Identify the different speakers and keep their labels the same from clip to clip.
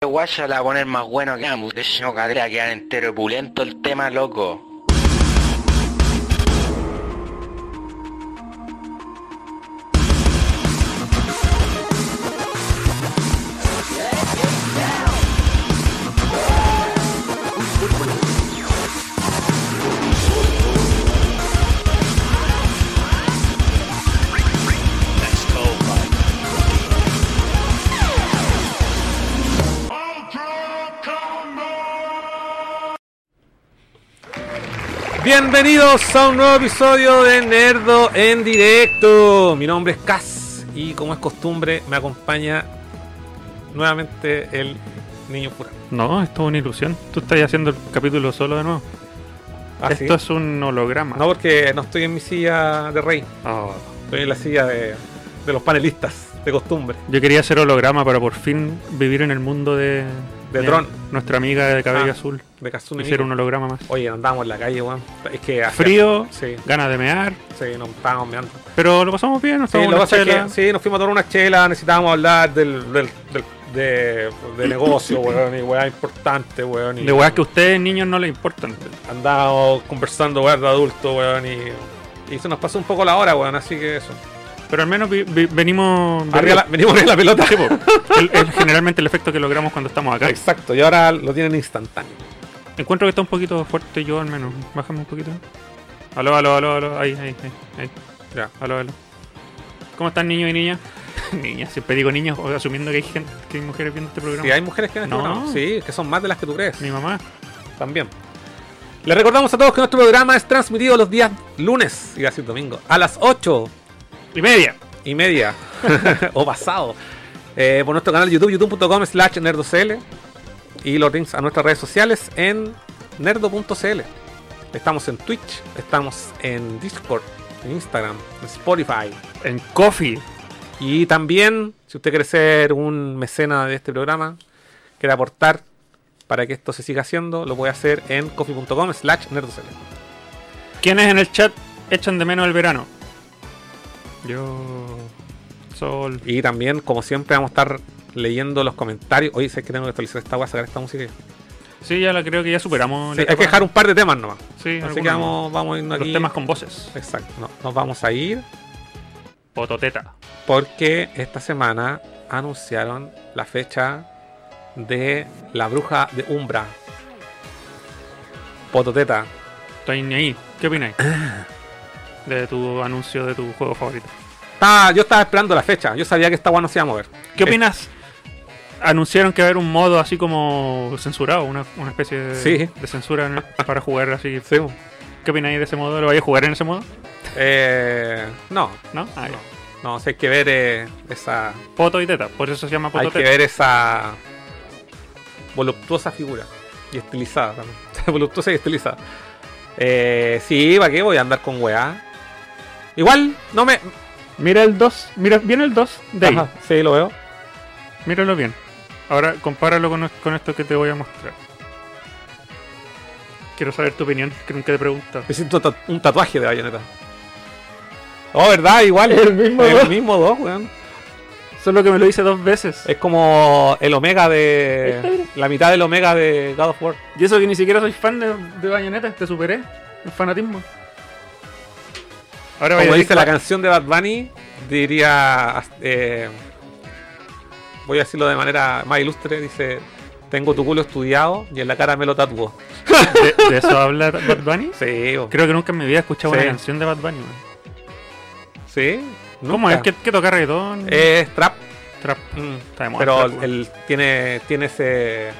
Speaker 1: guaya la va a poner más bueno que ambos. De hecho, cadera quedar entero pulento el tema, loco.
Speaker 2: Bienvenidos a un nuevo episodio de Nerdo en directo. Mi nombre es Cas y como es costumbre me acompaña nuevamente el niño pura.
Speaker 3: No, esto es una ilusión. Tú estás haciendo el capítulo solo de nuevo. esto es un holograma.
Speaker 2: Ah, No porque no estoy en mi silla de rey,
Speaker 3: Oh,
Speaker 2: estoy en la silla de, de los panelistas de costumbre.
Speaker 3: Yo quería hacer holograma para por fin vivir en el mundo de.
Speaker 2: De Tron.
Speaker 3: Nuestra amiga de cabello
Speaker 2: Ah.
Speaker 3: azul.
Speaker 2: De Kazune.
Speaker 3: Hicieron
Speaker 2: Miku.
Speaker 3: un holograma más.
Speaker 2: Oye, andábamos en la calle, weón. Es que hacía-
Speaker 3: Frío,
Speaker 2: Sí,
Speaker 3: ganas de mear,
Speaker 2: sí, nos estábamos meando.
Speaker 3: pero lo pasamos bien. Nos
Speaker 2: Sí,
Speaker 3: tomamos
Speaker 2: lo que
Speaker 3: una
Speaker 2: pasa es que
Speaker 3: chela.
Speaker 2: sí, nos fuimos a tomar una chela, necesitábamos hablar del, del, del- de, de negocio, weón, y weá importante, weón. Y
Speaker 3: De weas que a ustedes, niños, no les importan.
Speaker 2: andamos conversando, weón, de adulto, weón, y, y se nos pasó un poco la hora, weón, así que eso.
Speaker 3: Pero al menos vi- vi- venimos.
Speaker 2: Arriba la- venimos a la pelota.
Speaker 3: Sí, po. El- es generalmente el efecto que logramos cuando estamos acá.
Speaker 2: Exacto, y ahora lo tienen instantáneo.
Speaker 3: Encuentro que está un poquito fuerte yo al menos. Bájame un poquito. Aló, aló, aló, aló. Ahí, ahí, ahí. ahí.
Speaker 2: Ya.
Speaker 3: Aló, aló. ¿Cómo están niños y niñas? niñas, siempre digo niños, o- asumiendo que hay gente, que hay mujeres viendo este programa.
Speaker 2: Si hay mujeres que han
Speaker 3: No.
Speaker 2: escuchado, sí, que son más de las que tú crees.
Speaker 3: Mi mamá.
Speaker 2: también. Les recordamos a todos que nuestro programa es transmitido los días lunes, y así domingo, a las 8
Speaker 3: Y media.
Speaker 2: y media, o pasado, eh, por nuestro canal de YouTube, youtube.com slash nerdocl, y los links a nuestras redes sociales en nerdo.cl. Estamos en Twitch, estamos en Discord, en Instagram, en Spotify,
Speaker 3: En coffee.
Speaker 2: y también, si usted quiere ser un mecena de este programa, quiere aportar para que esto se siga haciendo, lo puede hacer en coffee.com slash nerdocl.
Speaker 3: ¿Quiénes en el chat echan de menos el verano? Yo. Sol.
Speaker 2: Y también, como siempre, vamos a estar leyendo los comentarios. Oye, sé que tengo que actualizar esta voy a sacar esta música.
Speaker 3: Sí, ya la creo que ya superamos.
Speaker 2: Sí,
Speaker 3: la
Speaker 2: hay que
Speaker 3: etapa.
Speaker 2: dejar un par de temas nomás.
Speaker 3: Sí,
Speaker 2: Así
Speaker 3: algunos.
Speaker 2: que vamos, vamos yendo
Speaker 3: Los
Speaker 2: aquí.
Speaker 3: temas con voces.
Speaker 2: Exacto. no, nos vamos a ir
Speaker 3: Pototeta.
Speaker 2: porque esta semana anunciaron la fecha de la bruja de Umbra. Pototeta.
Speaker 3: Estoy ni ahí. ¿Qué opináis? De tu anuncio de tu juego favorito.
Speaker 2: Estaba- yo estaba esperando la fecha. Yo sabía que esta guay no se iba a mover.
Speaker 3: ¿Qué opinas? Anunciaron que va a haber un modo así como censurado, una, una especie de,
Speaker 2: Sí.
Speaker 3: de censura en- para jugar así.
Speaker 2: Sí.
Speaker 3: ¿Qué opináis de ese modo? ¿Lo vais a jugar en ese modo?
Speaker 2: Eh, no,
Speaker 3: ¿No? Ah, ya.
Speaker 2: no, si hay que ver eh, esa.
Speaker 3: Poto y teta, por eso se llama
Speaker 2: Hay
Speaker 3: poto
Speaker 2: que
Speaker 3: teta.
Speaker 2: ver esa voluptuosa figura. Y estilizada también. voluptuosa y estilizada. Eh, sí, ¿para qué voy a andar con weá? Igual, no me.
Speaker 3: Mira el 2, mira bien el 2 de ahí.
Speaker 2: Ajá, sí, lo veo.
Speaker 3: Míralo bien. Ahora compáralo con, con esto que te voy a mostrar. Quiero saber tu opinión, que nunca te pregunto.
Speaker 2: Me siento ta- un tatuaje de bayoneta. Oh, ¿verdad? Igual. El mismo El
Speaker 3: dos.
Speaker 2: mismo dos, weón.
Speaker 3: Solo que me lo hice dos veces.
Speaker 2: Es como el Omega
Speaker 3: Ahí está,
Speaker 2: de.
Speaker 3: mira.
Speaker 2: La mitad del Omega de God of War.
Speaker 3: Y eso que ni siquiera soy fan de, de Bayonetta, te superé. El fanatismo. Ahora
Speaker 2: Como
Speaker 3: vaya
Speaker 2: dice
Speaker 3: a-
Speaker 2: la canción de Bad Bunny, diría. eh, voy a decirlo de manera más ilustre: dice, tengo tu culo estudiado y en la cara me lo tatuó.
Speaker 3: ¿De, de eso habla Bad Bunny?
Speaker 2: Sí, o-
Speaker 3: Creo que nunca en mi vida he escuchado
Speaker 2: Sí.
Speaker 3: una canción de Bad Bunny. man.
Speaker 2: sí.
Speaker 3: ¿Cómo
Speaker 2: nunca.
Speaker 3: es que, que toca reggaetón?
Speaker 2: Es trap,
Speaker 3: trap.
Speaker 2: mm,
Speaker 3: Está de moda
Speaker 2: pero
Speaker 3: el trap,
Speaker 2: él tiene, tiene ese.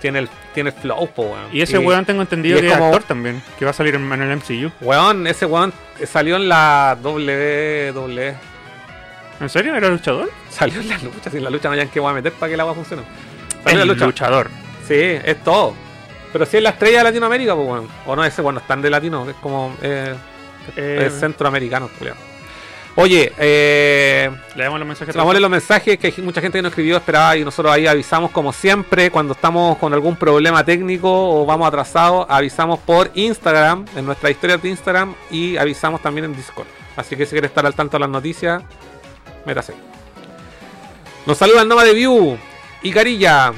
Speaker 2: Tiene el, tiene el flow, po, weón.
Speaker 3: Y ese weón tengo entendido
Speaker 2: y es
Speaker 3: que es
Speaker 2: como-
Speaker 3: actor también, que va a salir en, en el MCU.
Speaker 2: Weón, ese weón salió en la WWE.
Speaker 3: ¿En serio? ¿Era luchador?
Speaker 2: Salió en la lucha, sin la lucha no hayan que voy a meter para que el agua funcione.
Speaker 3: El
Speaker 2: Salió en la lucha.
Speaker 3: luchador.
Speaker 2: Sí, es todo. Pero si es la estrella de Latinoamérica, pues bueno. O no, ese bueno, están de latino, es como eh,
Speaker 3: Eh,
Speaker 2: es centroamericano, culiao. Oye, eh,
Speaker 3: Le damos los mensajes.
Speaker 2: vamos a leer los mensajes que hay mucha gente que nos escribió esperaba y nosotros ahí avisamos como siempre cuando estamos con algún problema técnico o vamos atrasados, avisamos por Instagram, en nuestra historia de Instagram y avisamos también en Discord. Así que si quieres estar al tanto de las noticias, métase. Nos saluda el Nova de View y Carilla.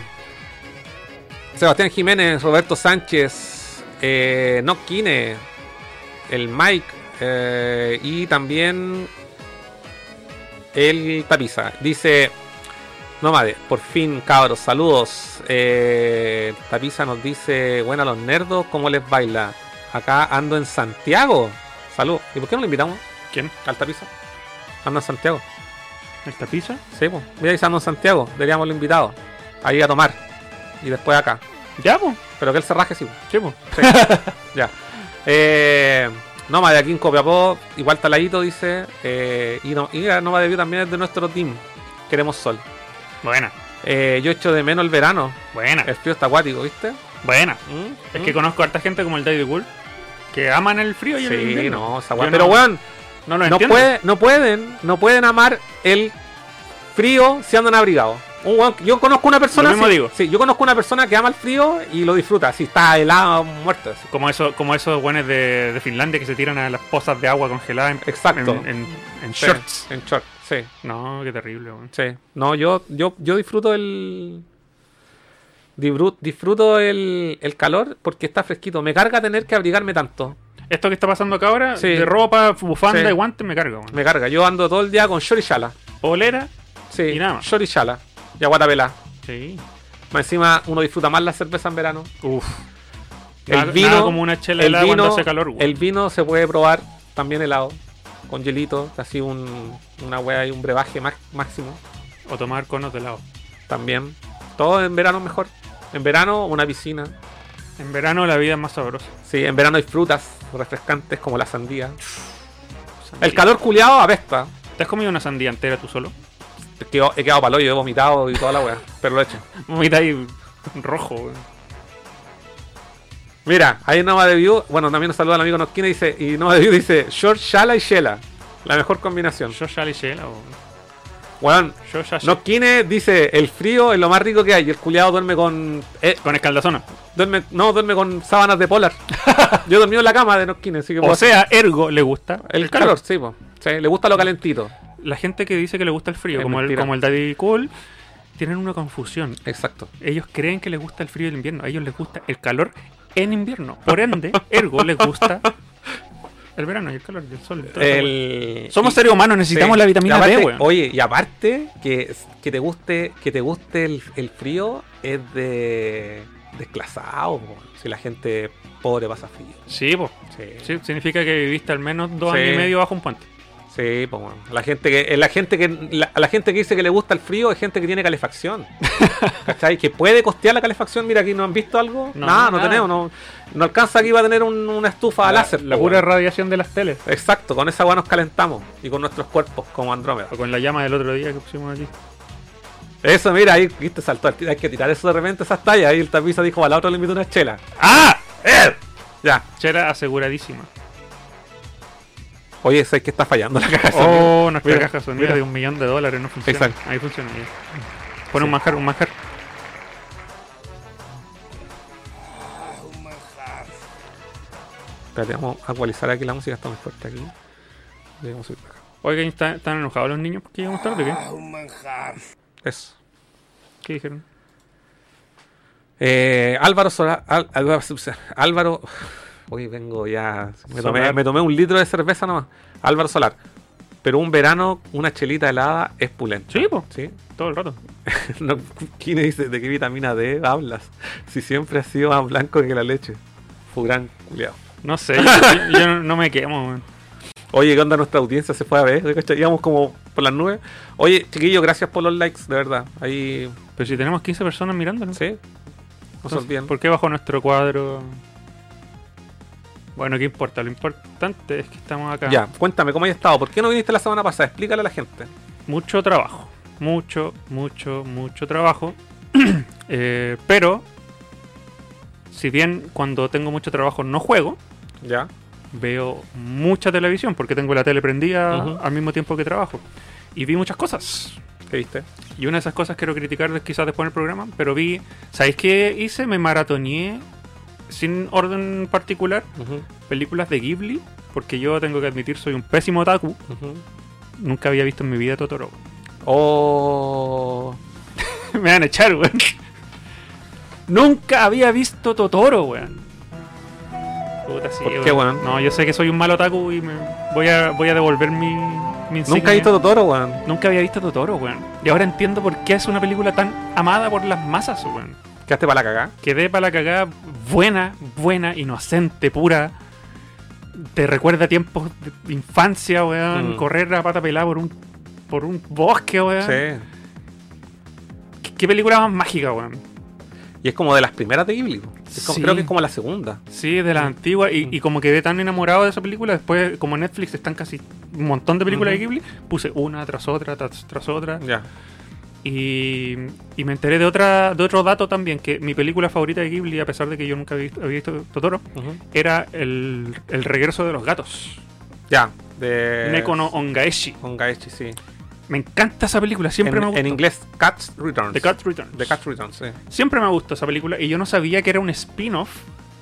Speaker 2: Sebastián Jiménez, Roberto Sánchez, eh, Nock Kine, el Mike eh, y también el Tapiza. Dice, Nomade, por fin cabros, saludos. Eh, Tapiza nos dice, buena los nerdos, ¿cómo les baila? Acá ando en Santiago. Salud. ¿Y por qué no lo invitamos
Speaker 3: ¿Quién?
Speaker 2: al Tapiza? Ando en Santiago.
Speaker 3: ¿El tapiza?
Speaker 2: Sí, pues. Mira, ahí ando en Santiago. Deberíamos lo invitado. Ahí a tomar. Y después acá.
Speaker 3: Ya, pues.
Speaker 2: Pero que él se raje, sí. po.
Speaker 3: Sí, pues.
Speaker 2: Ya. Eh, Noma de aquí en Copiapó, igual taladito, dice. eh, y, no, y la Noma de View también es de nuestro team. Queremos sol.
Speaker 3: Buena,
Speaker 2: Eh, yo echo de menos el verano.
Speaker 3: buena,
Speaker 2: El frío está acuático, ¿viste?
Speaker 3: buena.
Speaker 2: ¿Mm?
Speaker 3: Es que
Speaker 2: ¿Mm?
Speaker 3: conozco a harta gente como el David Wool que aman el frío y el
Speaker 2: Sí,
Speaker 3: invierno.
Speaker 2: no, esa
Speaker 3: Yo
Speaker 2: weá.
Speaker 3: no-
Speaker 2: Pero weón,
Speaker 3: No lo
Speaker 2: no,
Speaker 3: entiendo.
Speaker 2: puede, no pueden, no pueden amar el frío si andan abrigados. Un weón- yo conozco una persona.
Speaker 3: mismo
Speaker 2: sí,
Speaker 3: digo.
Speaker 2: sí, yo conozco una persona que ama el frío y lo disfruta. Si está helado, muerto. así.
Speaker 3: Como, eso, como esos buenos de, de Finlandia que se tiran a las pozas de agua congelada en,
Speaker 2: Exacto.
Speaker 3: en, en- en
Speaker 2: Sí,
Speaker 3: shorts.
Speaker 2: En short, sí.
Speaker 3: No, qué terrible, weón.
Speaker 2: Sí, no, yo, yo, yo disfruto el. dibru- Disfruto el, el calor porque está fresquito. Me carga tener que abrigarme tanto.
Speaker 3: Esto que está pasando acá ahora,
Speaker 2: Sí.
Speaker 3: de ropa, bufanda
Speaker 2: Sí.
Speaker 3: y guantes, me carga, weón.
Speaker 2: Me carga. Yo ando todo el día con short y shala.
Speaker 3: Polera,
Speaker 2: Sí,
Speaker 3: Y nada más.
Speaker 2: short y shala. Y aguatapela.
Speaker 3: sí.
Speaker 2: Más encima uno disfruta más la cerveza en verano.
Speaker 3: Uf.
Speaker 2: El
Speaker 3: Nada-
Speaker 2: vino.
Speaker 3: nada como una chela
Speaker 2: el
Speaker 3: helada
Speaker 2: vino,
Speaker 3: cuando hace calor, weón.
Speaker 2: El vino se puede probar también helado. Con hielito, así un, una wea y un brebaje max- máximo.
Speaker 3: O tomar conos de helado.
Speaker 2: También. Todo en verano mejor. En verano, una piscina.
Speaker 3: En verano la vida es más sabrosa.
Speaker 2: Sí, en verano hay frutas refrescantes como la sandía. El calor culiado apesta.
Speaker 3: ¿Te has comido una sandía entera tú solo?
Speaker 2: He quedado- He quedado palo, yo he vomitado y toda la weá. Pero lo he hecho.
Speaker 3: Mira ahí rojo, weón.
Speaker 2: Mira, ahí en Nova de View. Bueno, también nos saluda el amigo Nosquina y dice. Y Nova de View dice Short, Shala y Shela. La mejor combinación.
Speaker 3: Yo ya le hice la, weón.
Speaker 2: Weón.
Speaker 3: Yo ya
Speaker 2: Nosquine dice, el frío es lo más rico que hay. Y el culiado duerme con. eh,
Speaker 3: Con escaldazona.
Speaker 2: duerme, no, duerme con sábanas de polar. Yo he dormido en la cama de Nosquine, así que puedo
Speaker 3: O sea, ergo le gusta
Speaker 2: hacer- el calor, sí, po. Sí, le gusta lo calentito.
Speaker 3: La gente que dice que le gusta el frío,
Speaker 2: Es
Speaker 3: como el,
Speaker 2: mentira.
Speaker 3: como el Daddy Cool, tienen una confusión.
Speaker 2: Exacto.
Speaker 3: Ellos creen que les gusta el frío del invierno. A ellos les gusta el calor en invierno. Por ende, ergo les gusta el verano y el calor y el sol. y todo eso, weón.
Speaker 2: El-
Speaker 3: Somos
Speaker 2: y-
Speaker 3: seres humanos, necesitamos
Speaker 2: Sí.
Speaker 3: la vitamina
Speaker 2: Y aparte-
Speaker 3: D, weón.
Speaker 2: Oye, y aparte, que, que te guste, que te guste el, el frío es de desclasado, po. si la gente pobre pasa frío.
Speaker 3: Sí, po.
Speaker 2: Sí, sí,
Speaker 3: Sí, significa que viviste al menos dos
Speaker 2: Sí.
Speaker 3: años y medio bajo un puente.
Speaker 2: po, weón. la gente que, eh, la gente que la, a la gente que dice que le gusta el frío es gente que tiene calefacción. ¿Cachai? Que puede costear la calefacción, mira aquí no han visto algo,
Speaker 3: No,
Speaker 2: nada, no
Speaker 3: nada.
Speaker 2: tenemos, no, no alcanza aquí va a tener un- una estufa a
Speaker 3: la,
Speaker 2: láser.
Speaker 3: la
Speaker 2: po,
Speaker 3: pura
Speaker 2: weón.
Speaker 3: radiación de las teles.
Speaker 2: Exacto, con esa agua nos calentamos y con nuestros cuerpos como Andrómeda.
Speaker 3: O con la llama del otro día que pusimos aquí.
Speaker 2: Eso, mira, ahí viste, saltó. el tiro. Hay que tirar eso de repente, esas tallas. Ahí el tapiza dijo, a la otra le invito una chela.
Speaker 3: ¡Ah! ¡Eh!
Speaker 2: Ya.
Speaker 3: Chera aseguradísima.
Speaker 2: Oye, sé que está fallando la caja. de sonido.
Speaker 3: Oh, nuestra
Speaker 2: Mira,
Speaker 3: caja sonida
Speaker 2: mira.
Speaker 3: de un millón de dólares no funciona.
Speaker 2: Exacto.
Speaker 3: Ahí funciona ya. Pon un manjar, un manjar.
Speaker 2: Espérate, vamos a actualizar aquí la música. Está muy fuerte aquí. Le vamos a subir acá.
Speaker 3: Oigan, ¿están, están enojados los niños porque llegamos tarde? o ¿Qué,
Speaker 2: Eso.
Speaker 3: ¿Qué dijeron?
Speaker 2: Eh, Álvaro Sola- Al- Álvaro, Álvaro. Hoy vengo ya. Me tomé,
Speaker 3: Solar.
Speaker 2: me tomé un litro de cerveza nomás. Álvaro Solar. Pero un verano, una chelita helada es pulenta.
Speaker 3: Sí, po.
Speaker 2: Sí.
Speaker 3: Todo el rato.
Speaker 2: No, ¿Quién dice de qué vitamina D hablas? Si siempre has sido más blanco que la leche. Furán, culiao.
Speaker 3: No sé, yo, yo- yo no, no me quemo, weón.
Speaker 2: Oye, ¿qué onda nuestra audiencia? Se fue a ver, ¿cachai? íbamos como por las nubes. Oye, chiquillos, gracias por los likes, de verdad. Ahí,
Speaker 3: Pero si tenemos 15 personas mirando, ¿no?
Speaker 2: sí. No se
Speaker 3: Entonces,
Speaker 2: olviden.
Speaker 3: ¿Por qué bajo nuestro cuadro? Bueno, ¿qué importa? Lo importante es que estamos acá.
Speaker 2: Ya, cuéntame, ¿cómo has estado? ¿Por qué no viniste la semana pasada? Explícale a la gente.
Speaker 3: mucho trabajo. Mucho, mucho, mucho trabajo. Eh, pero, si bien cuando tengo mucho trabajo no juego,
Speaker 2: Ya.
Speaker 3: veo mucha televisión porque tengo la tele prendida
Speaker 2: Ujú.
Speaker 3: al mismo tiempo que trabajo. Y vi muchas cosas.
Speaker 2: ¿Qué viste?
Speaker 3: Y una de esas cosas quiero criticar quizás después en el programa, pero vi, ¿sabéis qué hice? Me maratoneé sin orden particular
Speaker 2: Ujú,
Speaker 3: películas de Ghibli, porque yo tengo que admitir, soy un pésimo otaku.
Speaker 2: ujú.
Speaker 3: Nunca había visto en mi vida Totoro.
Speaker 2: Oh.
Speaker 3: Me van a echar, weón. Nunca había visto Totoro, weón. Puta, sí,
Speaker 2: ¿Por qué, weón?
Speaker 3: No, yo sé que soy un mal otaku y me voy a, voy a devolver mi, mi
Speaker 2: Nunca
Speaker 3: insignia.
Speaker 2: he visto Totoro, weón.
Speaker 3: Nunca había visto Totoro, weón. Y ahora entiendo por qué es una película tan amada por las masas, weón.
Speaker 2: Quedaste para la cagada.
Speaker 3: Quedé para la cagada buena, buena, inocente, pura. Te recuerda tiempos de infancia, weón.
Speaker 2: Mm.
Speaker 3: Correr a pata pelada por un, por un bosque, weón.
Speaker 2: Sí.
Speaker 3: ¿Qué, qué película más mágica, weón.
Speaker 2: Y es como de las primeras de Ghibli. weón. Es como-
Speaker 3: Sí.
Speaker 2: Creo que es como la segunda.
Speaker 3: Sí, de la antigua. Y,
Speaker 2: Mm.
Speaker 3: y como quedé tan enamorado de esa película, después, como en Netflix están casi un montón de películas de
Speaker 2: Ujú.
Speaker 3: Ghibli, puse una tras otra, tras, tras otra.
Speaker 2: Ya.
Speaker 3: Y, y me enteré de otra de otro dato también, que mi película favorita de Ghibli, a pesar de que yo nunca había visto, había visto Totoro,
Speaker 2: Ujú.
Speaker 3: era El, el regreso de los gatos.
Speaker 2: Ya. De.
Speaker 3: Neko no Ongaeshi.
Speaker 2: Con Gaechi, sí.
Speaker 3: Me encanta esa película, siempre
Speaker 2: en,
Speaker 3: me gusta.
Speaker 2: en inglés, Cats Returns.
Speaker 3: The Cat Returns.
Speaker 2: The Cats Returns, sí.
Speaker 3: Siempre me gustó esa película y yo no sabía que era un spin-off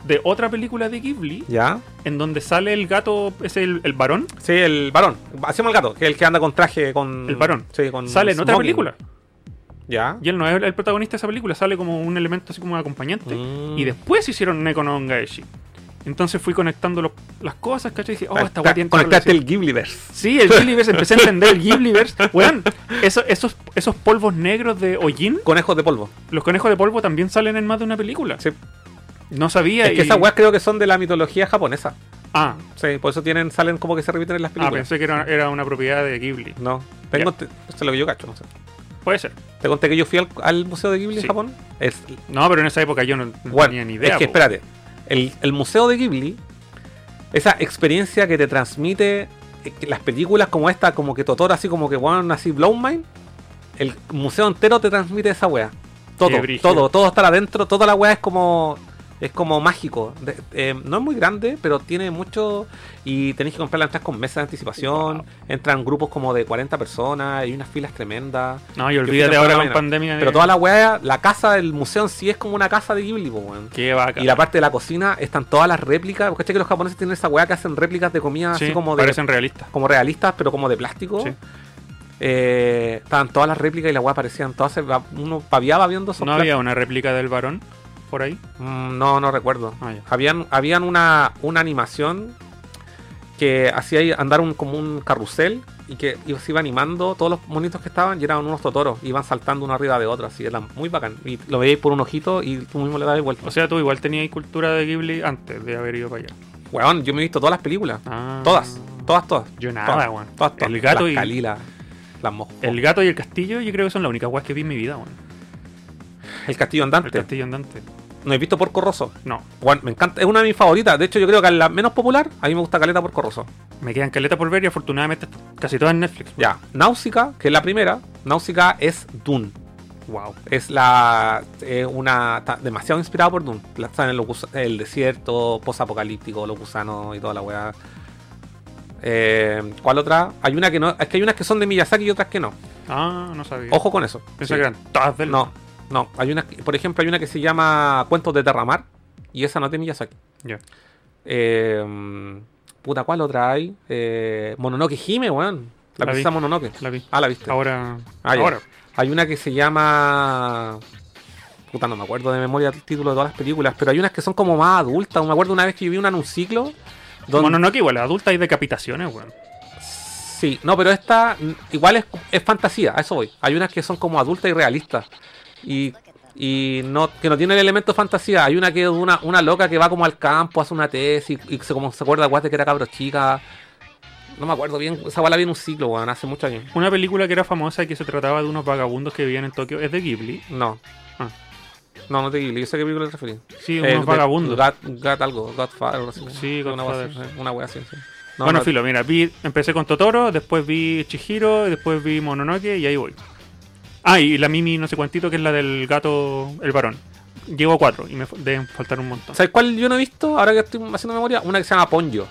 Speaker 3: de otra película de Ghibli
Speaker 2: Ya.
Speaker 3: en donde sale el gato, es el, el varón,
Speaker 2: Sí, el varón. Hacemos el gato, que es el que anda con traje con.
Speaker 3: El varón.
Speaker 2: Sí, con.
Speaker 3: sale en otra
Speaker 2: smoking.
Speaker 3: película. Oh,
Speaker 2: Ya.
Speaker 3: Y él no es el protagonista de esa película, sale como un elemento así como acompañante.
Speaker 2: Mm.
Speaker 3: Y después hicieron Neko no Ongaeshi. Entonces fui conectando los- las cosas, ¿cachai? Y dije, oh, esta
Speaker 2: Está-
Speaker 3: guay tiene
Speaker 2: Conectaste
Speaker 3: relación.
Speaker 2: el Ghibliverse.
Speaker 3: Sí, el Ghibliverse, empecé a entender el Ghibliverse. Weón, eso- esos, esos polvos negros de Ojin,
Speaker 2: Conejos de polvo.
Speaker 3: los conejos de polvo también salen en más de una película.
Speaker 2: Sí.
Speaker 3: No sabía.
Speaker 2: Es que
Speaker 3: y-
Speaker 2: esas weas creo que son de la mitología japonesa.
Speaker 3: Ah,
Speaker 2: Sí, por eso tienen, salen como que se repiten en las
Speaker 3: ah,
Speaker 2: películas.
Speaker 3: pensé que era, era una propiedad de Ghibli.
Speaker 2: no. Tengo, te- esto es lo que yo cacho, no sé.
Speaker 3: Puede ser.
Speaker 2: Te conté que yo fui al, al Museo de Ghibli
Speaker 3: Sí.
Speaker 2: en Japón. Es,
Speaker 3: No, pero en esa época yo no, no
Speaker 2: bueno,
Speaker 3: tenía ni idea.
Speaker 2: es que
Speaker 3: po.
Speaker 2: espérate. El, el Museo de Ghibli, esa experiencia que te transmite eh, que las películas como esta, como que Totoro, así como que bueno, así Blown Mind, el museo entero te transmite esa wea. Todo,
Speaker 3: Qué brígido.
Speaker 2: todo, todo está adentro, toda la wea es como. Es como mágico. De- eh, no es muy grande, pero tiene mucho. Y tenéis que comprar las entradas con mesas de anticipación.
Speaker 3: Wow.
Speaker 2: Entran grupos como de 40 personas. Hay unas filas tremendas.
Speaker 3: No, y
Speaker 2: Que fuiste
Speaker 3: olvídate
Speaker 2: por
Speaker 3: ahora
Speaker 2: la
Speaker 3: con
Speaker 2: mañana.
Speaker 3: pandemia. de-
Speaker 2: Pero toda la weá, la casa del museo en sí es como una casa de Ghibli, po, weón.
Speaker 3: Qué vaca.
Speaker 2: Y la parte de la cocina están todas las réplicas. Porque que los japoneses tienen esa weá que hacen réplicas de comida
Speaker 3: Sí,
Speaker 2: así como de,
Speaker 3: parecen realistas.
Speaker 2: como realistas, pero como de plástico.
Speaker 3: Sí.
Speaker 2: Eh, estaban todas las réplicas y la weá parecían todas. se- Uno paviaba viendo esos
Speaker 3: ¿No
Speaker 2: plásticos.
Speaker 3: había una réplica del varón por ahí?
Speaker 2: Mm, No, no recuerdo.
Speaker 3: Ah, ya.
Speaker 2: Habían, habían una, una animación que hacía ahí andar un, como un carrusel y que iba- se iba animando todos los monitos que estaban y eran unos totoros, iban saltando uno arriba de otro, así eran muy bacán. Y lo veíais por un ojito y tú mismo le dabas vuelta.
Speaker 3: O sea, tú igual tenías cultura de Ghibli antes de haber ido para allá.
Speaker 2: Weón, yo me he visto todas las películas.
Speaker 3: Ah.
Speaker 2: Todas, todas, todas.
Speaker 3: Yo nada,
Speaker 2: Todas,
Speaker 3: weón.
Speaker 2: todas, todas.
Speaker 3: El gato
Speaker 2: las
Speaker 3: y
Speaker 2: Calila, las moscas.
Speaker 3: el
Speaker 2: El,
Speaker 3: gato y el castillo, yo creo que son las únicas weas que vi en mi vida, weón.
Speaker 2: castillo
Speaker 3: El
Speaker 2: andante.
Speaker 3: castillo andante.
Speaker 2: No he visto Porco Rosso.
Speaker 3: No,
Speaker 2: Weón, me encanta, es una de mis favoritas. De hecho, yo creo que es la menos popular. A mí me gusta Caleta Porco Rosso.
Speaker 3: me quedan caleta por ver y afortunadamente están casi todas en Netflix.
Speaker 2: Ya, Náusica, que es la primera. Náusica es Dune.
Speaker 3: Wow.
Speaker 2: Es la. eh, una. Está demasiado inspirado por Dune. La- Está en el, gusa- el desierto, posapocalíptico, los gusanos y toda la weá. Eh, ¿Cuál otra? Hay una que no. Es que hay unas que son de Miyazaki y otras que no.
Speaker 3: Ah, no sabía.
Speaker 2: Ojo con eso.
Speaker 3: Pensé
Speaker 2: Sí.
Speaker 3: que eran todas del.
Speaker 2: No, no. Hay una, que- por ejemplo, hay una que se llama Cuentos de Terramar. Y esa no es de Miyazaki.
Speaker 3: Ya.
Speaker 2: Eh, puta, ¿cuál otra hay? Eh, Mononoke Hime, weón. La,
Speaker 3: La vi.
Speaker 2: princesa Mononoke.
Speaker 3: La vi.
Speaker 2: Ah, la viste.
Speaker 3: Ahora.
Speaker 2: Ah, ya.
Speaker 3: ahora.
Speaker 2: Hay una que se llama. Puta, no me acuerdo de memoria el título de todas las películas, pero hay unas que son como más adultas. Me acuerdo una vez que yo vi una en un ciclo. Donde...
Speaker 3: Bueno, no que igual, adulta hay decapitaciones, weón.
Speaker 2: Sí, no, pero esta mm, igual es, es fantasía, a eso voy. Hay unas que son como adultas y realistas. Y, y no, que no tiene el elemento fantasía. Hay una que es una, una loca que va como al campo, hace una tesis y se, como, se acuerda guate que era cabros chica. No me acuerdo bien, esa bala vi en un ciclo, weón, hace mucho años.
Speaker 3: Una película que era famosa y que se trataba de unos vagabundos que vivían en Tokio es de Ghibli.
Speaker 2: No. mm.
Speaker 3: Ah.
Speaker 2: No, no te digo, yo sé a qué película te referís.
Speaker 3: Sí,
Speaker 2: Eh,
Speaker 3: unos
Speaker 2: de-
Speaker 3: vagabundos.
Speaker 2: Gat, Gat algo, Godfather. algo así.
Speaker 3: Sí,
Speaker 2: una wea así,
Speaker 3: Godfather.
Speaker 2: Una wea así, sí. No,
Speaker 3: bueno,
Speaker 2: no,
Speaker 3: filo, mira, vi, empecé con Totoro, después vi Chihiro, y después vi Mononoke y ahí voy. Ah, y la Mimi no sé cuántito, que es la del gato, el varón. Llevo a cuatro y me fa- deben faltar un montón.
Speaker 2: ¿Sabes cuál yo no he visto? Ahora que estoy haciendo memoria, una que se llama Ponyo.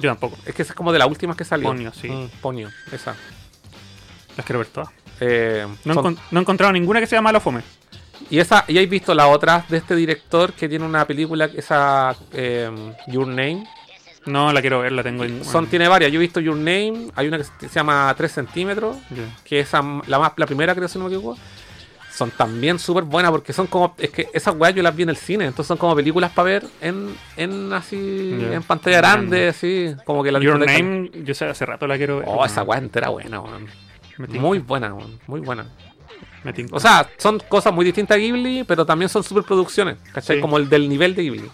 Speaker 3: Yo tampoco,
Speaker 2: Es que esa es como de las últimas que salió.
Speaker 3: Ponyo, sí.
Speaker 2: Ponyo, esa.
Speaker 3: las quiero ver todas.
Speaker 2: Eh,
Speaker 3: No,
Speaker 2: son-
Speaker 3: encon- no he encontrado ninguna que sea mala fome.
Speaker 2: y esa, y habéis visto la otra de este director que tiene una película, esa eh, Your Name.
Speaker 3: No, la quiero ver, la tengo en.
Speaker 2: Son, tiene varias. Yo he visto Your Name, hay una que se se llama 3 centímetros.
Speaker 3: Ya.
Speaker 2: que es la, más, la primera, creo, si no me equivoco. son también súper buenas porque son como. Es que esas weas yo las vi en el cine, entonces son como películas para ver en, en así.
Speaker 3: Ya.
Speaker 2: En pantalla grande, así. Como que la
Speaker 3: Your
Speaker 2: disfruté-
Speaker 3: Name, yo sé, hace rato la quiero ver.
Speaker 2: Oh, esa wea entera buena, weón.
Speaker 3: Me tinca,
Speaker 2: Muy buena, weón. Muy buena.
Speaker 3: me tinca.
Speaker 2: O sea, son cosas muy distintas a Ghibli, pero también son superproducciones, ¿cachai?
Speaker 3: Sí.
Speaker 2: Como el del nivel de Ghibli.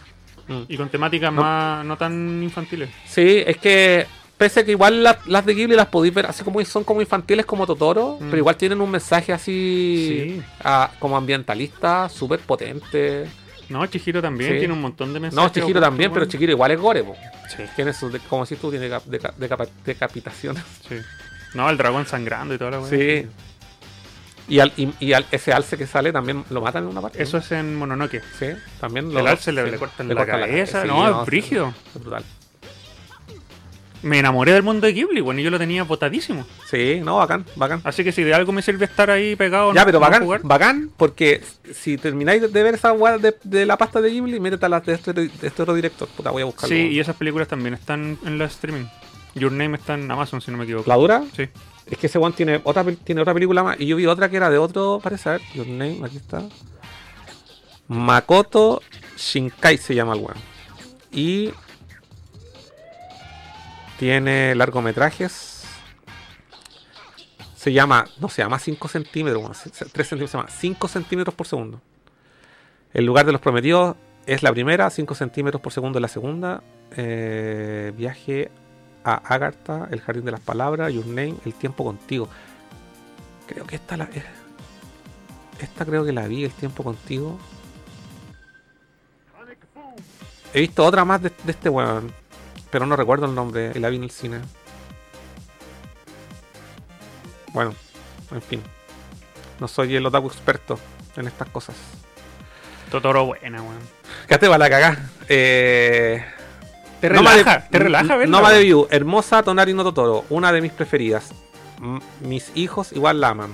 Speaker 3: y con temáticas
Speaker 2: no.
Speaker 3: más no tan infantiles.
Speaker 2: Sí, es que pese a que igual la- las de Ghibli las podéis ver así como son como infantiles como Totoro,
Speaker 3: Mm.
Speaker 2: pero igual tienen un mensaje así
Speaker 3: Sí.
Speaker 2: ah, como ambientalista, súper potente.
Speaker 3: No, Chihiro también
Speaker 2: Sí.
Speaker 3: tiene un montón de
Speaker 2: No,
Speaker 3: mensajes.
Speaker 2: Chihiro también, pero
Speaker 3: Chihiro
Speaker 2: Chihiro igual es gore, po.
Speaker 3: Sí,
Speaker 2: Tiene su, de- como si tú, tiene cap- deca- decapa- decapitaciones.
Speaker 3: sí. No, el dragón sangrando y toda la wea.
Speaker 2: Sí. Y, al, y, y al- ese alce que sale también lo matan en una parte.
Speaker 3: Eso
Speaker 2: ¿no?
Speaker 3: es en Mononoke.
Speaker 2: Sí, también
Speaker 3: El alce le-
Speaker 2: sí,
Speaker 3: le cortan la cabeza,
Speaker 2: sí,
Speaker 3: no, es
Speaker 2: sí,
Speaker 3: brígido.
Speaker 2: es brutal.
Speaker 3: Me enamoré del mundo de Ghibli, bueno, y yo lo tenía botadísimo.
Speaker 2: Sí, no, bacán, bacán.
Speaker 3: Así que si de algo me sirve estar ahí pegado,
Speaker 2: Ya,
Speaker 3: Ah, no-
Speaker 2: pero
Speaker 3: no
Speaker 2: bacán,
Speaker 3: jugar.
Speaker 2: bacán, porque si termináis de- de ver esa weá de, de la pasta de Ghibli, métete a las de este, de este otro director. Puta, voy a buscarlo.
Speaker 3: Sí, y esas películas también están en la streaming. Your Name está en Amazon, si no me equivoco.
Speaker 2: ¿La dura?
Speaker 3: Sí.
Speaker 2: Es que ese one tiene otra, pel- tiene otra película más. Y yo vi otra que era de otro, parece. A ver, Your Name, aquí está. Makoto Shinkai se llama el weón. Y. Tiene largometrajes. Se llama, no se llama 5 centímetros, 3 centímetros, se llama 5 centímetros por segundo. El lugar de los prometidos es la primera, 5 centímetros por segundo es la segunda. Eh, viaje a Agartha, El Jardín de las Palabras, Your Name, El Tiempo Contigo. Creo que esta la. eh, Esta creo que la vi, El Tiempo Contigo. He visto otra más de, de este weón, pero no recuerdo el nombre, y la vi en el cine. Bueno, en fin. No soy el otaku experto en estas cosas.
Speaker 3: Totoro buena, weón.
Speaker 2: Ya te va la cagá. Eh,
Speaker 3: Te
Speaker 2: Noma
Speaker 3: relaja,
Speaker 2: de-
Speaker 3: te relaja
Speaker 2: N-
Speaker 3: verla.
Speaker 2: Noma de
Speaker 3: weón.
Speaker 2: View, hermosa Tonari no Totoro, una de mis preferidas. M- mis hijos igual la aman.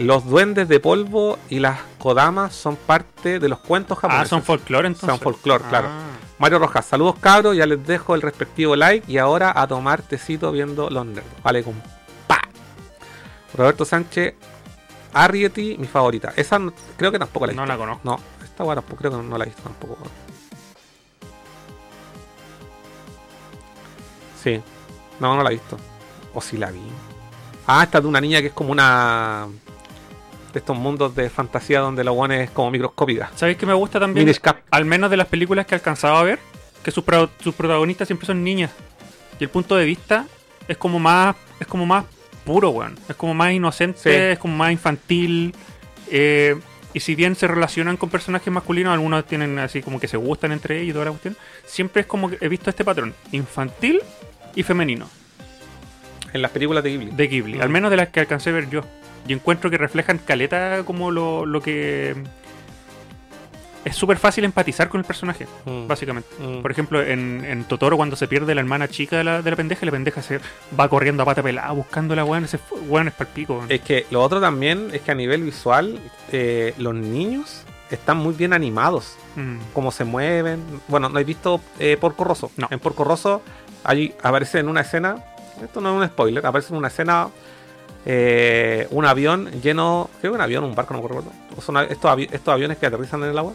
Speaker 2: Los duendes de polvo y las kodamas son parte de los cuentos
Speaker 3: Ah,
Speaker 2: japoneses.
Speaker 3: son folclore entonces.
Speaker 2: Son folclore, claro.
Speaker 3: Ah.
Speaker 2: Mario Rojas, saludos cabros, ya les dejo el respectivo like y ahora a tomar tecito viendo los nerds. Vale, con pa. Roberto Sánchez, Arrietty, mi favorita. Esa no- creo que tampoco la he
Speaker 3: No
Speaker 2: visto.
Speaker 3: la conozco.
Speaker 2: No, esta weá tampoco, creo que no la he visto tampoco. Sí, no, no la he visto. O si la vi. Ah, esta es de una niña que es como una. de estos mundos de fantasía donde la guana es como microscópica.
Speaker 3: ¿Sabéis que me gusta también?
Speaker 2: Miniscap.
Speaker 3: Al menos de las películas que alcanzaba a ver, que sus, pro- sus protagonistas siempre son niñas. Y el punto de vista es como más, es como más puro, weón. Es como más inocente,
Speaker 2: Sí.
Speaker 3: es como más infantil. eh, y si bien se relacionan con personajes masculinos, algunos tienen así como que se gustan entre ellos y toda la cuestión. Siempre es como que he visto este patrón, infantil y femenino,
Speaker 2: En las películas de Ghibli.
Speaker 3: de Ghibli. Al menos de las que alcancé a ver yo. Y encuentro que reflejan caleta como lo, lo que... Es súper fácil empatizar con el personaje,
Speaker 2: Mm,
Speaker 3: básicamente.
Speaker 2: mm.
Speaker 3: Por ejemplo, en, en Totoro, cuando se pierde la hermana chica de la, de la pendeja, la pendeja se va corriendo a pata pelada buscando a la weón. Ese fu- weón es palpico.
Speaker 2: Es que lo otro también es que a nivel visual, eh, los niños están muy bien animados.
Speaker 3: Mm.
Speaker 2: cómo se mueven. Bueno, no he visto eh, Porco Rosso.
Speaker 3: No.
Speaker 2: En Porco Rosso ahí aparece en una escena, esto no es un spoiler, aparece en una escena eh, un avión lleno, creo que un avión, un barco, no me acuerdo. O son avi- estos, avi- estos aviones que aterrizan en el agua.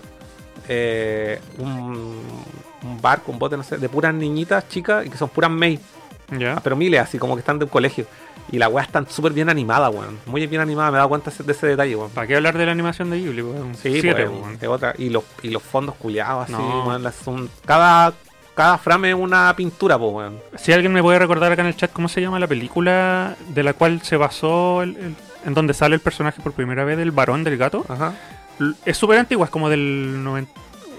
Speaker 2: Eh, un, un barco, un bote, no sé, de puras niñitas chicas y que son puras May,
Speaker 3: ¿Ya?
Speaker 2: Ah, pero miles, así como que están de un colegio. Y la weá están súper bien animada, weón. Muy bien animada, me he dado cuenta ese- de ese detalle, weón.
Speaker 3: ¿Para qué hablar de la animación de Ghibli, weón?
Speaker 2: Sí,
Speaker 3: Siete,
Speaker 2: pues,
Speaker 3: weón.
Speaker 2: es otra. Y los, y los fondos culiados, así,
Speaker 3: No.
Speaker 2: weón, las- son- cada, cada frame es una pintura, po, weón.
Speaker 3: Si alguien me puede recordar acá en el chat cómo se llama la película de la cual se basó, el- el- en donde sale el personaje por primera vez del varón del gato.
Speaker 2: Ajá. Ah.
Speaker 3: L- Es súper antigua, es como del 90,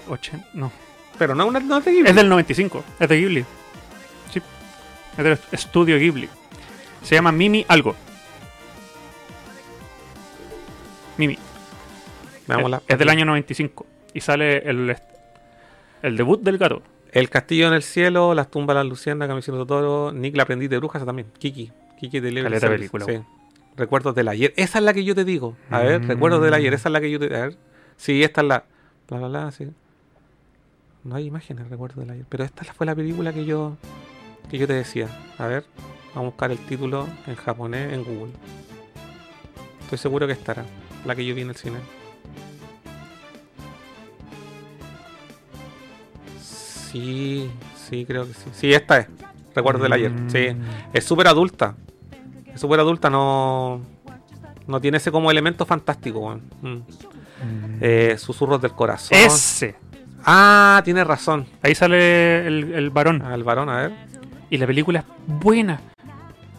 Speaker 3: 80, no.
Speaker 2: Pero no, es una- no es de Ghibli.
Speaker 3: Es del 95, es de Ghibli. Sí. Es del est- estudio Ghibli. Se llama Mimi Algo. Mimi.
Speaker 2: Veamos
Speaker 3: Es-
Speaker 2: la-
Speaker 3: es del año 95. Y sale el, est- el debut del gato.
Speaker 2: El castillo en el cielo, las tumbas de las lucianas, Camisino Totoro, Nick la aprendiz de brujas esa también. Kiki. Kiki de Little
Speaker 3: Caleta
Speaker 2: Service,
Speaker 3: película,
Speaker 2: Sí. Recuerdos del ayer. Esa es la que yo te digo. A ver,
Speaker 3: Mm.
Speaker 2: recuerdos del ayer. Esa es la que yo te. A ver. Sí, esta es la. Bla, bla, bla, sí. No hay imágenes, recuerdos del ayer. Pero esta fue la película que yo. Que yo te decía. A ver. Vamos a buscar el título en japonés en Google. Estoy seguro que estará. la que yo vi en el cine. Sí, sí, creo que sí. Sí, esta es. Recuerdo del ayer. Sí.
Speaker 3: Mm.
Speaker 2: Es súper adulta. Es súper adulta, no. No tiene ese como elemento fantástico, weón. Mm. Eh, susurros del corazón.
Speaker 3: Mm. Ese.
Speaker 2: Ah, tiene razón.
Speaker 3: Ahí sale el, el varón.
Speaker 2: Al varón, a ver.
Speaker 3: Y la película es buena.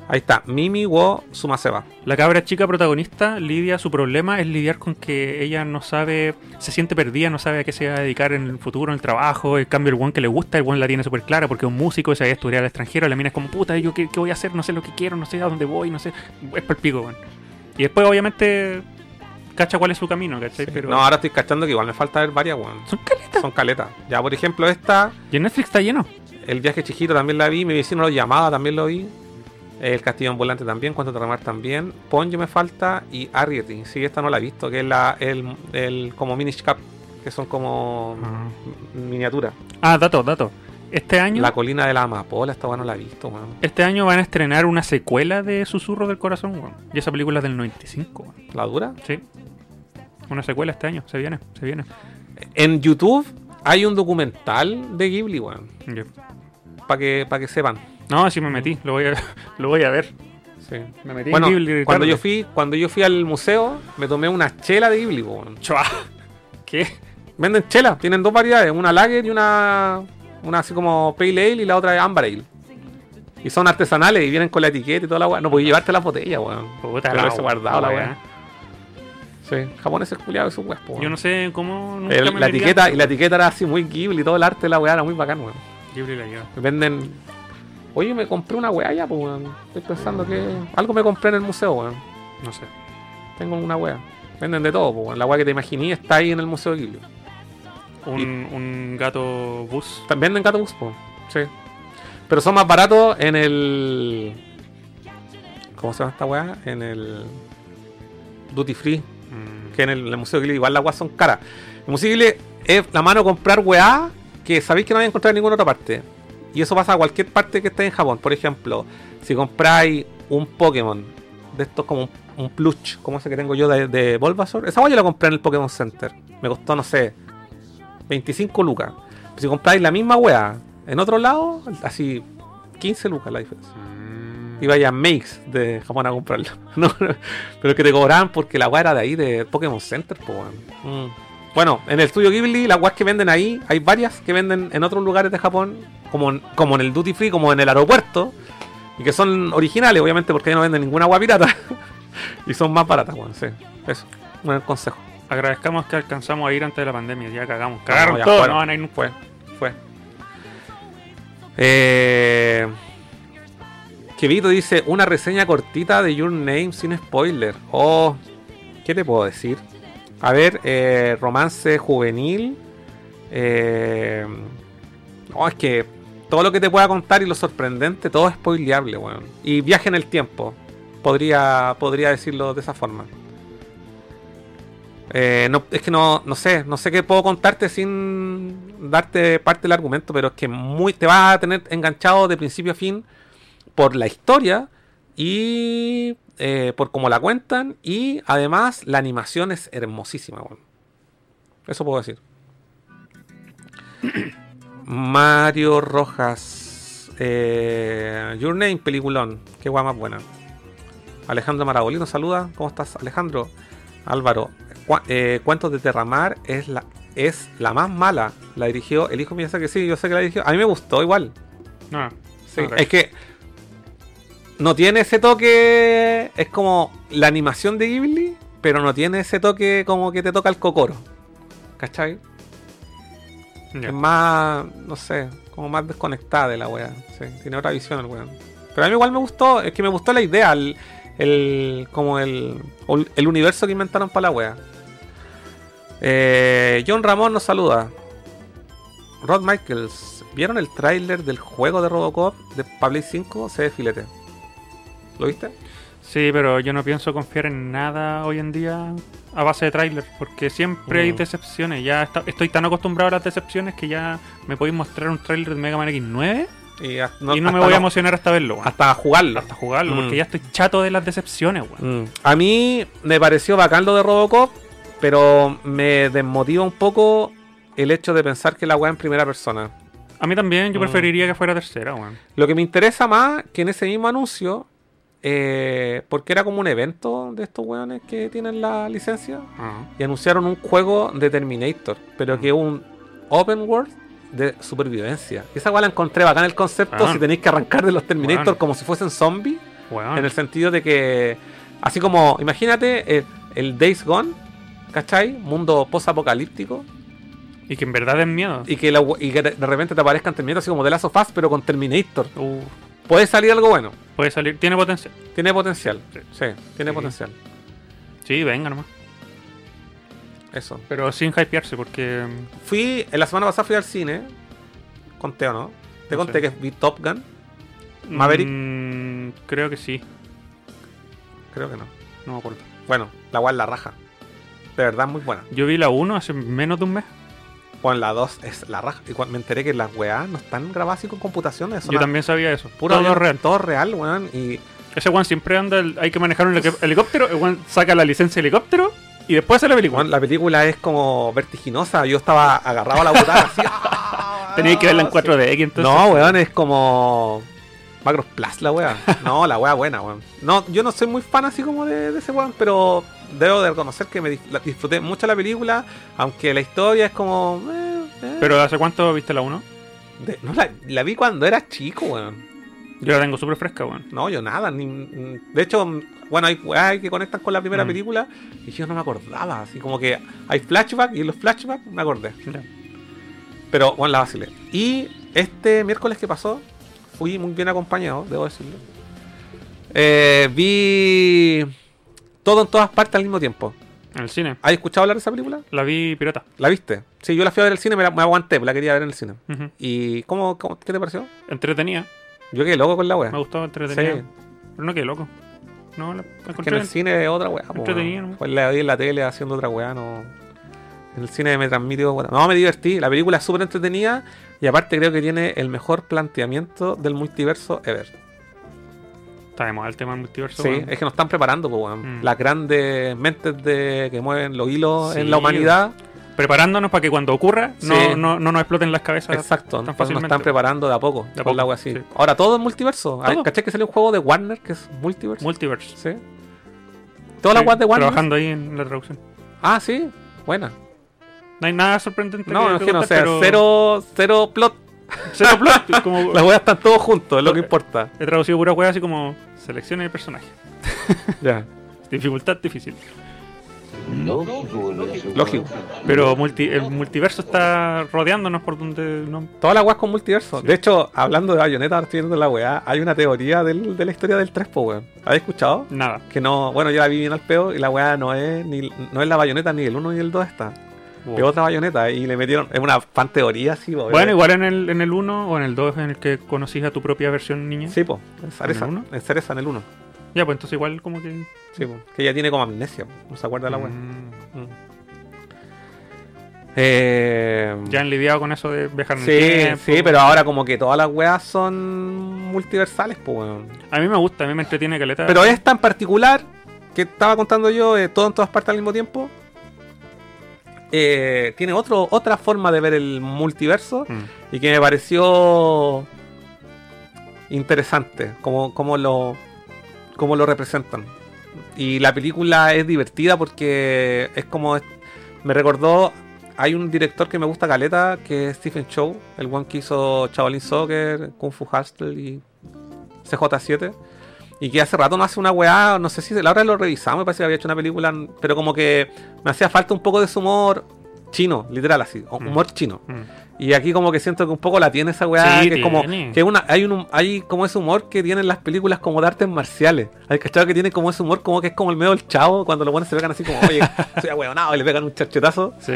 Speaker 2: Ahí está. Mimi wo Sumaseba.
Speaker 3: La cabra chica protagonista, Lidia, su problema es lidiar con que ella no sabe, se siente perdida, no sabe a qué se va a dedicar en el futuro, en el trabajo. En cambio, el one que le gusta, el one la tiene súper clara porque es un músico y se va a estudiar al extranjero. La mina es como, puta, ¿yo qué, qué voy a hacer? No sé lo que quiero, no sé a dónde voy, no sé. Es por pico, weón. Y después, obviamente, cacha cuál es su camino, ¿cachai? Pero
Speaker 2: No, ahora estoy cachando que igual me falta ver varias, weón.
Speaker 3: son caletas.
Speaker 2: Son caletas. Ya, por ejemplo, esta.
Speaker 3: Y en Netflix está lleno.
Speaker 2: El viaje Chihiro también la vi, mi vecino lo llamaba también lo vi. El castillo ambulante también, Cuánto Terramar también. Ponyo me falta y Arrietty. Sí, esta no la he visto, que es la, el, el como mini cap, que son como miniatura.
Speaker 3: Ah, dato, dato. Este año,
Speaker 2: La colina de la amapola, esta weá no la he visto, weón.
Speaker 3: este año van a estrenar una secuela de Susurro del Corazón, weón. Y esa película es del 95, weón.
Speaker 2: ¿La dura?
Speaker 3: Sí. Una secuela este año. Se viene, se viene.
Speaker 2: En YouTube hay un documental de Ghibli, weón. Para que, pa' que sepan.
Speaker 3: No, sí me metí. Lo voy a, lo voy a ver.
Speaker 2: Sí.
Speaker 3: Me metí
Speaker 2: Bueno,
Speaker 3: en Ghibli.
Speaker 2: cuando
Speaker 3: tarde.
Speaker 2: yo fui, cuando yo fui al museo, me tomé una chela de Ghibli, weón.
Speaker 3: Chua. ¿Qué?
Speaker 2: Venden chela, tienen dos variedades, una lager y una, una así como pale ale y la otra es amber ale. Y son artesanales y vienen con la etiqueta y toda la weá. No podía llevarte las botellas, weón.
Speaker 3: Puta,
Speaker 2: Pero
Speaker 3: la
Speaker 2: eso guardado la
Speaker 3: weá.
Speaker 2: weá. Sí, japoneses culiados esos weas, po, weón.
Speaker 3: Yo no sé cómo. Nunca
Speaker 2: El-
Speaker 3: me
Speaker 2: la
Speaker 3: metí
Speaker 2: etiqueta,
Speaker 3: antes.
Speaker 2: y la etiqueta era así muy Ghibli, todo el arte de la weá era muy bacán, weón.
Speaker 3: Ghibli la lleva.
Speaker 2: Venden. Oye, me compré una weá ya, pues weón. Estoy pensando que. Algo me compré en el museo, weón.
Speaker 3: No sé.
Speaker 2: Tengo una weá. Venden de todo, pues weón. La weá que te imaginé está ahí en el museo de Ghibli.
Speaker 3: Un, un gato bus.
Speaker 2: También venden Gatobus, po. Sí. Pero son más baratos en el. ¿Cómo se llama esta weá? En el. Duty Free.
Speaker 3: Mm.
Speaker 2: Que en el, en el Museo Ghibli. Igual las weas son caras. El Museo Ghibli es la mano comprar weá que sabéis que no vais a encontrar en ninguna otra parte. Y eso pasa a cualquier parte que esté en Japón. Por ejemplo, si compráis un Pokémon de estos como un, un plush, como ese que tengo yo de, de Bulbasaur, esa weá yo la compré en el Pokémon Center. Me costó, no sé, 25 lucas. Si compráis la misma weá en otro lado, así 15 lucas la diferencia.
Speaker 3: Mm.
Speaker 2: Y vaya a Makes de Japón a comprarlo. No, no, pero que te cobraban porque la weá era de ahí, de Pokémon Center, po, weón. Mm. Bueno, en el estudio Ghibli, las weas que venden ahí, hay varias que venden en otros lugares de Japón, como en, como en el Duty Free, como en el aeropuerto, y que son originales, obviamente, porque ahí no venden ninguna agua pirata. y son más baratas, weón, sí. Eso, un buen consejo.
Speaker 3: Agradezcamos que alcanzamos a ir antes de la pandemia. Ya cagamos. Cagaron
Speaker 2: ya
Speaker 3: todo.
Speaker 2: fueron.
Speaker 3: No van a ir nunca.
Speaker 2: Fue, fue. Eh, Kevito dice, una reseña cortita de Your Name sin spoiler. Oh, ¿qué te puedo decir? A ver, eh, romance juvenil. Eh, no, es que todo lo que te pueda contar y lo sorprendente, todo es spoileable, weón. Y viaje en el tiempo. Podría, podría decirlo de esa forma. Eh, no, es que no, no sé, no sé qué puedo contarte sin darte parte del argumento, pero es que muy te vas a tener enganchado de principio a fin por la historia y eh, por cómo la cuentan y además la animación es hermosísima. weón. Eso puedo decir. Mario Rojas, eh, Your Name, peliculón, qué guay más buena. Alejandro Marabolino, saluda, ¿cómo estás Alejandro? Álvaro, cua- eh, Cuentos de Terramar es la, es la más mala. La dirigió el hijo que sí, yo sé que la dirigió. A mí me gustó igual.
Speaker 3: No.
Speaker 2: Sí,
Speaker 3: Ok.
Speaker 2: Es que no tiene ese toque. Es como la animación de Ghibli, pero no tiene ese toque como que te toca el cocoro. ¿Cachai?
Speaker 3: Ya.
Speaker 2: Es más, no sé, como más desconectada de la wea. Sí, tiene otra visión el weón. Pero a mí igual me gustó, es que me gustó la idea, el, el- como el, el universo que inventaron para la wea. Eh, John Ramón nos saluda. Rod Michaels, ¿vieron el tráiler del juego de Robocop de Pablo 5? Se ve filete. ¿Lo viste?
Speaker 3: Sí, pero yo no pienso confiar en nada hoy en día a base de tráiler, porque siempre hay
Speaker 2: Mm.
Speaker 3: decepciones. Ya está- estoy tan acostumbrado a las decepciones que ya me podéis mostrar un tráiler de Mega Man X9
Speaker 2: Y, a-
Speaker 3: y no me
Speaker 2: hasta
Speaker 3: voy a emocionar hasta verlo, weón.
Speaker 2: Hasta jugarlo.
Speaker 3: Hasta jugarlo, porque
Speaker 2: Mm.
Speaker 3: ya estoy chato de las decepciones, weón.
Speaker 2: Mm. A mí me pareció bacán lo de Robocop, pero me desmotiva un poco el hecho de pensar que la weá en primera persona.
Speaker 3: A mí también, yo
Speaker 2: Mm.
Speaker 3: preferiría que fuera tercera, weón.
Speaker 2: Lo que me interesa más que en ese mismo anuncio, eh, porque era como un evento de estos weones que tienen la licencia,
Speaker 3: Ah.
Speaker 2: y anunciaron un juego de Terminator, pero que es un open world de supervivencia. Y esa weá la encontré bacán el concepto,
Speaker 3: Weón.
Speaker 2: si tenéis que arrancar de los Terminator
Speaker 3: Weón.
Speaker 2: como si fuesen zombies.
Speaker 3: Weón.
Speaker 2: En el sentido de que, así como, imagínate el, el Days Gone, ¿cachai? Mundo post-apocalíptico.
Speaker 3: Y que en verdad den miedo.
Speaker 2: Y que, la- y que de de repente te aparezcan Terminator, así como The Last of Us, pero con Terminator.
Speaker 3: Uh,
Speaker 2: Puede salir algo bueno.
Speaker 3: puede salir, tiene potencial.
Speaker 2: Tiene potencial. Sí, tiene
Speaker 3: Sí.
Speaker 2: potencial.
Speaker 3: Sí, venga nomás.
Speaker 2: Eso.
Speaker 3: Pero sin hypearse, porque. mm,
Speaker 2: Fui, en la semana pasada fui al cine. Conté o no. Te
Speaker 3: No
Speaker 2: conté
Speaker 3: sé.
Speaker 2: que vi Top Gun. Maverick.
Speaker 3: mm, creo que sí,
Speaker 2: Creo que no.
Speaker 3: no me acuerdo.
Speaker 2: Bueno, la cual la raja. De verdad, muy buena.
Speaker 3: Yo vi la 1 hace menos de un mes.
Speaker 2: Bueno, la 2 es la raja. Y cuando me enteré que las weas no están grabadas así con computaciones.
Speaker 3: Yo
Speaker 2: son
Speaker 3: también sabía eso.
Speaker 2: Puro
Speaker 3: Puro todo
Speaker 2: avión,
Speaker 3: real.
Speaker 2: Todo real, weón. Y
Speaker 3: Ese Juan siempre anda, el- hay que manejar un helico- helicóptero. El Juan saca la licencia de helicóptero y después hace la película.
Speaker 2: weón, la película es como vertiginosa. Yo estaba agarrado a la butaca así.
Speaker 3: Tenía que verla en
Speaker 2: Ah, Sí.
Speaker 3: 4DX entonces.
Speaker 2: No, weón, es como. Macros Plus, la wea. No, la wea buena, weón. No, yo no soy muy fan así como de, de ese weón, pero debo de reconocer que me dis- la- disfruté mucho la película, aunque la historia es como. eh, eh.
Speaker 3: Pero ¿hace cuánto viste la 1?
Speaker 2: De- no, la, la vi cuando era chico, weón.
Speaker 3: Yo la tengo súper fresca, weón.
Speaker 2: No, yo nada. ni- ni- de hecho, mm, bueno, hay weas que conectan con la primera
Speaker 3: Mm.
Speaker 2: película y yo no me acordaba. Así como que hay flashbacks y en los flashbacks me acordé. Pero, bueno, la vacilé. Y este miércoles que pasó, fui muy bien acompañado, debo decirlo. Eh, vi todo en todas partes al mismo tiempo.
Speaker 3: En el cine.
Speaker 2: ¿Has escuchado hablar de esa película?
Speaker 3: La vi pirata.
Speaker 2: ¿La viste? Sí, yo la fui a ver al cine, me, la, me aguanté, la quería ver en el cine.
Speaker 3: Ujú.
Speaker 2: ¿Y cómo, cómo- qué te pareció?
Speaker 3: Entretenida.
Speaker 2: Yo quedé loco con la wea.
Speaker 3: Me gustó,
Speaker 2: Sí,
Speaker 3: entretenida. Pero no quedé loco. No, la la
Speaker 2: que en
Speaker 3: encontré.
Speaker 2: el cine es otra wea. po,
Speaker 3: entretenido,
Speaker 2: weón.
Speaker 3: ¿no?
Speaker 2: Pues la vi en la tele haciendo otra wea, no. En el cine me transmitió. wea. No, me divertí. La película es súper entretenida y aparte creo que tiene el mejor planteamiento del multiverso ever.
Speaker 3: Está de moda el tema del multiverso.
Speaker 2: Sí,
Speaker 3: weón.
Speaker 2: es que nos están preparando, pues, weón.
Speaker 3: Mm.
Speaker 2: Las grandes mentes de, que mueven los hilos
Speaker 3: Sí,
Speaker 2: en la humanidad.
Speaker 3: Preparándonos para que cuando ocurra
Speaker 2: Sí.
Speaker 3: no, no, no nos exploten las cabezas.
Speaker 2: Exacto,
Speaker 3: tan
Speaker 2: entonces nos
Speaker 3: fácilmente.
Speaker 2: están preparando de a poco.
Speaker 3: De a
Speaker 2: con la
Speaker 3: poco,
Speaker 2: wea así.
Speaker 3: sí.
Speaker 2: Ahora todo es multiverso. Ay,
Speaker 3: Todo.
Speaker 2: ¿Cachai que salió un juego de Warner que es multiverso?
Speaker 3: Multiverse.
Speaker 2: sí. Todas las
Speaker 3: Sí,
Speaker 2: weas de Warner.
Speaker 3: Trabajando ahí en la traducción.
Speaker 2: Ah, sí. Buena.
Speaker 3: No hay nada sorprendente.
Speaker 2: No,
Speaker 3: que-
Speaker 2: es
Speaker 3: que
Speaker 2: que no, o
Speaker 3: contar,
Speaker 2: sea,
Speaker 3: pero- Oh.
Speaker 2: cero, cero plot.
Speaker 3: Cero plot. pues, Como,
Speaker 2: Las weas están todos juntos, es lo que importa.
Speaker 3: He traducido pura hueá así como seleccione el personaje.
Speaker 2: Ya.
Speaker 3: Dificultad difícil.
Speaker 4: Lógico,
Speaker 2: Lógico.
Speaker 3: Pero multi- el multiverso está rodeándonos por donde no.
Speaker 2: Todas las weas con multiverso. De hecho, hablando de Bayonetta, ahora estoy viendo la wea. Hay una teoría del- de la historia del 3, po, weón. ¿Habéis escuchado?
Speaker 3: Nada.
Speaker 2: Que no, bueno, yo la vi bien al peo y la weá no es ni no es la bayoneta ni el 1 ni el 2 está. Es otra bayoneta y le metieron, es una fan teoría así, po,
Speaker 3: Oh. Bueno,
Speaker 2: eh.
Speaker 3: igual en el, en el 1 o en el 2 en el que conocís a tu propia versión niña.
Speaker 2: Sí, po, en Cereza,
Speaker 3: ¿eh? ¿En el
Speaker 2: en,
Speaker 3: uno?
Speaker 2: Cereza, en el 1.
Speaker 3: Ya, pues entonces igual como que.
Speaker 2: Sí, po, que ella tiene como amnesia, no se acuerda de la weá.
Speaker 3: Mm,
Speaker 2: Mm. Eh,
Speaker 3: ya han lidiado con eso de viajar en el
Speaker 2: sí,
Speaker 3: tiempo.
Speaker 2: sí, pero ahora como que todas las weas son multiversales, pues weón.
Speaker 3: A mí me gusta, a mí me entretiene caleta.
Speaker 2: Pero esta en particular, que estaba contando yo, eh, todo en todas partes al mismo tiempo, eh, tiene otro, otra forma de ver el multiverso
Speaker 3: Mm.
Speaker 2: y que me pareció interesante, como, como, lo, como lo representan. Y la película es divertida porque es como... Me recordó... Hay un director que me gusta caleta, que es Stephen Chow, el one que hizo Shaolin Soccer, Kung Fu Hustle y CJ7. Y que hace rato no hace una weá, no sé si la hora lo revisamos, me parece que había hecho una película, pero como que me hacía falta un poco de su humor chino, literal así, humor chino.
Speaker 3: Mm.
Speaker 2: Y aquí como que siento que un poco la tiene esa weá,
Speaker 3: Sí,
Speaker 2: que es como
Speaker 3: tiene.
Speaker 2: que una, hay un hay como ese humor que tienen las películas como de artes marciales. Hay cachado que tiene como ese humor como que es como el medio del chavo, cuando los buenos se pegan así como, oye, soy ahueonado y le pegan un charchetazo.
Speaker 3: Sí.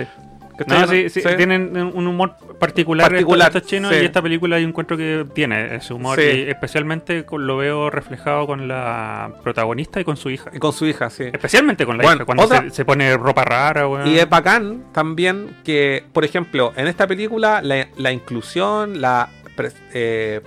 Speaker 2: ¿cachai?
Speaker 3: No, sí, sí,
Speaker 2: Sí.
Speaker 3: tienen un humor particular,
Speaker 2: Particular,
Speaker 3: estos, estos chinos
Speaker 2: sí.
Speaker 3: y esta película yo encuentro que tiene ese humor
Speaker 2: Sí.
Speaker 3: y especialmente con- lo veo reflejado con la protagonista y con su hija.
Speaker 2: Y con su hija, sí.
Speaker 3: Especialmente con la
Speaker 2: Bueno,
Speaker 3: hija, cuando
Speaker 2: otra-
Speaker 3: se, se pone ropa rara, weón.
Speaker 2: Y es bacán también que, por ejemplo, en esta película la, la inclusión, la pres- eh,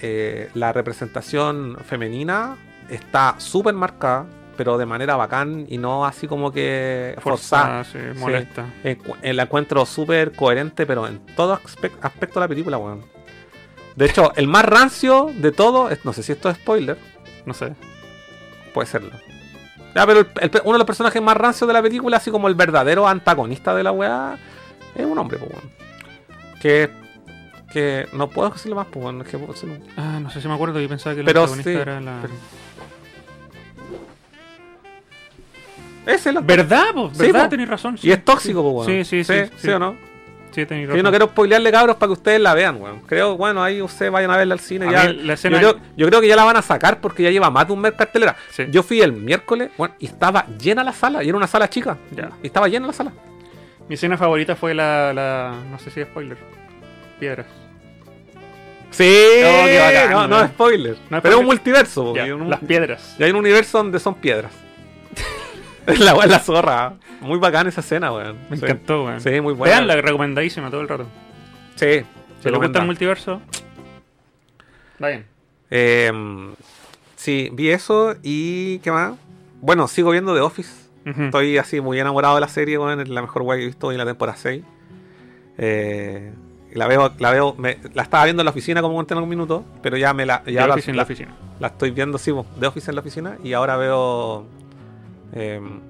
Speaker 2: eh, la representación femenina está súper marcada, pero de manera bacán y no así como que forzada.
Speaker 3: Forzada, sí, molesta.
Speaker 2: Eh, cu- eh, la encuentro súper coherente, pero en todo aspe- aspecto de la película, weón. De hecho, el más rancio de todo, es- no sé si esto es spoiler,
Speaker 3: No sé.
Speaker 2: puede serlo. Ya, pero el- el pe- uno de los personajes más rancios de la película, así como el verdadero antagonista de la weá, es un hombre, pues, weón. Que, que no puedo decirlo más, pues, weón. es que puedo decirlo.
Speaker 3: Ah, no sé si me acuerdo. Yo pensaba que el
Speaker 2: Pero
Speaker 3: protagonista
Speaker 2: sí,
Speaker 3: era la.
Speaker 2: pero- Ese es el
Speaker 3: ¿Verdad? po?
Speaker 2: Sí,
Speaker 3: ¿Verdad?
Speaker 2: po.
Speaker 3: Tenéis razón.
Speaker 2: Y es tóxico, pues,
Speaker 3: Sí,
Speaker 2: weón.
Speaker 3: sí, sí,
Speaker 2: sí.
Speaker 3: sí.
Speaker 2: ¿sí o no?
Speaker 3: Sí,
Speaker 2: Que yo
Speaker 3: tenéis razón.
Speaker 2: no quiero spoilearle, cabros, para que ustedes la vean, weón. Creo, bueno, ahí ustedes vayan a verla al cine.
Speaker 3: A
Speaker 2: ya.
Speaker 3: mí la escena-
Speaker 2: yo, creo, yo creo que ya la van a sacar porque ya lleva más de un mes cartelera.
Speaker 3: Sí.
Speaker 2: Yo fui el miércoles, bueno, y estaba llena la sala. Y era una sala chica.
Speaker 3: Ya.
Speaker 2: Y estaba llena la sala.
Speaker 3: Mi escena favorita fue la, la. No sé si es spoiler. Piedras.
Speaker 2: Sí,
Speaker 3: No, qué bacán,
Speaker 2: no, no
Speaker 3: weón.
Speaker 2: es spoiler.
Speaker 3: No
Speaker 2: pero
Speaker 3: es
Speaker 2: es un
Speaker 3: spoiler.
Speaker 2: multiverso. porque
Speaker 3: Ya,
Speaker 2: hay un-
Speaker 3: Las piedras.
Speaker 2: y hay un universo donde son piedras. la weá es la zorra. Muy bacán esa escena, weón.
Speaker 3: Me
Speaker 2: Sí.
Speaker 3: encantó, weón.
Speaker 2: Sí, muy buena.
Speaker 3: Veanla, recomendadísima todo el rato.
Speaker 2: Sí.
Speaker 3: Si les gusta
Speaker 2: recomendada.
Speaker 3: el multiverso, está bien.
Speaker 2: Eh, sí, vi eso y ¿qué más? Bueno, sigo viendo The Office.
Speaker 3: Ujú.
Speaker 2: Estoy así muy enamorado de la serie, weón. Es la mejor weá que he visto hoy en la temporada 6. Eh, la veo, la veo, me- la estaba viendo en la oficina como conté en algún minuto, pero ya me la, ya
Speaker 3: The
Speaker 2: la,
Speaker 3: Office en la
Speaker 2: la-
Speaker 3: oficina.
Speaker 2: la estoy viendo, sí, po, The Office en la oficina. Y ahora veo. em,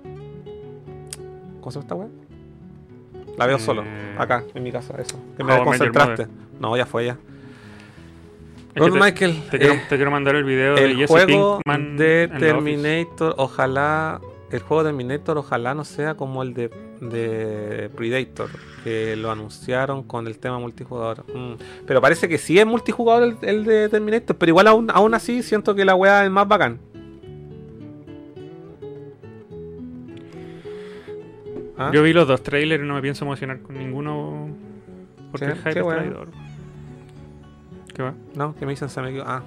Speaker 2: ¿Cómo se llama esta weá? La veo solo,
Speaker 3: Eh,
Speaker 2: acá, en mi casa, eso. Que
Speaker 3: How
Speaker 2: me
Speaker 3: I Met Your
Speaker 2: desconcentraste. No, ya fue ya.
Speaker 3: Es que
Speaker 2: Don
Speaker 3: te-
Speaker 2: Michael,
Speaker 3: Te quiero,
Speaker 2: eh,
Speaker 3: te quiero mandar el video de
Speaker 2: el
Speaker 3: Jesse
Speaker 2: juego
Speaker 3: Pinkman
Speaker 2: de
Speaker 3: en la
Speaker 2: Terminator, ojalá. El juego de Terminator, ojalá no sea como el de, de Predator, que lo anunciaron con el tema multijugador. Mm, Pero parece que sí es multijugador el, el de Terminator, pero igual aún, aún así siento que la weá es más bacán. ¿Ah? ¿Ah?
Speaker 3: office. Yo vi los dos trailers y no me pienso emocionar con ninguno. Porque
Speaker 2: Sí,
Speaker 3: el hype
Speaker 2: qué
Speaker 3: es
Speaker 2: bueno.
Speaker 3: traidor. ¿Qué va?
Speaker 2: No, que me dicen se me equivo- Ah.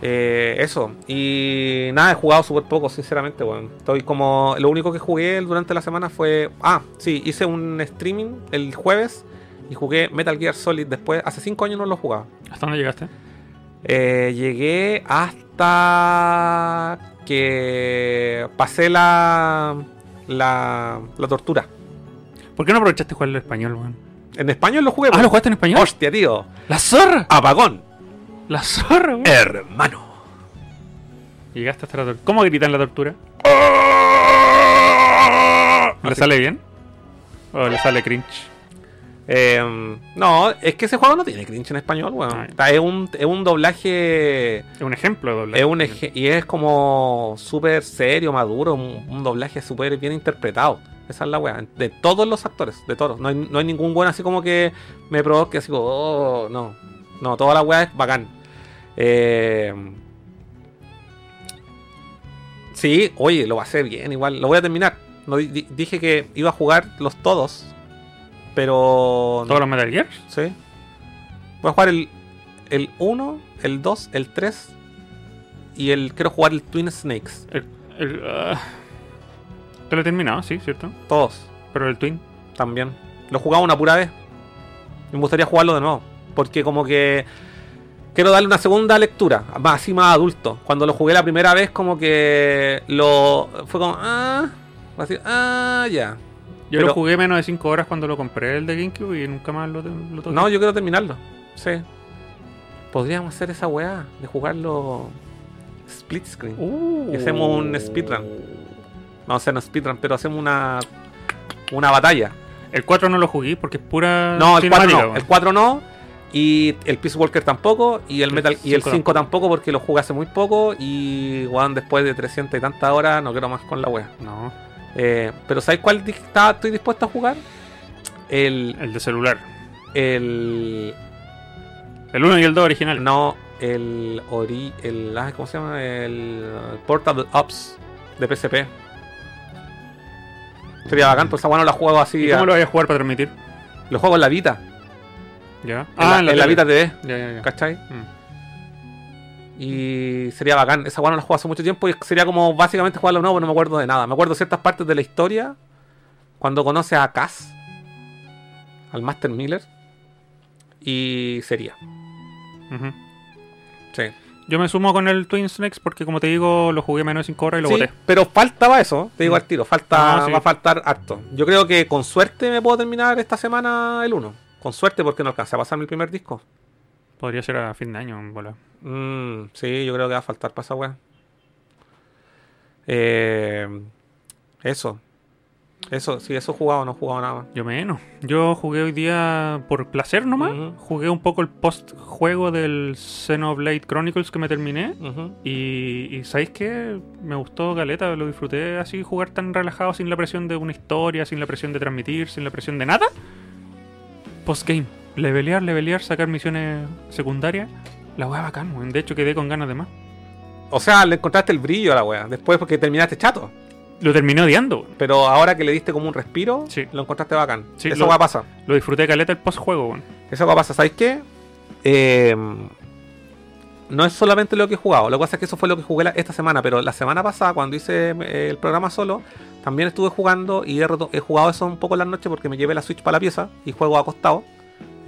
Speaker 2: Eh, eso. Y nada, he jugado súper poco, sinceramente, weón. Estoy como. Lo único que jugué durante la semana fue. Ah, sí, hice un streaming el jueves y jugué Metal Gear Solid después. Hace 5 años no lo jugaba.
Speaker 3: ¿Hasta dónde llegaste?
Speaker 2: Eh, llegué hasta que pasé la, la. la tortura.
Speaker 3: ¿Por qué no aprovechaste jugarlo en español, weón?
Speaker 2: En español lo jugué.
Speaker 3: Ah,
Speaker 2: weón.
Speaker 3: ¿lo jugaste en español?
Speaker 2: Hostia, tío.
Speaker 3: ¡La
Speaker 2: ah.
Speaker 3: zorra!
Speaker 2: Apagón.
Speaker 3: ¡La zorra, weón!
Speaker 2: Hermano.
Speaker 3: Llegaste hasta la tortura. ¿Cómo gritan la tortura?
Speaker 2: Oh.
Speaker 3: ¿Le sale bien? ¿O le sale cringe?
Speaker 2: Eh, no, es que ese juego no tiene cringe en español, weón.
Speaker 3: Ah, ya.
Speaker 2: Está- Es un, es un doblaje.
Speaker 3: Es un ejemplo de doblaje.
Speaker 2: Es un eje- y es como súper serio, maduro. Un, un doblaje súper bien interpretado. Esa es la weá. De todos los actores, de todos. No hay, no hay ningún weón así como que me provoque así como, "Oh", no. No, toda la weá es bacán. Eh, sí, oye, lo pasé bien, igual. Lo voy a terminar. No, di- di- dije que iba a jugar los todos. Pero.
Speaker 3: ¿Todos los Metal Gears?
Speaker 2: Sí. Voy a jugar el, el 1, el 2, el 3 y el quiero jugar el Twin Snakes.
Speaker 3: El, el, ah. Te lo he terminado, sí, ¿cierto?
Speaker 2: Todos
Speaker 3: Pero el Twin.
Speaker 2: también. Lo jugaba una pura vez. Y me gustaría jugarlo de nuevo. Porque como que quiero darle una segunda lectura. Más así más adulto. Cuando lo jugué la primera vez como que lo... Fue como... Ah, así, ah, ya.
Speaker 3: Yo
Speaker 2: Pero-
Speaker 3: lo jugué menos de 5 horas cuando lo compré el de GameCube y nunca más lo, lo toqué.
Speaker 2: No, yo quiero terminarlo. Sí. Podríamos hacer esa weá de jugarlo split screen.
Speaker 3: Uh.
Speaker 2: Y hacemos un speedrun. No, o sea, no speedrun, pero hacemos una una batalla.
Speaker 3: El 4 no lo jugué porque es pura.
Speaker 2: No, el 4
Speaker 3: cinemática,
Speaker 2: no.
Speaker 3: weón.
Speaker 2: El 4 no. Y el Peace Walker tampoco. Y el
Speaker 3: El
Speaker 2: Metal y el
Speaker 3: cinco
Speaker 2: 5 tampoco porque lo jugué hace muy poco. Y weón, después de 300 y tantas horas no quiero más con la wea.
Speaker 3: No,
Speaker 2: Eh, pero ¿sabes cuál di- está- estoy dispuesto a jugar? El.
Speaker 3: el de celular.
Speaker 2: El.
Speaker 3: El 1 y el 2 original.
Speaker 2: No, el ori, el ah, ¿cómo se llama? El eh, Portable Ops de PSP. Sería bacán, pues esa weá no la juego así.
Speaker 3: ¿Y cómo
Speaker 2: a-
Speaker 3: lo voy a jugar para transmitir?
Speaker 2: lo juego en la Vita.
Speaker 3: ¿Ya? Ah,
Speaker 2: en la, en la
Speaker 3: tele.
Speaker 2: Vita TV,
Speaker 3: Ya, ya, ya.
Speaker 2: ¿cachai?
Speaker 3: Mm.
Speaker 2: Y sería bacán. Esa weá no la juego hace mucho tiempo y sería como básicamente jugarlo nuevo, no me acuerdo de nada. Me acuerdo ciertas partes de la historia. Cuando conoce a Cass, al Master Miller. Y sería.
Speaker 3: Mm, Ujú.
Speaker 2: Sí.
Speaker 3: Yo me sumo con el Twin Snakes porque, como te digo, lo jugué menos de 5 horas y lo
Speaker 2: Sí,
Speaker 3: boté. Mm. Ah,
Speaker 2: pero faltaba eso, te digo al tiro, falta,
Speaker 3: No, sí.
Speaker 2: va a faltar harto. Yo creo que con suerte me puedo terminar esta semana el 1. Con suerte porque no alcancé a pasarme el primer disco.
Speaker 3: Podría ser a fin de año, en bola.
Speaker 2: Mm, sí, yo creo que va a faltar para esa weá. Eh, eso. Eso, sí, eso he jugado, no he jugado nada más.
Speaker 3: Yo menos. Yo jugué hoy día por placer nomás.
Speaker 2: Ujú.
Speaker 3: Jugué un poco el post-juego del Xenoblade Chronicles que me terminé.
Speaker 2: Ujú.
Speaker 3: Y, y ¿sabéis qué? Me gustó Galeta, lo disfruté así, jugar tan relajado, sin la presión de una historia, sin la presión de transmitir, sin la presión de nada. Postgame, levelear, levelear, sacar misiones secundarias. La weá bacán, weón. De hecho, quedé con ganas de más.
Speaker 2: O sea, le encontraste el brillo a la weá. Después porque terminaste chato.
Speaker 3: Lo terminé odiando, weón.
Speaker 2: Pero ahora que le diste como un respiro,
Speaker 3: Sí.
Speaker 2: lo encontraste bacán.
Speaker 3: Sí,
Speaker 2: Esa
Speaker 3: lo-
Speaker 2: weá pasa.
Speaker 3: Lo disfruté Galeta el postjuego, weón.
Speaker 2: Esa weá pasa. ¿Sabes qué? Eh, no es solamente lo que he jugado. Lo que pasa es que eso fue lo que jugué la- esta semana. Pero la semana pasada, cuando hice eh, el programa solo, también estuve jugando y he, roto- he jugado eso un poco en las noches porque me llevé la Switch para la pieza y juego acostado.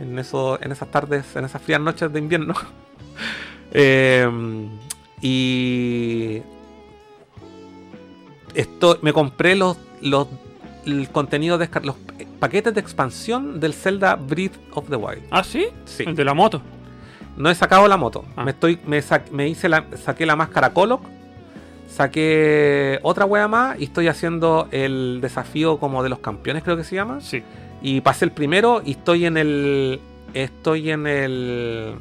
Speaker 2: En, eso, en esas tardes, en esas frías noches de invierno. Eh, y esto, me compré los, los el contenido de los paquetes de expansión del Zelda Breath of the Wild.
Speaker 3: ¿Ah, sí?
Speaker 2: Sí.
Speaker 3: El de la moto.
Speaker 2: No he sacado la moto.
Speaker 3: Ah.
Speaker 2: Me estoy. Me, sa- me hice la. Saqué la máscara Coloc. Saqué otra wea más. Y estoy haciendo el desafío como de los campeones, creo que se llama.
Speaker 3: Sí.
Speaker 2: Y pasé el primero y estoy en el. Estoy en el.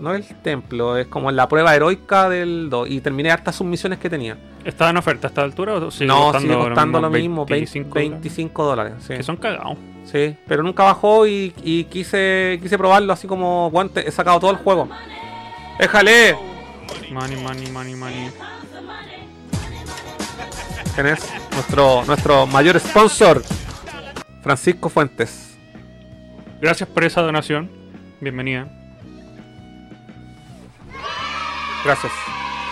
Speaker 2: No el templo, es como en la prueba heroica del 2. Y terminé hartas submisiones que tenía.
Speaker 3: ¿Estaba en oferta a esta altura o sigue
Speaker 2: no,
Speaker 3: costando
Speaker 2: sigue costando lo mismo,
Speaker 3: 25
Speaker 2: 25,
Speaker 3: dólares?
Speaker 2: dólares. sí.
Speaker 3: Que son cagados.
Speaker 2: Sí, pero nunca bajó y, y quise quise probarlo así como guante. He sacado todo el juego. ¡Éjale!
Speaker 3: Money, money, money, money.
Speaker 2: ¿Quién es? Nuestro, nuestro mayor sponsor, Francisco Fuentes.
Speaker 3: Gracias por esa donación. Bienvenida.
Speaker 2: Gracias.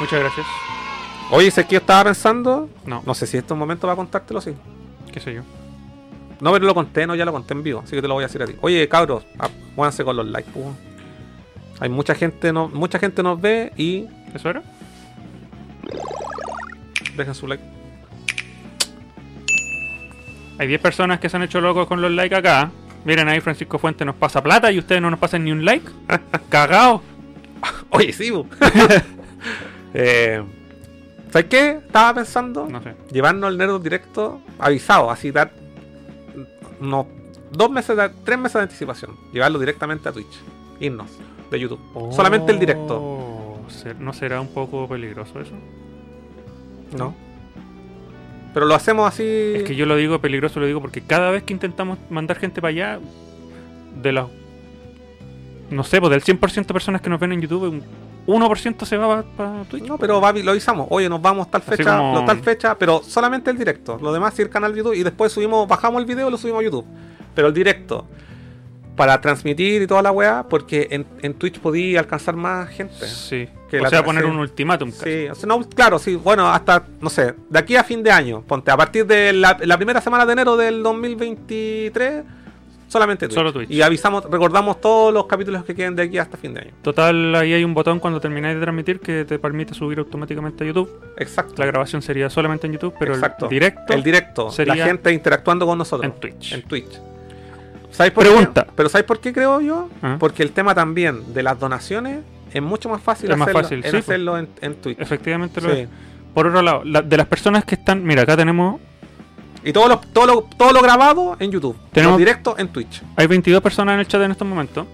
Speaker 3: Muchas gracias.
Speaker 2: Oye, sé que yo estaba pensando.
Speaker 3: No,
Speaker 2: No sé si este es un momento para contártelo, sí.
Speaker 3: qué sé yo.
Speaker 2: No, pero lo conté, no, ya lo conté en vivo, así que te lo voy a decir a ti. Oye, cabros, ah, muévanse con los likes, po. Hay mucha gente, no, mucha gente nos ve y
Speaker 3: ¿Eso era?
Speaker 2: dejen su like.
Speaker 3: Hay 10 personas que se han hecho locos con los likes acá. Miren ahí, Francisco Fuente nos pasa plata y ustedes no nos pasan ni un like. Cagao.
Speaker 2: Oye, sí, po. eh, ¿Sabes qué? Estaba pensando.
Speaker 3: No sé.
Speaker 2: llevarnos al Nerdo directo avisado, así dar no, dos meses, de- tres meses de anticipación, llevarlo directamente a Twitch, irnos de YouTube, solamente el directo,
Speaker 3: Se- Oh, ¿No será un poco peligroso eso?
Speaker 2: ¿no? Pero lo hacemos así.
Speaker 3: Oh. Es que yo lo digo peligroso, lo digo porque cada vez que intentamos mandar gente para allá, de las. No sé, pues del 100% de personas que nos ven en YouTube, un 1% se va para Twitch.
Speaker 2: No, pero va- lo avisamos. Oye, nos vamos tal
Speaker 3: Así
Speaker 2: fecha,
Speaker 3: como-
Speaker 2: no tal fecha, pero solamente el directo. Lo demás sí el canal de YouTube y después subimos, bajamos el video y lo subimos a YouTube. Pero el directo para transmitir y toda la weá, porque en, en Twitch podía alcanzar más gente.
Speaker 3: Sí.
Speaker 2: Que
Speaker 3: o
Speaker 2: la
Speaker 3: sea,
Speaker 2: tra-
Speaker 3: poner
Speaker 2: sí.
Speaker 3: un ultimátum. casi.
Speaker 2: Sí, o sea, no, claro, sí, bueno, hasta, no sé, de aquí a fin de año, ponte, a partir de la, la primera semana de enero del 2023, solamente Twitch.
Speaker 3: Solo Twitch.
Speaker 2: Y avisamos, recordamos todos los capítulos que queden de aquí hasta fin de año.
Speaker 3: Total, ahí hay un botón cuando termináis de transmitir que te permite subir automáticamente a YouTube.
Speaker 2: Exacto.
Speaker 3: La grabación sería solamente en YouTube, pero
Speaker 2: exacto.
Speaker 3: el directo.
Speaker 2: El directo.
Speaker 3: sería
Speaker 2: la gente interactuando con nosotros.
Speaker 3: en Twitch.
Speaker 2: En Twitch. ¿Sabes por qué?
Speaker 3: Pregunta.
Speaker 2: Pero ¿sabes por qué creo yo?
Speaker 3: Ah.
Speaker 2: Porque el tema también de las donaciones es mucho más fácil
Speaker 3: Es más
Speaker 2: hacerlo,
Speaker 3: fácil,
Speaker 2: en,
Speaker 3: sí, pues.
Speaker 2: hacerlo en, en Twitch.
Speaker 3: Efectivamente lo
Speaker 2: Sí.
Speaker 3: es. Por otro lado, la- de las personas que están. Mira, acá tenemos.
Speaker 2: Y todo lo, todo, lo, todo lo grabado en YouTube.
Speaker 3: Tenemos-
Speaker 2: Los directos en Twitch.
Speaker 3: Hay 22 personas en el chat en estos momentos.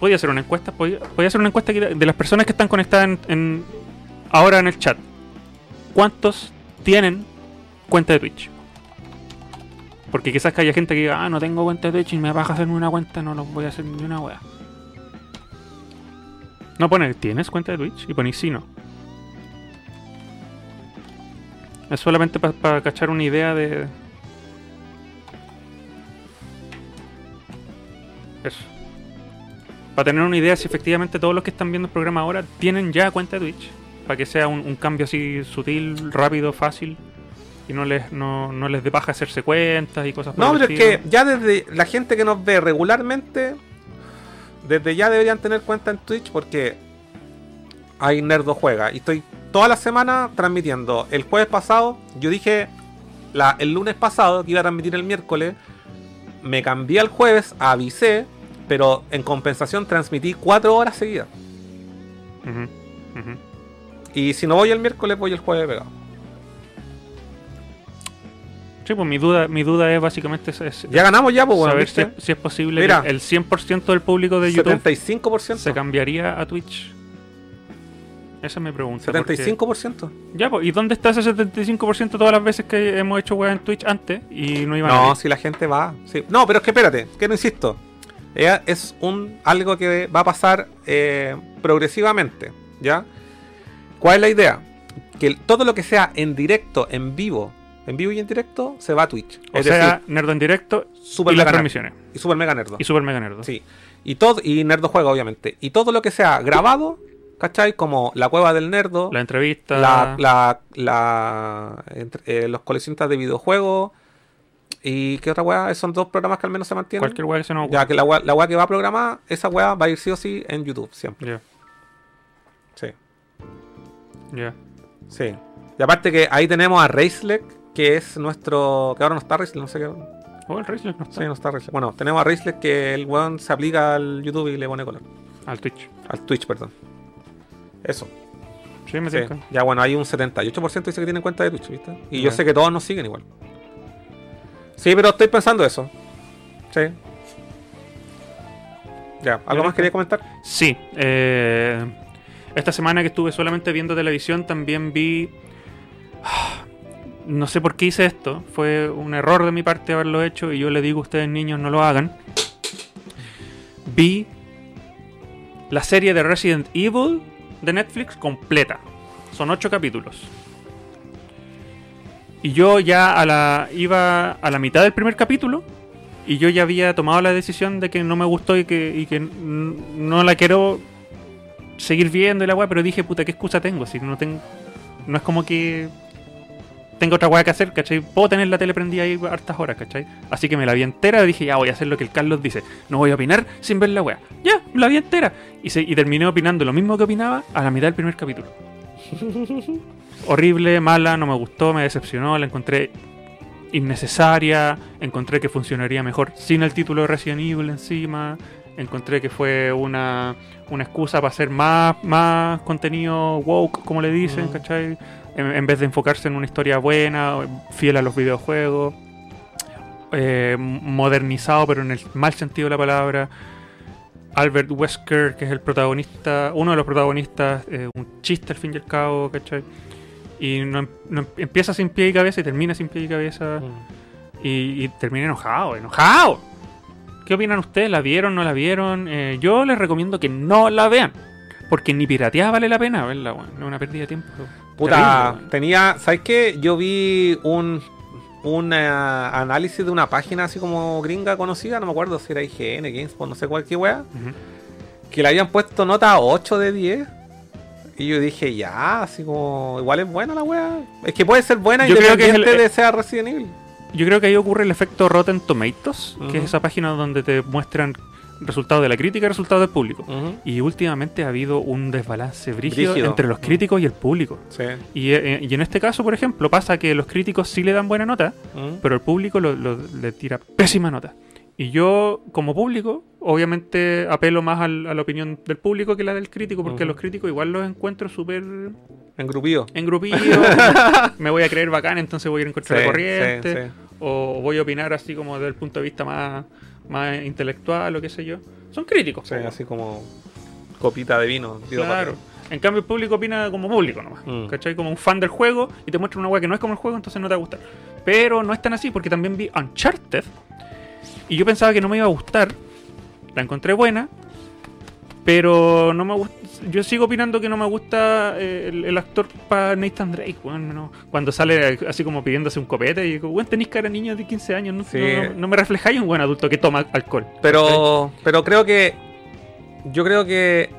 Speaker 3: Podía hacer una encuesta. Podía, podía hacer una encuesta aquí de de las personas que están conectadas en- en- ahora en el chat. ¿Cuántos tienen cuenta de Twitch? Porque quizás que haya gente que diga, ah, no tengo cuenta de Twitch y me vas a hacer una cuenta, no lo voy a hacer ni una wea. No poner, ¿tienes cuenta de Twitch? Y ponéis sí, no. Es solamente para cachar una idea de. Eso. Para tener una idea si efectivamente todos los que están viendo el programa ahora tienen ya cuenta de Twitch. Para que sea un, un cambio así sutil, rápido, fácil. Y no les, no, no les dé paja hacerse cuentas y cosas por
Speaker 2: No,
Speaker 3: el
Speaker 2: pero es
Speaker 3: estilo.
Speaker 2: que ya desde la gente que nos ve regularmente, desde ya deberían tener cuenta en Twitch porque hay Nerdo Juega. Y estoy toda la semana transmitiendo. El jueves pasado, yo dije la- el lunes pasado que iba a transmitir el miércoles. Me cambié al jueves, avisé, pero en compensación transmití cuatro horas seguidas.
Speaker 3: Ujú, ujú.
Speaker 2: Y si no voy el miércoles, voy el jueves pegado.
Speaker 3: Sí, pues mi duda, mi duda es básicamente es, es
Speaker 2: Ya ganamos ya, pues, bueno,
Speaker 3: saber si
Speaker 2: ¿viste?
Speaker 3: es, si es posible
Speaker 2: Mira.
Speaker 3: que el 100% del público de YouTube
Speaker 2: 75%.
Speaker 3: se cambiaría a Twitch. Esa es mi pregunta. porque-
Speaker 2: 75%.
Speaker 3: Ya, pues, ¿y dónde está ese 75% todas las veces que hemos hecho weas en Twitch antes y no iban a
Speaker 2: No, si la gente va. sí. No, pero es que espérate, que no insisto. Eh, Es un algo que va a pasar eh, progresivamente, ¿ya? ¿Cuál es la idea? Que el- todo lo que sea en directo, en vivo, en vivo y en directo, se va a Twitch.
Speaker 3: O
Speaker 2: es
Speaker 3: sea,
Speaker 2: decir,
Speaker 3: Nerdo en directo
Speaker 2: Super
Speaker 3: y las
Speaker 2: Mega Nerd.
Speaker 3: transmisiones.
Speaker 2: y Super Mega Nerdo.
Speaker 3: Y Super Mega Nerdo.
Speaker 2: Sí. Y todo, y Nerdo Juega, obviamente. Y todo lo que sea grabado, ¿cachai? Como la cueva del nerdo.
Speaker 3: La entrevista.
Speaker 2: la, la, la- entre- eh, los coleccionistas de videojuegos y qué otra weá, esos son dos programas que al menos se mantienen.
Speaker 3: cualquier wea que se nos ocurra.
Speaker 2: ya que la weá, la weá que va a programar, esa weá va a ir sí o sí en YouTube siempre.
Speaker 3: Ya,
Speaker 2: Sí,
Speaker 3: ya.
Speaker 2: sí. Y aparte que ahí tenemos a Racelec, que es nuestro. que ahora no está Racelec, no sé qué.
Speaker 3: Oh, el Razer no está.
Speaker 2: Sí, no está Racelec. Bueno, tenemos a Racelec que el weón se aplica al YouTube y le pone color.
Speaker 3: Al Twitch.
Speaker 2: Al Twitch, perdón. Eso.
Speaker 3: Sí, me
Speaker 2: Sí.
Speaker 3: tinca.
Speaker 2: Ya bueno, hay un 78% dice que tienen cuenta de Twitch, ¿viste? Y yo
Speaker 3: Ya.
Speaker 2: sé que todos nos siguen igual. Sí, pero estoy pensando eso. Sí. Ya, ¿algo más quería comentar?
Speaker 3: Sí. eh, esta semana que estuve solamente viendo televisión también vi... No sé por qué hice esto. Fue un error de mi parte haberlo hecho y yo le digo a ustedes niños no lo hagan. Vi la serie de Resident Evil de Netflix completa. Son ocho capítulos. Y yo ya a la, iba a la mitad del primer capítulo y yo ya había tomado la decisión de que no me gustó y que, y que n- no la quiero seguir viendo y la weá, pero dije, puta, ¿qué excusa tengo? Si no tengo. No es como que tengo otra weá que hacer, ¿cachai? Puedo tener la tele prendida ahí hartas horas, ¿cachai? Así que me la vi entera y dije, ya voy a hacer lo que el Carlos dice. No voy a opinar sin ver la weá. Ya, la vi entera. Y, se- y terminé opinando lo mismo que opinaba a la mitad del primer capítulo. Horrible, mala, no me gustó, me decepcionó, la encontré innecesaria, encontré que funcionaría mejor sin el título de Resident Evil encima, encontré que fue una, una excusa para hacer más, más contenido woke, como le dicen,
Speaker 2: Mm.
Speaker 3: ¿cachai? En, en vez de enfocarse en una historia buena, fiel a los videojuegos, eh, modernizado pero en el mal sentido de la palabra. Albert Wesker, que es el protagonista, uno de los protagonistas, eh, un chiste al fin y al cabo, ¿cachai? Y no, em-, no- empieza sin pie y cabeza y termina sin pie y cabeza. Y, y terminé enojado, enojado. ¿Qué opinan ustedes? ¿La vieron? ¿No la vieron? Eh, yo les recomiendo que no la vean. Porque ni pirateada vale la pena verla, weón. Es una pérdida de tiempo.
Speaker 2: Puta,
Speaker 3: Terrible, weón.
Speaker 2: tenía. ¿Sabes qué? Yo vi un. Un eh, análisis de una página así como gringa conocida, no me acuerdo si era IGN, GameSpot, no sé cuál que wea,
Speaker 3: Ujú.
Speaker 2: que le habían puesto nota 8 de 10. Y yo dije, ya, así como, igual es buena la wea. Es que puede ser buena
Speaker 3: Yo creo que es el- eh,
Speaker 2: independiente de sea Resident Evil.
Speaker 3: Yo creo que ahí ocurre el efecto Rotten Tomatoes, que es
Speaker 2: Ujú.
Speaker 3: esa página donde te muestran resultados de la crítica y resultados del público. Y últimamente ha habido un desbalance brígido,
Speaker 2: Brígido.
Speaker 3: entre los críticos y el público.
Speaker 2: Sí.
Speaker 3: Y, eh, y en este caso, por ejemplo, pasa que los críticos sí le dan buena nota,
Speaker 2: Mm.
Speaker 3: pero el público lo- lo- le tira pésima nota. Y yo, como público, obviamente apelo más al- a la opinión del público que la del crítico, porque
Speaker 2: Ujú.
Speaker 3: los críticos igual los encuentro súper
Speaker 2: Engrupido.
Speaker 3: engrupidos, me voy a creer bacán, entonces voy a ir en contra de
Speaker 2: Sí,
Speaker 3: la corriente,
Speaker 2: sí, sí.
Speaker 3: o voy a opinar así como desde el punto de vista más, más intelectual o qué sé yo. Son críticos.
Speaker 2: O sea,
Speaker 3: po,
Speaker 2: así como copita de vino. tiro para
Speaker 3: Claro.
Speaker 2: arriba.
Speaker 3: En cambio, el público opina como público nomás.
Speaker 2: Mm.
Speaker 3: ¿Cachai? Como un fan del juego y te muestra una weá que no es como el juego, entonces no te va a gustar. Pero no es tan así, porque también vi Uncharted y yo pensaba que no me iba a gustar. La encontré buena, pero no me gusta. Yo sigo opinando que no me gusta eh, el, el actor para Nathan Drake, weón, no. Cuando sale así como pidiéndose un copete y digo, weón, tenés cara de niño de 15 años, no,
Speaker 2: Sí.
Speaker 3: no- no- no me reflejáis un buen adulto que toma alcohol.
Speaker 2: Pero, pero creo que. Yo creo que.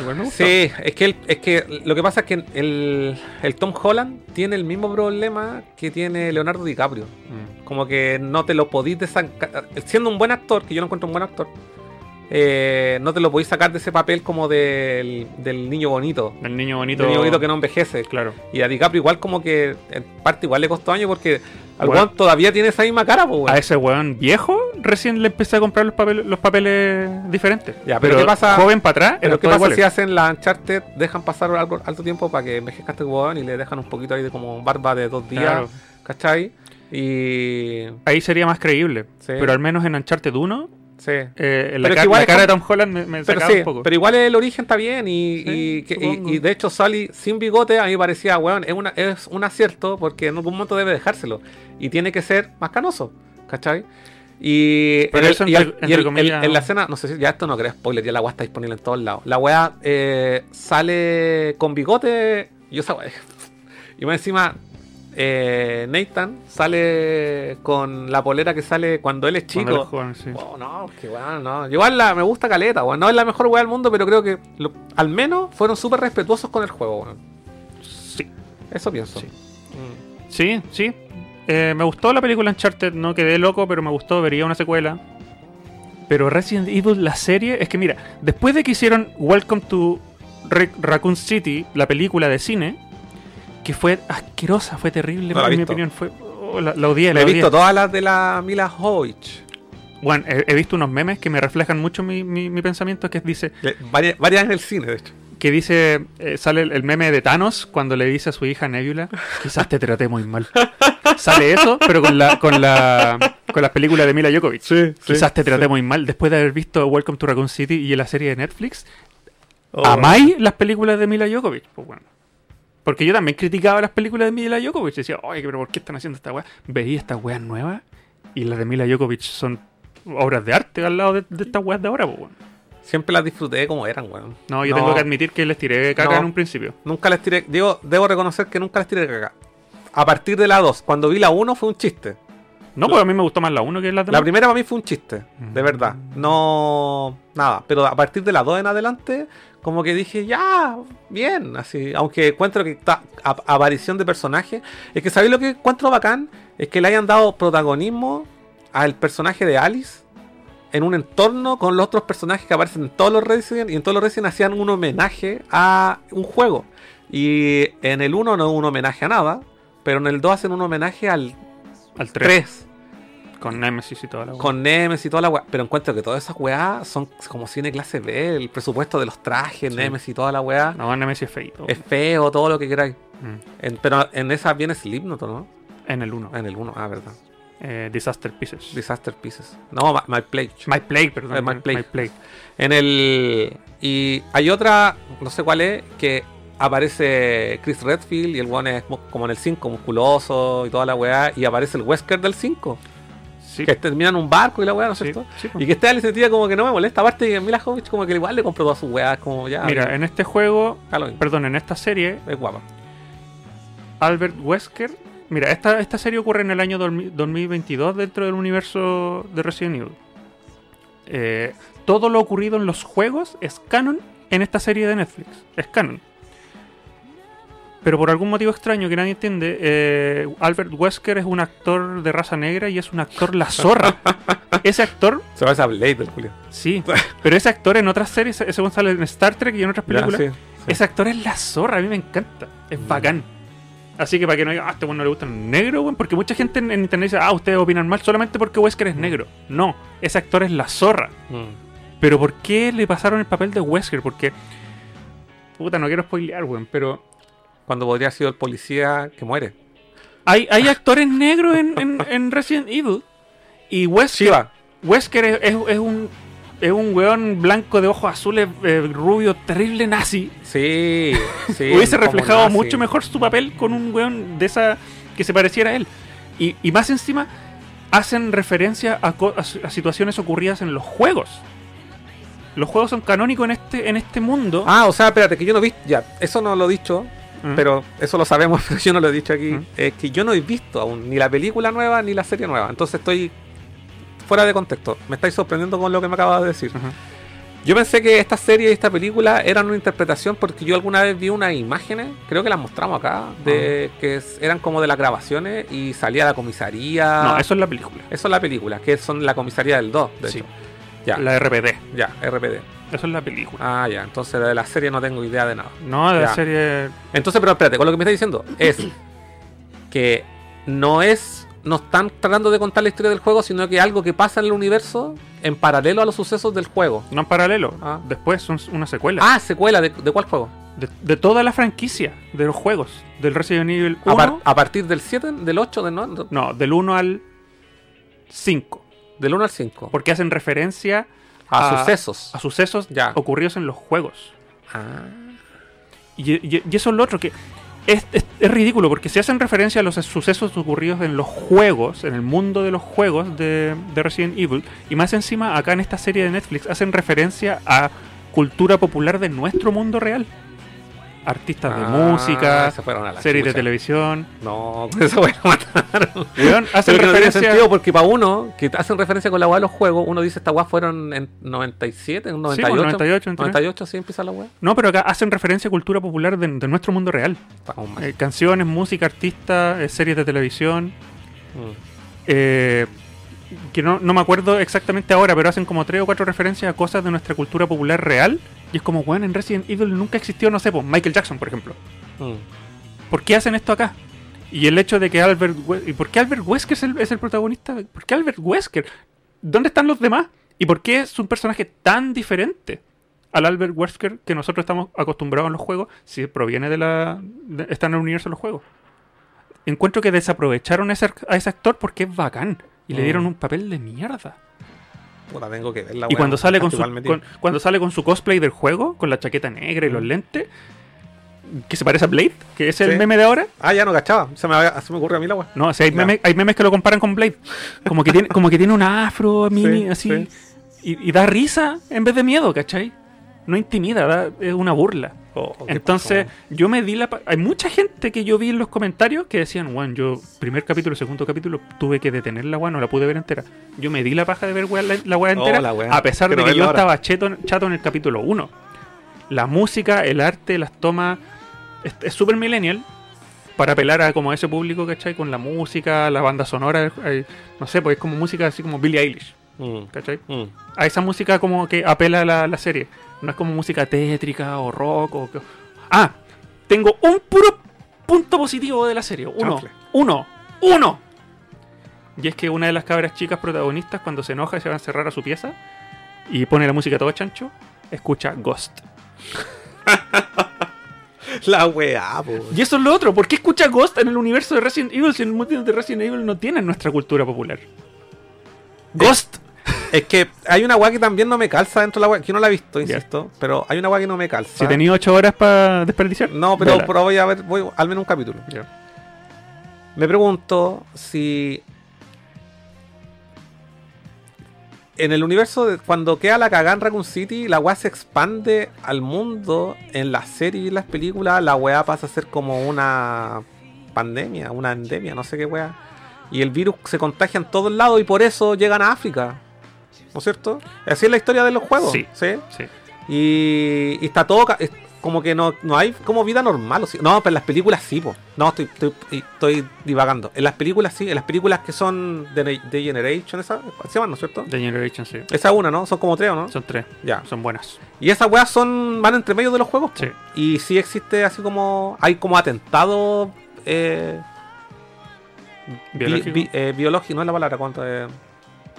Speaker 3: Igual me gustó.
Speaker 2: Sí, es que, el- es que lo que pasa es que el, el Tom Holland tiene el mismo problema que tiene Leonardo DiCaprio.
Speaker 3: Mm.
Speaker 2: Como que no te lo podís desanca- Siendo un buen actor, que yo lo encuentro un buen actor, eh, no te lo podís sacar de ese papel como del, del niño bonito.
Speaker 3: El niño bonito.
Speaker 2: Del niño bonito que no envejece.
Speaker 3: Claro.
Speaker 2: Y a DiCaprio igual como que en parte igual le costó años porque al
Speaker 3: Bueno.
Speaker 2: weón todavía tiene esa misma cara, pues, weón.
Speaker 3: A ese weón viejo recién le empecé a comprar los papeles, los papeles diferentes.
Speaker 2: Ya, pero ¿qué pasa-
Speaker 3: Joven para atrás,
Speaker 2: Pero
Speaker 3: eran
Speaker 2: ¿qué
Speaker 3: todos
Speaker 2: pasa
Speaker 3: iguales.
Speaker 2: si hacen la Uncharted? Dejan pasar algo, alto tiempo para que envejezca este weón y le dejan un poquito ahí de como barba de dos días,
Speaker 3: Claro.
Speaker 2: ¿cachai? Y...
Speaker 3: Ahí sería más creíble.
Speaker 2: Sí.
Speaker 3: Pero al menos en Uncharted 1,
Speaker 2: Sí.
Speaker 3: eh, la,
Speaker 2: Pero es
Speaker 3: ca-
Speaker 2: que igual
Speaker 3: la
Speaker 2: es
Speaker 3: cara de
Speaker 2: como-
Speaker 3: Tom Holland me, me
Speaker 2: Pero
Speaker 3: sacaba
Speaker 2: sí,
Speaker 3: un poco.
Speaker 2: pero igual el origen está bien y,
Speaker 3: Sí,
Speaker 2: y que- y-
Speaker 3: supongo.
Speaker 2: y de hecho Sally sin bigote a mí me parecía, weón, es, una- es un acierto porque en algún momento debe dejárselo y tiene que ser más canoso, ¿cachai? Y,
Speaker 3: Pero
Speaker 2: en,
Speaker 3: eso
Speaker 2: y al-
Speaker 3: entre-
Speaker 2: y
Speaker 3: entre
Speaker 2: el-
Speaker 3: comillas-
Speaker 2: el- en la escena, no sé si ya esto no creo spoiler, ya la weá está disponible en todos lados. La weá eh, sale con bigote, yo esa weá- Y más encima, eh, Nathan sale con la polera que sale cuando él es
Speaker 3: Cuando era
Speaker 2: chico. Oh,
Speaker 3: joven, sí.
Speaker 2: Wow, no, que weón, no. Igual la, me gusta caleta, weón. No es la mejor weá del mundo, pero creo que lo- al menos fueron súper respetuosos con el juego, weón.
Speaker 3: Sí.
Speaker 2: Eso pienso.
Speaker 3: Sí.
Speaker 2: Mm.
Speaker 3: Sí, sí. Eh, me gustó la película Uncharted, no quedé loco, pero me gustó, vería una secuela. Pero Resident Evil, la serie, es que mira, después de que hicieron Welcome to Ra- Raccoon City, la película de cine, que fue asquerosa, fue terrible,
Speaker 2: No la he
Speaker 3: en mi
Speaker 2: visto.
Speaker 3: opinión, fue... oh, la, la odié,
Speaker 2: Me
Speaker 3: la
Speaker 2: he
Speaker 3: odié.
Speaker 2: visto todas las de la Mila Hoyt.
Speaker 3: Bueno, he, he visto unos memes que me reflejan mucho mi, mi- mi pensamiento, que dice,
Speaker 2: Le- Eh, Varias, varias en el cine, de hecho.
Speaker 3: que dice, eh, sale el, el meme de Thanos cuando le dice a su hija Nebula, quizás te traté muy mal. sale eso, pero con la con la con las películas de Mila Djokovic. quizás te traté muy mal después de haber visto Welcome to Raccoon City y la serie de Netflix.
Speaker 2: Oh.
Speaker 3: ¿Amáis las películas de Mila Djokovic? Pues bueno. Porque yo también criticaba las películas de Mila Djokovic. Decía, oye, pero ¿por qué están haciendo esta weá? Veía estas weas nuevas y las de Mila Djokovic son obras de arte al lado de, de estas weas de ahora, pues bueno.
Speaker 2: Siempre las disfruté como eran, weón.
Speaker 3: No, yo tengo que admitir que les tiré caca
Speaker 2: No.
Speaker 3: en un principio.
Speaker 2: Nunca les tiré. Digo, debo reconocer que nunca les tiré caca. A partir de la 2, cuando vi la 1 fue un chiste.
Speaker 3: No, pero a mí me gustó más la 1 que la
Speaker 2: La
Speaker 3: demás.
Speaker 2: primera para mí fue un chiste, de
Speaker 3: Mm.
Speaker 2: verdad. No, nada. Pero a partir de las dos en adelante, como que dije, ya, bien. Así, aunque encuentro que ta- ap- aparición de personaje. Es que, ¿sabéis lo que encuentro bacán? Es que le hayan dado protagonismo al personaje de Alice en un entorno con los otros personajes que aparecen en todos los Resident y en todos los Resident hacían un homenaje a un juego. Y en el 1 no es un homenaje a nada, pero en el 2 hacen un homenaje al
Speaker 3: Al 3.
Speaker 2: 3
Speaker 3: Con Nemesis y toda la wea.
Speaker 2: con Nemesis y toda la weá. Pero encuentro que todas esas weá son como cine clase B. El presupuesto de los trajes,
Speaker 3: Sí.
Speaker 2: Nemesis y toda la weá.
Speaker 3: No, Nemesis es feito.
Speaker 2: Es feo, todo lo que queráis.
Speaker 3: Mm.
Speaker 2: En- pero en esa viene Slipknot, ¿no?
Speaker 3: En el 1.
Speaker 2: En el 1, ah, verdad.
Speaker 3: Eh, Disaster Pieces.
Speaker 2: Disaster Pieces. No, My, My Plague.
Speaker 3: My Plague, perdón.
Speaker 2: Eh, My Plague.
Speaker 3: Plague.
Speaker 2: En el. Y hay otra, no sé cuál es, que aparece Chris Redfield y el weón es mu- como en el 5, musculoso y toda la weá. Y aparece el Wesker del 5,
Speaker 3: Sí,
Speaker 2: que termina en un barco y la weá, ¿no es
Speaker 3: sí,
Speaker 2: cierto?
Speaker 3: sí, pues. po.
Speaker 2: Y que esté licenciada como que no me molesta. Aparte que Mila Jovovich como que igual le compró todas sus weas, como ya.
Speaker 3: Mira, en este juego,
Speaker 2: ya lo mismo.
Speaker 3: perdón, en esta serie,
Speaker 2: es guapa.
Speaker 3: Albert Wesker. Mira, esta, esta serie ocurre en el año 2000 2022 dentro del universo de Resident Evil. Eh, todo lo ocurrido en los juegos es canon en esta serie de Netflix. Es canon. Pero por algún motivo extraño que nadie entiende, eh, Albert Wesker es un actor de raza negra y es un actor la zorra. Ese actor,
Speaker 2: Se parece a Blade del Julio.
Speaker 3: sí. Pero ese actor en otras series, eh, según sale en Star Trek y en otras
Speaker 2: Ya,
Speaker 3: películas,
Speaker 2: sí, sí.
Speaker 3: ese actor es la zorra, a mí me encanta. Es
Speaker 2: Mm.
Speaker 3: bacán. Así que para que no diga, ah, este weón no le gusta el negro, weón, porque mucha gente en, en internet dice, ah, ustedes opinan mal solamente porque Wesker es negro. No, ese actor es la zorra.
Speaker 2: Mm.
Speaker 3: Pero ¿por qué le pasaron el papel de Wesker? Porque. Puta, no quiero spoilear, weón, pero.
Speaker 2: Cuando podría haber sido el policía que muere.
Speaker 3: Hay, hay actores negros en, en- en Resident Evil. Y Wesker.
Speaker 2: Shiva.
Speaker 3: Wesker es, es- es un. Es un weón blanco de ojos azules, eh, rubio, terrible nazi.
Speaker 2: Sí, sí.
Speaker 3: hubiese
Speaker 2: como
Speaker 3: reflejado
Speaker 2: nazi.
Speaker 3: mucho mejor su papel con un weón de esa que se pareciera a él. Y, y más encima, hacen referencia a, co- a su- a situaciones ocurridas en los juegos. Los juegos son canónicos en este, en este mundo.
Speaker 2: Ah, o sea, espérate, que yo no vi. Ya, eso no lo he dicho,
Speaker 3: Mm.
Speaker 2: pero eso lo sabemos, pero yo no lo he dicho aquí.
Speaker 3: Mm.
Speaker 2: Es que yo no he visto aún ni la película nueva ni la serie nueva. Entonces estoy fuera de contexto. Me estáis sorprendiendo con lo que me acabas de decir.
Speaker 3: Ajá.
Speaker 2: Yo pensé que esta serie y esta película eran una interpretación porque yo alguna vez vi unas imágenes, creo que las mostramos acá, de que es- eran como de las grabaciones y salía la comisaría.
Speaker 3: No, eso es la película.
Speaker 2: Eso es la película, que son la comisaría del 2, ah. de
Speaker 3: Sí.
Speaker 2: hecho. Ya,
Speaker 3: La RPD.
Speaker 2: ya, RPD.
Speaker 3: Eso es la película.
Speaker 2: Ah, ya, entonces de la serie no tengo idea de nada.
Speaker 3: No, de la
Speaker 2: Ya.
Speaker 3: serie.
Speaker 2: Entonces, pero espérate, con lo que me está diciendo es que no es. No están tratando de contar la historia del juego, sino que algo que pasa en el universo en paralelo a los sucesos del juego.
Speaker 3: No en paralelo.
Speaker 2: Ah.
Speaker 3: Después son s- una secuela.
Speaker 2: Ah, secuela, ¿de, de cuál juego?
Speaker 3: De, de toda la franquicia de los juegos. Del Resident Evil
Speaker 2: A,
Speaker 3: 1.
Speaker 2: par- a partir del 7, del 8, del, no-
Speaker 3: No, del 1 al 5.
Speaker 2: del 1 al 5.
Speaker 3: Porque hacen referencia
Speaker 2: A sucesos.
Speaker 3: A sucesos
Speaker 2: Ya.
Speaker 3: ocurridos en los juegos.
Speaker 2: Ah,
Speaker 3: Y, y- y eso es lo otro que. Es, es- es ridículo porque si hacen referencia a los sucesos ocurridos en los juegos, en el mundo de los juegos de, de Resident Evil, y más encima acá en esta serie de Netflix hacen referencia a cultura popular de nuestro mundo real. Artistas de
Speaker 2: Ah,
Speaker 3: música,
Speaker 2: se fueron a la
Speaker 3: series de
Speaker 2: chucha.
Speaker 3: televisión.
Speaker 2: no, con esa weá mataron.
Speaker 3: Weón,
Speaker 2: Pero que
Speaker 3: hacen
Speaker 2: no tiene
Speaker 3: referencia.
Speaker 2: sentido porque para uno que hacen referencia con la weá de los juegos, uno dice esta weá fueron en 97,
Speaker 3: pues,
Speaker 2: en 98.
Speaker 3: 98, entre-
Speaker 2: 98, sí empieza la weá.
Speaker 3: no, pero acá hacen referencia a cultura popular de, de nuestro mundo real.
Speaker 2: Estamos mal.
Speaker 3: Eh, canciones, música, artistas, eh, series de televisión.
Speaker 2: Mm.
Speaker 3: eh, que no, no me acuerdo exactamente ahora, pero hacen como tres o cuatro referencias a cosas de nuestra cultura popular real. Y es como, weón, en Resident Evil nunca existió, no sé, pues Michael Jackson, por ejemplo.
Speaker 2: Mm.
Speaker 3: ¿Por qué hacen esto acá? Y el hecho de que Albert... We- ¿Y por qué Albert Wesker es el, es el protagonista? ¿Por qué Albert Wesker? ¿Dónde están los demás? ¿Y por qué es un personaje tan diferente al Albert Wesker que nosotros estamos acostumbrados en los juegos si proviene de la... de- está en el universo de los juegos? Encuentro que desaprovecharon a ese, a ese actor porque es bacán. Y le
Speaker 2: Mm.
Speaker 3: dieron un papel de mierda.
Speaker 2: Puta, tengo que ver la
Speaker 3: y
Speaker 2: weá,
Speaker 3: cuando
Speaker 2: porque
Speaker 3: sale,
Speaker 2: está
Speaker 3: con su,
Speaker 2: igual metido.
Speaker 3: con- cuando sale con su cosplay del juego, con la chaqueta negra y los
Speaker 2: Mm.
Speaker 3: lentes, que se parece a Blade, que es el
Speaker 2: Sí.
Speaker 3: meme de ahora,
Speaker 2: Ah, ya no cachaba. Se me, había- se me ocurre a mí la weá.
Speaker 3: no, o sea, hay,
Speaker 2: Claro.
Speaker 3: memes, hay memes que lo comparan con Blade. Como que tiene, como que tiene un afro mini,
Speaker 2: Sí,
Speaker 3: así.
Speaker 2: sí.
Speaker 3: Y, y da risa en vez de miedo, ¿cachai? No intimida, da- es una burla.
Speaker 2: Oh, oh, qué
Speaker 3: Entonces,
Speaker 2: pasó.
Speaker 3: yo me di la. pa- Hay mucha gente que yo vi en los comentarios que decían, Juan, yo, primer capítulo, segundo capítulo, tuve que detenerla, Juan, no la pude ver entera. Yo me di la paja de ver weá- la, la weá
Speaker 2: Oh,
Speaker 3: entera,
Speaker 2: la weá.
Speaker 3: a pesar
Speaker 2: Quiero
Speaker 3: de que
Speaker 2: verla
Speaker 3: yo
Speaker 2: ahora.
Speaker 3: estaba cheto, chato en el capítulo 1. La música, el arte, las tomas. Es es súper millennial para apelar a como a ese público, ¿cachai? Con la música, la banda sonora, eh, no sé, pues es como música así como Billie Eilish,
Speaker 2: Mm,
Speaker 3: ¿cachai?
Speaker 2: mm.
Speaker 3: a esa música como que apela a la, la serie. No es como música tétrica o rock o... que- Ah, tengo un puro punto positivo de la serie. Uno,
Speaker 2: Chanfle.
Speaker 3: uno, uno. Y es que una de las cabras chicas protagonistas cuando se enoja y se va a encerrar a su pieza y pone la música todo chancho, escucha Ghost.
Speaker 2: La weá, po.
Speaker 3: Y eso es lo otro. ¿Por qué escucha Ghost en el universo de Resident Evil si el mundo de Resident Evil no tiene en nuestra cultura popular? Ghost.
Speaker 2: Es que hay una weá que también no me calza dentro de la weá, que no la he visto,
Speaker 3: Ya.
Speaker 2: insisto, pero hay una weá que no me calza.
Speaker 3: Si tenía ocho horas para desperdiciar.
Speaker 2: Eh, No, pero,
Speaker 3: vela.
Speaker 2: pero voy a ver, voy al menos un capítulo.
Speaker 3: Ya.
Speaker 2: Me pregunto si en el universo de cuando queda la cagá en Raccoon City, la weá se expande al mundo, en las series y las películas, la weá pasa a ser como una pandemia, una endemia, no sé qué weá. Y el virus se contagia en todos lados y por eso llegan a África. ¿No es cierto? Así es la historia de los juegos.
Speaker 3: Sí.
Speaker 2: ¿sí?
Speaker 3: Sí.
Speaker 2: Y, y está todo ca- es como que no, no hay como vida normal. o sí- no, pero en las películas sí, po. No, estoy, estoy, estoy divagando. En las películas sí, en las pelculas que son de, de Generation, esa, se llaman, ¿no es cierto?
Speaker 3: The Generation, sí.
Speaker 2: Esa es una, ¿no? Son como tres, ¿o ¿no?
Speaker 3: Son tres. Ah,
Speaker 2: Ya.
Speaker 3: Son buenas.
Speaker 2: Y esas weas son, van entre medio de los juegos. po.
Speaker 3: Sí.
Speaker 2: Y sí existe así como. Hay como atentados. Eh, bi-
Speaker 3: Biológico.
Speaker 2: bi- eh, biológico, no es la palabra, ¿cuánto es?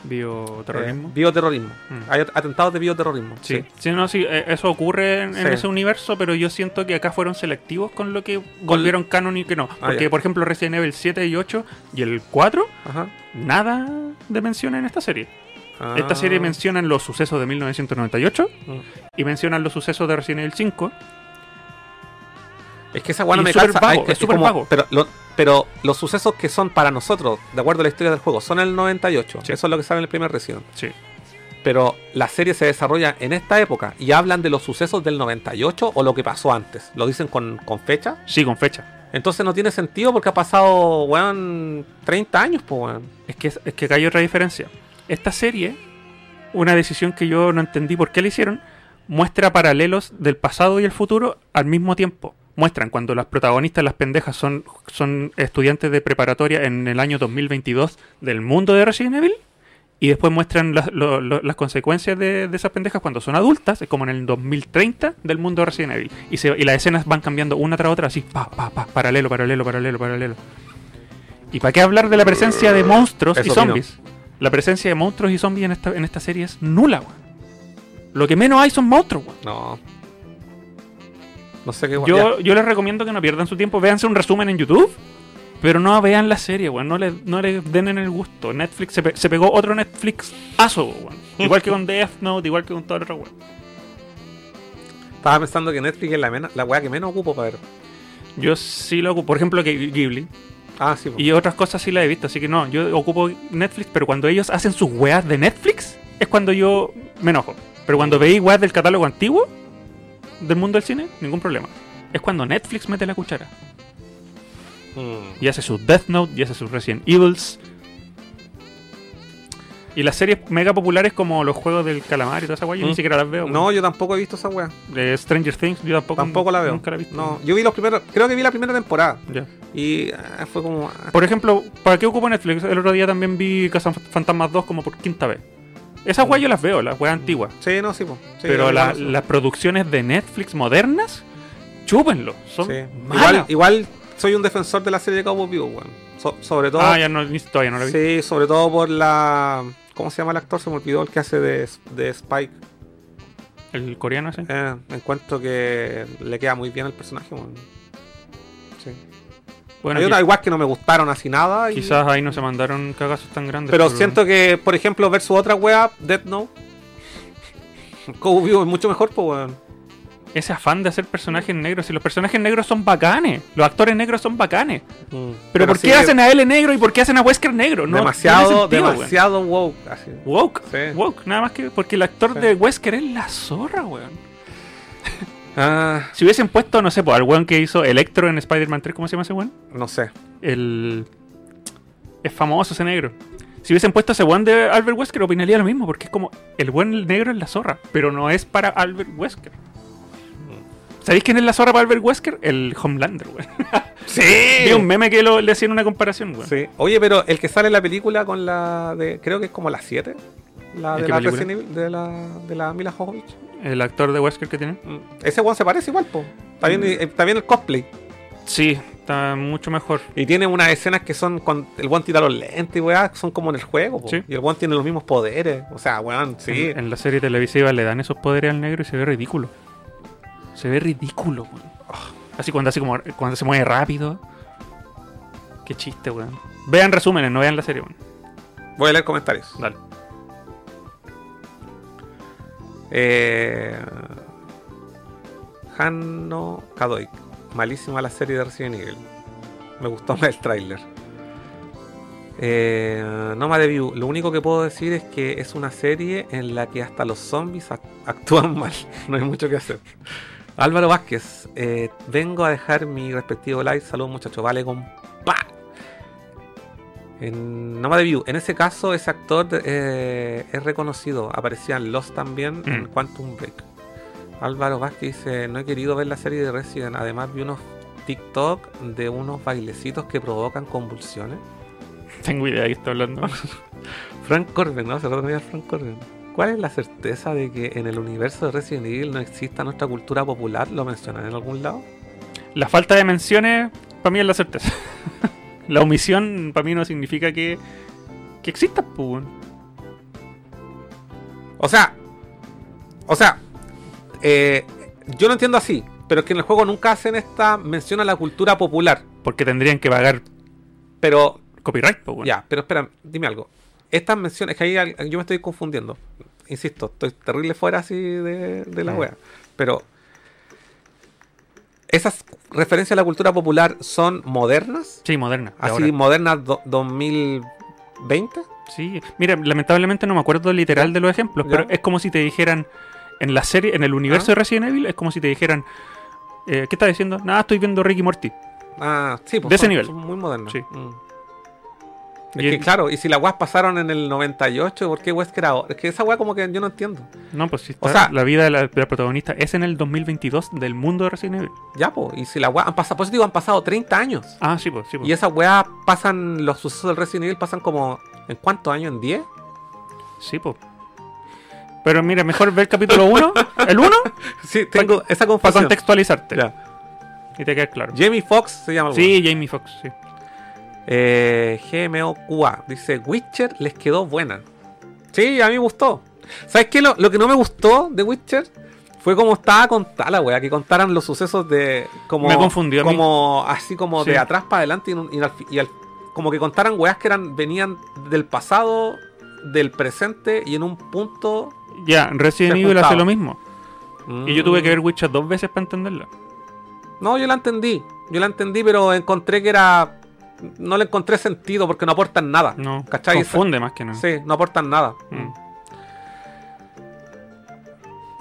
Speaker 3: bioterrorismo.
Speaker 2: Eh, bioterrorismo.
Speaker 3: Mm.
Speaker 2: Hay at- atentados de bioterrorismo.
Speaker 3: sí. Sí, no, sí, eh, eso ocurre en, en
Speaker 2: Sí.
Speaker 3: ese universo, pero yo siento que acá fueron selectivos con lo que volvieron canon y que no. Porque,
Speaker 2: Ah, ya.
Speaker 3: por ejemplo, Resident Evil 7 y 8 y el 4,
Speaker 2: Ajá.
Speaker 3: nada de menciona en esta serie. Esta
Speaker 2: Ah.
Speaker 3: serie mencionan los sucesos de 1998
Speaker 2: Mm.
Speaker 3: y mencionan los sucesos de Resident Evil 5.
Speaker 2: Es que esa weá no
Speaker 3: Y
Speaker 2: me
Speaker 3: es súper
Speaker 2: calza.
Speaker 3: vago,
Speaker 2: Ay,
Speaker 3: es súper vago.
Speaker 2: Pero, lo- pero los sucesos que son para nosotros, de acuerdo a la historia del juego, son el 98.
Speaker 3: Sí.
Speaker 2: Eso es lo que sale en el primer Resident.
Speaker 3: Sí.
Speaker 2: Pero la serie se desarrolla en esta época y hablan de los sucesos del 98 o lo que pasó antes. Lo dicen con, con fecha.
Speaker 3: Sí, con fecha.
Speaker 2: Entonces no tiene sentido porque ha pasado, weón, 30 años, pues, weón.
Speaker 3: Es que, es que acá hay otra diferencia. Esta serie una decisión que yo no entendí por qué la hicieron, muestra paralelos del pasado y el futuro al mismo tiempo. Muestran cuando las protagonistas, las pendejas, son, son estudiantes de preparatoria en el año 2022 del mundo de Resident Evil. Y después muestran las, lo- lo- las consecuencias de, de esas pendejas cuando son adultas, es como en el 2030 del mundo de Resident Evil. Y, se- y las escenas van cambiando una tras otra, así, pa, pa, pa, paralelo, paralelo, paralelo, paralelo. ¿Y para qué hablar de la presencia de monstruos y
Speaker 2: Eso vino.
Speaker 3: zombies? La presencia de monstruos y zombies en esta, en esta serie es nula, weón. Lo que menos hay son monstruos, weón.
Speaker 2: No. No sé qué guay- ya.
Speaker 3: Yo, yo les recomiendo que no pierdan su tiempo, véanse un resumen en YouTube, pero no vean la serie, weón. No le, no le den en el gusto. Netflix se, pe- se pegó otro Netflix aso, weón. Igual que con Death Note, igual que con todo el otro, weón.
Speaker 2: Estaba pensando que Netflix es la, mena- la weá que menos ocupo para ver.
Speaker 3: Yo sí lo ocupo, por ejemplo, que Ghibli.
Speaker 2: Ah, sí. po.
Speaker 3: Y otras cosas sí las he visto, así que no, yo ocupo Netflix, pero cuando ellos hacen sus weas de Netflix, es cuando yo me enojo. Pero cuando veis weas del catálogo antiguo, del mundo del cine, ningún problema. Es cuando Netflix mete la cuchara.
Speaker 2: Mm.
Speaker 3: Y hace sus Death Note, y hace sus Resident Evils. Y las series mega populares como los juegos del calamar y toda esa guay, yo
Speaker 2: Mm.
Speaker 3: ni siquiera las veo.
Speaker 2: No, yo tampoco he visto esa weá.
Speaker 3: De Stranger Things, yo tampoco,
Speaker 2: Tampoco la veo.
Speaker 3: Nunca la he visto.
Speaker 2: No, yo vi los primeros. Creo que vi la primera temporada.
Speaker 3: Ya.
Speaker 2: Y ah, fue como. ah,
Speaker 3: Por ejemplo, ¿para qué ocupo Netflix? El otro día también vi Casa Fantasmas 2 como por quinta vez. Esas weas yo las veo, las weas antiguas.
Speaker 2: Sí, no, sí, po. Mm. Sí,
Speaker 3: Pero
Speaker 2: yo
Speaker 3: la-
Speaker 2: vi
Speaker 3: las producciones de Netflix modernas, chúpenlo. Son
Speaker 2: Sí. Igual,
Speaker 3: malas.
Speaker 2: igual soy un defensor de la serie de Cowboy Vivo, weón. So- sobre todo.
Speaker 3: ah, ya no, ni- todavía no la vi.
Speaker 2: sí, sobre todo por la. ¿Cómo se llama el actor? Se me olvidó el que hace de, de Spike.
Speaker 3: El coreano ese.
Speaker 2: Eh, encuentro que le queda muy bien el personaje, weón. Sí.
Speaker 3: Bueno,
Speaker 2: Hay
Speaker 3: qui-
Speaker 2: otras igual que no me gustaron así nada. y-
Speaker 3: quizás ahí no se mandaron cagazos tan grandes.
Speaker 2: Pero siento que, por ejemplo, versus otra wea, Death Note. Cowboy Vivo es mucho mejor, pues, weón.
Speaker 3: Ese afán de hacer personajes negros. Si los personajes negros son bacanes, los actores negros son bacanes.
Speaker 2: Mm.
Speaker 3: Pero, ¿por
Speaker 2: sí,
Speaker 3: qué hacen a L negro y por qué hacen a Wesker negro? No,
Speaker 2: demasiado,
Speaker 3: tiene sentido, weón.
Speaker 2: demasiado woke. Así.
Speaker 3: Woke,
Speaker 2: Sí.
Speaker 3: woke, nada más que porque el actor
Speaker 2: Sí.
Speaker 3: de Wesker es la zorra, weón.
Speaker 2: Ah,
Speaker 3: Si hubiesen puesto, no sé, pues, al weón que hizo Electro en Spider-Man 3, ¿cómo se llama ese weón?
Speaker 2: no sé.
Speaker 3: El. Es famoso ese negro. Si hubiesen puesto ese weón de Albert Wesker, opinaría lo mismo, porque es como el buen negro es la zorra, pero no es para Albert Wesker. ¿Sabéis quién es la zorra para Albert Wesker? El Homelander, weón. Vi
Speaker 2: Sí.
Speaker 3: un meme que lo- le hacían una comparación, weón.
Speaker 2: Sí. Oye, pero el que sale en la película con la de. Creo que es como la 7. La
Speaker 3: ¿En
Speaker 2: de
Speaker 3: qué
Speaker 2: la,
Speaker 3: película?
Speaker 2: Resident Evil- de la de la Mila Jovovich.
Speaker 3: El actor de Wesker que tiene.
Speaker 2: Mm. Ese one se parece igual, po. Está bien,
Speaker 3: Mm.
Speaker 2: eh, está bien el cosplay.
Speaker 3: Sí, está mucho mejor.
Speaker 2: Y tiene unas escenas que son cuando el one tira los lentes y weá, son como en el juego, po.
Speaker 3: Sí. Mm.
Speaker 2: Y el one tiene los mismos poderes. O sea, weón, sí.
Speaker 3: En, en la serie televisiva le dan esos poderes al negro y se ve ridículo. Se ve ridículo, weón.
Speaker 2: Ah.
Speaker 3: Ugh. Así cuando así como cuando se mueve rápido. Qué chiste, weón. Vean resúmenes, no vean la serie, weón.
Speaker 2: Voy a leer comentarios.
Speaker 3: Dale.
Speaker 2: Eh, Hanno Kadoik. Malísima la serie de Resident Evil. Me gustó más el tráiler. Eh, Noma de View. Lo único que puedo decir es que es una serie en la que hasta los zombies ac- actúan mal. No hay mucho que hacer. Álvaro Vázquez. eh, vengo a dejar mi respectivo like. Saludos muchachos. Vale, compa. En Noma de View, en ese caso, ese actor eh, es reconocido. Aparecía en Lost también en
Speaker 3: Mm.
Speaker 2: Quantum Break. Álvaro Vázquez dice: No he querido ver la serie de Resident. Además, vi unos TikTok de unos bailecitos que provocan convulsiones.
Speaker 3: Tengo idea de qué está hablando.
Speaker 2: Frank Corbin, ¿no? Se rato no veía a Frank Corbin. ¿Cuál es la certeza de que en el universo de Resident Evil no exista nuestra cultura popular? ¿Lo mencionan en algún lado?
Speaker 3: La falta de menciones, para mí es la certeza. la omisión, para mí no significa que, que exista, pues, weón.
Speaker 2: O sea, o sea, eh, yo lo entiendo así, pero es que en el juego nunca hacen esta mención a la cultura popular.
Speaker 3: Porque tendrían que pagar
Speaker 2: Pero,
Speaker 3: copyright, pues, weón.
Speaker 2: ya, pero espera, dime algo. Estas menciones, es que ahí al- yo me estoy confundiendo. Insisto, estoy terrible fuera así de, de la
Speaker 3: Mm.
Speaker 2: wea. Pero, ¿esas referencias a la cultura popular son modernas?
Speaker 3: Sí, moderna. de
Speaker 2: Así,
Speaker 3: ahora.
Speaker 2: modernas do- 2020?
Speaker 3: Sí, mira, lamentablemente no me acuerdo literal de los ejemplos,
Speaker 2: Ya.
Speaker 3: pero es como si te dijeran en la serie, en el universo
Speaker 2: Ah.
Speaker 3: de Resident Evil, es como si te dijeran, eh, ¿qué estás diciendo? Nada, estoy viendo Ricky Morty.
Speaker 2: Ah, sí, pues
Speaker 3: De ese
Speaker 2: son-
Speaker 3: nivel.
Speaker 2: son muy modernas.
Speaker 3: Sí.
Speaker 2: Mm. Es
Speaker 3: Y
Speaker 2: que,
Speaker 3: el-
Speaker 2: claro, y si las weas pasaron en el 98, ¿por qué Wesker ahora? Es que esa wea como que yo no entiendo.
Speaker 3: No, pues si está,
Speaker 2: O sea-
Speaker 3: la vida de la, de la protagonista es en el 2022 del mundo de Resident Evil.
Speaker 2: Ya, pues, y si las weas han pasado, por eso digo, han pasado 30 años.
Speaker 3: Ah, sí, pues, sí, pues.
Speaker 2: Y esas weas pasan, los sucesos del Resident Evil pasan como, ¿en cuántos años? ¿En 10?
Speaker 3: Sí, pues. Pero mira, mejor ver el capítulo 1, el 1,
Speaker 2: Sí, tengo esa
Speaker 3: para
Speaker 2: confusión.
Speaker 3: contextualizarte.
Speaker 2: Ya. pues.
Speaker 3: Y te queda claro.
Speaker 2: Jamie Foxx se llama el weón.
Speaker 3: Sí, Jamie Foxx, sí.
Speaker 2: Eh, GMO QA dice: Witcher les quedó buena. Sí, a mí me gustó. ¿Sabes qué? Lo, lo que no me gustó de Witcher fue como estaba contada la wea, que contaran los sucesos de. Como,
Speaker 3: Me confundió a mí.
Speaker 2: Como así como
Speaker 3: Sí.
Speaker 2: de atrás para adelante y, en un- y al fi- y al- como que contaran weas que eran venían del pasado, del presente y en un punto.
Speaker 3: Ya, Resident
Speaker 2: Se
Speaker 3: Evil hace
Speaker 2: juntaba.
Speaker 3: lo mismo. Y yo tuve que
Speaker 2: Mm.
Speaker 3: ver Witcher dos veces para entenderla.
Speaker 2: No, yo la entendí. Yo la entendí, pero encontré que era. No le encontré sentido porque no aportan nada.
Speaker 3: No,
Speaker 2: ¿Cachai?
Speaker 3: confunde más que nada.
Speaker 2: Sí, no aportan nada.
Speaker 3: Mm.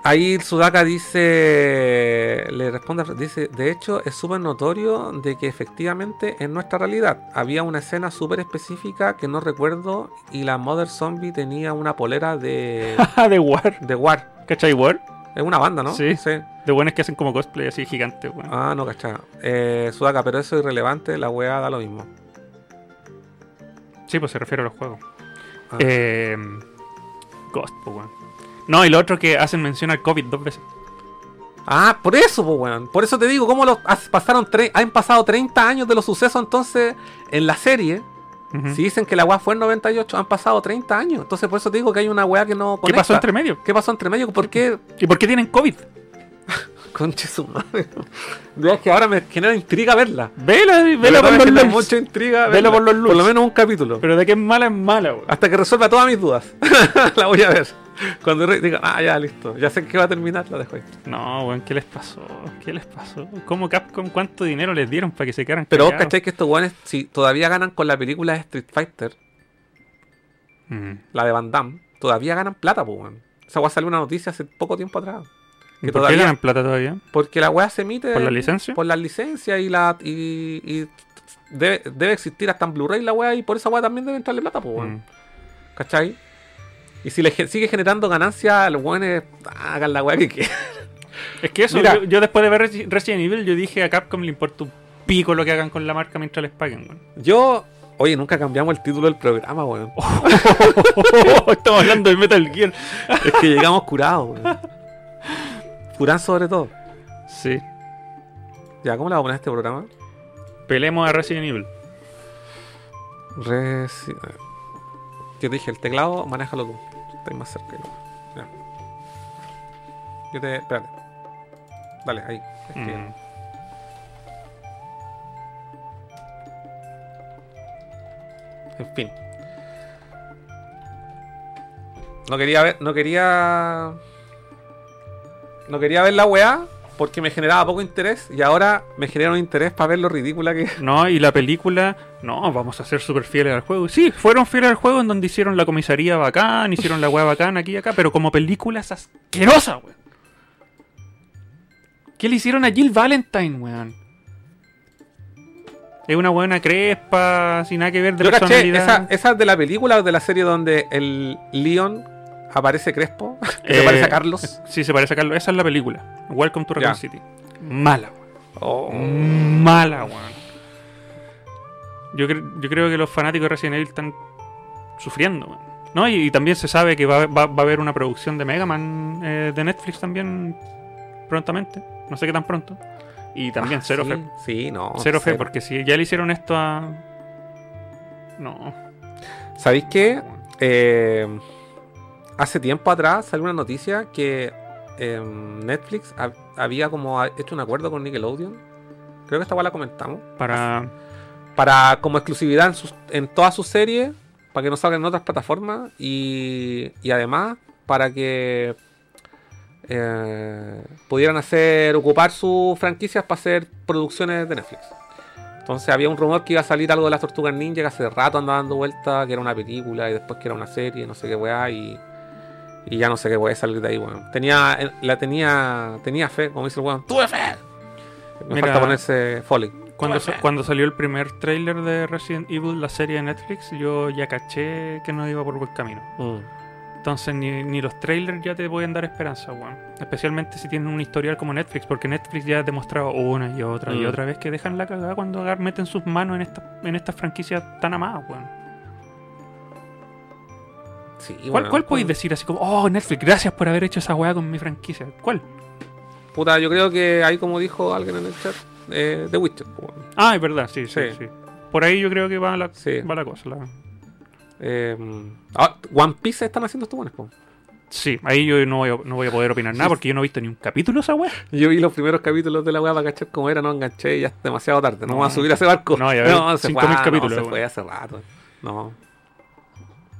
Speaker 2: Ahí Sudaka dice, le responde, dice, de hecho es súper notorio de que efectivamente en nuestra realidad había una escena súper específica que no recuerdo y la Mother Zombie tenía una polera de,
Speaker 3: Ah, de War.
Speaker 2: de War.
Speaker 3: ¿Cachai War?
Speaker 2: Es una banda, ¿no?
Speaker 3: Sí. De buenas que hacen como cosplay así gigante, weón.
Speaker 2: Ah, no, cachá. Eh, Sudaka, pero eso es irrelevante, la weá da lo mismo.
Speaker 3: Sí, pues se refiere a los juegos.
Speaker 2: Ah.
Speaker 3: Eh, Ghost, pues, weón. No, y lo otro que hacen mención al COVID dos veces.
Speaker 2: Ah, por eso, pues, weón. Por eso te digo, ¿cómo los has- pasaron tre- han pasado 30 años de los sucesos entonces en la serie?
Speaker 3: Ujú.
Speaker 2: Si dicen que la weá fue en 98, han pasado 30 años. Entonces, por eso te digo que hay una weá que no
Speaker 3: ¿Qué
Speaker 2: conecta.
Speaker 3: pasó entre medio?
Speaker 2: ¿Qué pasó entre medio? ¿Por qué?
Speaker 3: ¿Y por qué tienen COVID?
Speaker 2: Conche su madre. Ya Es que ahora me genera intriga verla.
Speaker 3: Vela,
Speaker 2: Me
Speaker 3: vela por
Speaker 2: genera
Speaker 3: los lulz.
Speaker 2: mucha intriga
Speaker 3: Velo
Speaker 2: verla.
Speaker 3: por los lulz.
Speaker 2: Por lo menos un capítulo.
Speaker 3: Pero de que es mala es mala, weón.
Speaker 2: Hasta que resuelva todas mis dudas. la voy a ver. Cuando re- diga, ah, ya, listo. Ya sé que va a terminar, la dejo ahí.
Speaker 3: No, weón, ¿qué les pasó? ¿Qué les pasó? ¿Cómo Capcom cuánto dinero les dieron para que se quedaran
Speaker 2: Pero vos
Speaker 3: callados?
Speaker 2: cacháis que estos weones, si todavía ganan con la película de Street Fighter,
Speaker 3: Mm.
Speaker 2: la de Van Damme, todavía ganan plata, pues, weón. Esa weá salió una noticia hace poco tiempo atrás.
Speaker 3: ¿Y
Speaker 2: Que
Speaker 3: por
Speaker 2: todavía-
Speaker 3: qué ganan plata todavía?
Speaker 2: Porque la weá se emite.
Speaker 3: ¿Por la licencia?
Speaker 2: Por la licencia y la. Y, y debe, debe existir hasta en Blu-ray la weá y por esa weá también debe entrarle plata, pues, weón.
Speaker 3: Mm.
Speaker 2: ¿Cachai? Y si le ge- sigue generando ganancias, los weones hagan la weá que quieran.
Speaker 3: Es que eso,
Speaker 2: Mira.
Speaker 3: yo, yo después de ver Resi- Resident Evil, yo dije a Capcom le importa un pico lo que hagan con la marca mientras les paguen, weón.
Speaker 2: Yo. Oye, nunca cambiamos el título del programa, weón.
Speaker 3: Oh, estamos hablando de Metal Gear.
Speaker 2: Es que llegamos curados, weón. Curán sobre todo.
Speaker 3: Sí.
Speaker 2: Ya, ¿cómo le vamos a poner a este programa?
Speaker 3: Pelemos a Resident Evil.
Speaker 2: Reci- eh, Yo te dije, el teclado, manéjalo tú. Estás más cerca. que yo. Ya. Yo te. Espérate. Dale, ahí. Es que-
Speaker 3: Mm.
Speaker 2: En fin. No quería ver. No quería. No quería ver la weá. Porque me generaba poco interés. Y ahora me genera un interés para ver lo ridícula que.
Speaker 3: No, y la película, no, vamos a ser súper fieles al juego. Sí, fueron fieles al juego en donde hicieron la comisaría bacán, hicieron la weá bacán aquí y acá, pero como película es asquerosa, weón. ¿Qué le hicieron a Jill Valentine, weón? Es una buena crespa, sin nada que ver de
Speaker 2: Yo caché,
Speaker 3: personalidad.
Speaker 2: esa, esa de la película o de la serie donde el Leon aparece Crespo, que se
Speaker 3: Eh,
Speaker 2: parece a Carlos.
Speaker 3: Sí, se parece a Carlos. Esa es la película. Welcome to Raccoon
Speaker 2: Ya.
Speaker 3: City. Mala, weón.
Speaker 2: Oh.
Speaker 3: Mala, weón. Yo, cre- yo creo que los fanáticos de Resident Evil están sufriendo, weón. ¿No? Y, y también se sabe que va, va- va a haber una producción de Mega Man eh, de Netflix también prontamente. No sé qué tan pronto. Y también
Speaker 2: Ah,
Speaker 3: Cero
Speaker 2: sí, Oh,
Speaker 3: Fe.
Speaker 2: Sí, no.
Speaker 3: Cero Fe, porque si ya le hicieron esto a. No.
Speaker 2: ¿Sabéis qué? Eh, hace tiempo atrás salió una noticia que em, Netflix hab- había como ha- hecho un acuerdo con Nickelodeon. Creo que esta weá la comentamos.
Speaker 3: Para.
Speaker 2: Para como exclusividad en, sus, en todas sus series, para que no salgan en otras plataformas y, y además para que eh, pudieran hacer ocupar sus franquicias para hacer producciones de Netflix. Entonces había un rumor que iba a salir algo de las Tortugas Ninja que hace rato andaba dando vuelta, que era una película y después que era una serie, no sé qué weá y, y ya no sé qué weá salir de ahí, weón. Tenía, eh, la tenía, tenía fe, como dice el weón. Tuve fe. Me
Speaker 3: Mira.
Speaker 2: falta ponerse Foley.
Speaker 3: Cuando, sa- cuando salió el primer tráiler de Resident Evil, la serie de Netflix, yo ya caché que no iba por buen camino.
Speaker 2: Mm.
Speaker 3: Entonces ni, ni los trailers ya te pueden dar esperanza, weón. Especialmente si tienen un historial como Netflix, porque Netflix ya ha demostrado una y otra y
Speaker 2: Mm.
Speaker 3: otra vez que dejan la cagada cuando agar- meten sus manos en esta, en esta franquicia tan amada, weón.
Speaker 2: Sí,
Speaker 3: ¿Cuál,
Speaker 2: bueno,
Speaker 3: cuál podéis decir así como, oh, Netflix, gracias por haber hecho esa weá con mi franquicia? ¿Cuál?
Speaker 2: Puta, yo creo que ahí como dijo alguien en el chat, eh, The Witcher. pues, bueno.
Speaker 3: Ah, es verdad, sí, sí,
Speaker 2: Sí.
Speaker 3: sí. Por ahí yo creo que va la,
Speaker 2: Sí.
Speaker 3: va la cosa. la-
Speaker 2: Eh, ah, One Piece están haciendo estos buenos. po.
Speaker 3: Sí, ahí yo no voy a, no voy a poder opinar nada porque yo no he visto ni un capítulo de esa weá.
Speaker 2: Yo vi los primeros capítulos de la weá para cachar cómo era, no enganché y ya es demasiado tarde. No,
Speaker 3: No.
Speaker 2: voy a subir a ese barco.
Speaker 3: No, ya ves,
Speaker 2: se
Speaker 3: 5.000
Speaker 2: fue, ah, no,
Speaker 3: capítulos,
Speaker 2: se
Speaker 3: weón.
Speaker 2: fue hace rato. No.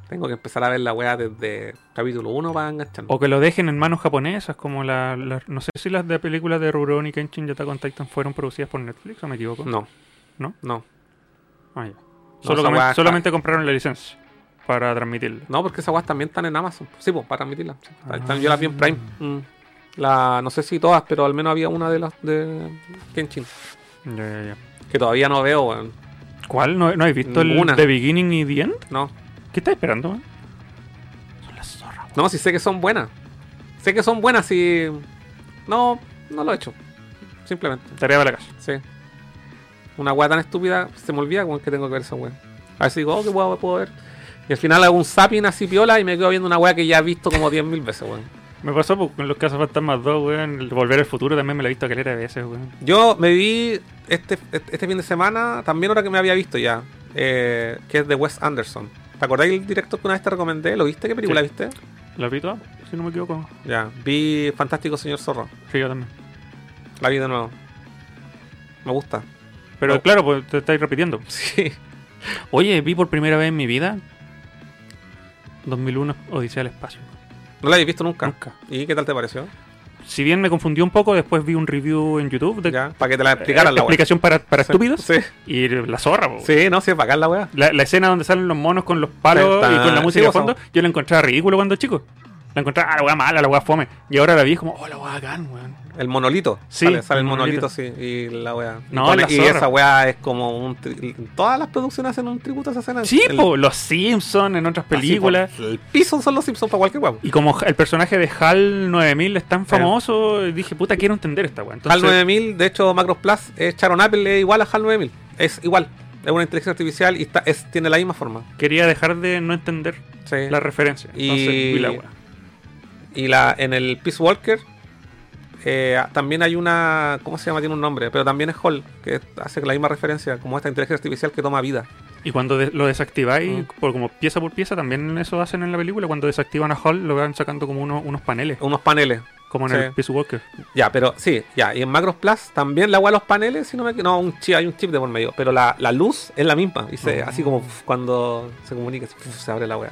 Speaker 2: Tengo que empezar a ver la weá desde capítulo 1 para engancharme.
Speaker 3: O que lo dejen en manos japonesas, como la, la- No sé si las de películas de Rurouni Kenshin y Attack on Titan fueron producidas por Netflix, o me equivoco.
Speaker 2: No.
Speaker 3: ¿No?
Speaker 2: No.
Speaker 3: Ah, ya. Solo-
Speaker 2: esa weá-
Speaker 3: solamente compraron la licencia para transmitirla.
Speaker 2: No, porque esas weas también están en Amazon. Sí, pues, para transmitirlas. sí.
Speaker 3: Ah.
Speaker 2: Están- Yo las vi en Prime. Mm. La, no sé si todas, pero al menos había una de las de Kenshin.
Speaker 3: Ya, ya, ya.
Speaker 2: Que todavía no veo, weón.
Speaker 3: ¿Cuál? ¿No, no has visto
Speaker 2: Ninguna.
Speaker 3: el The Beginning y The End?
Speaker 2: No.
Speaker 3: ¿Qué estás esperando? man? Son las zorras. weón.
Speaker 2: No, sí sé que son buenas. Sé que son buenas y. No, no lo he hecho. Simplemente.
Speaker 3: Tarea para la casa.
Speaker 2: Sí. Una weá tan estúpida, se me olvida como que tengo que ver esa weá. A veces digo, oh, qué weá puedo ver. Y al final hago un zapping así piola y me quedo viendo una weá que ya he visto como 10.000 veces, weón.
Speaker 3: Me pasó po, con los casos Fantasmas 2, weón. el Volver al futuro también me lo he visto caleta de veces, weón.
Speaker 2: Yo me vi este, este fin de semana, también otra que me había visto ya, eh, que es de Wes Anderson. ¿Te acordáis el director que una vez te recomendé? ¿Lo viste? ¿Qué película
Speaker 3: Sí.
Speaker 2: viste?
Speaker 3: ¿Lo vi todo? Si no me equivoco.
Speaker 2: Ya, vi Fantástico Señor Zorro.
Speaker 3: Sí, yo también.
Speaker 2: La vi de nuevo. Me gusta.
Speaker 3: Pero
Speaker 2: No.
Speaker 3: claro, pues te estáis repitiendo.
Speaker 2: Sí.
Speaker 3: Oye, vi por primera vez en mi vida 2001 Odisea del Espacio.
Speaker 2: ¿No la habéis visto nunca?
Speaker 3: Nunca.
Speaker 2: ¿Y qué tal te pareció?
Speaker 3: Si bien me confundí un poco, después vi un review en YouTube de
Speaker 2: Ya, para que te la
Speaker 3: eh,
Speaker 2: explicaran la weá.
Speaker 3: explicación para, para estúpidos
Speaker 2: Sí,
Speaker 3: y la zorra, po.
Speaker 2: sí, no, sí, para acá la weá.
Speaker 3: La, la escena donde salen los monos con los palos
Speaker 2: Está-
Speaker 3: y con la
Speaker 2: sí,
Speaker 3: música de
Speaker 2: vos
Speaker 3: fondo, yo la encontraba ridículo cuando chico. La encontraba, ah, la weá mala, la weá fome. Y ahora la vi como, oh, la weá bacán, weón.
Speaker 2: El monolito.
Speaker 3: Sí,
Speaker 2: Sale, sale el
Speaker 3: el
Speaker 2: monolito,
Speaker 3: monolito.
Speaker 2: sí. Y la weá.
Speaker 3: No,
Speaker 2: y, pone-
Speaker 3: la
Speaker 2: y
Speaker 3: zorra.
Speaker 2: esa weá es como un. tri- Todas las producciones hacen un tributo a esa escena.
Speaker 3: Sí,
Speaker 2: El-
Speaker 3: po, los Simpsons en otras
Speaker 2: así,
Speaker 3: películas.
Speaker 2: po, El piso son los Simpsons para cualquier weá.
Speaker 3: Y como el personaje de HAL 9000 es tan
Speaker 2: Sí.
Speaker 3: famoso, dije, puta, quiero entender esta weá.
Speaker 2: HAL
Speaker 3: Entonces,
Speaker 2: 9000, de hecho, Macros Plus, es Charon Apple es igual a HAL 9000. Es igual. Es una inteligencia artificial y está, es, tiene la misma forma.
Speaker 3: quería dejar de no entender
Speaker 2: Sí.
Speaker 3: la referencia.
Speaker 2: Eh, Y-
Speaker 3: Entonces, vi la weá.
Speaker 2: Y la, en el Peace Walker eh, también hay una. ¿Cómo se llama? Tiene un nombre, pero también es Hall, que hace la misma referencia, como esta inteligencia artificial que toma vida.
Speaker 3: Y cuando de- lo desactiváis,
Speaker 2: Mm.
Speaker 3: por, como pieza por pieza, también eso hacen en la película. Cuando desactivan a Hall, lo van sacando como uno- unos paneles,
Speaker 2: Unos paneles.
Speaker 3: como en
Speaker 2: sí.
Speaker 3: el Peace Walker.
Speaker 2: Ya, pero sí, ya. Y en Macros Plus también la agua los paneles, si no me equi- No, un chip, hay un chip de por medio. Pero la, la luz es la misma. Y se-
Speaker 3: Oh.
Speaker 2: así como uf, cuando se comunica, así, uf, se abre la wea.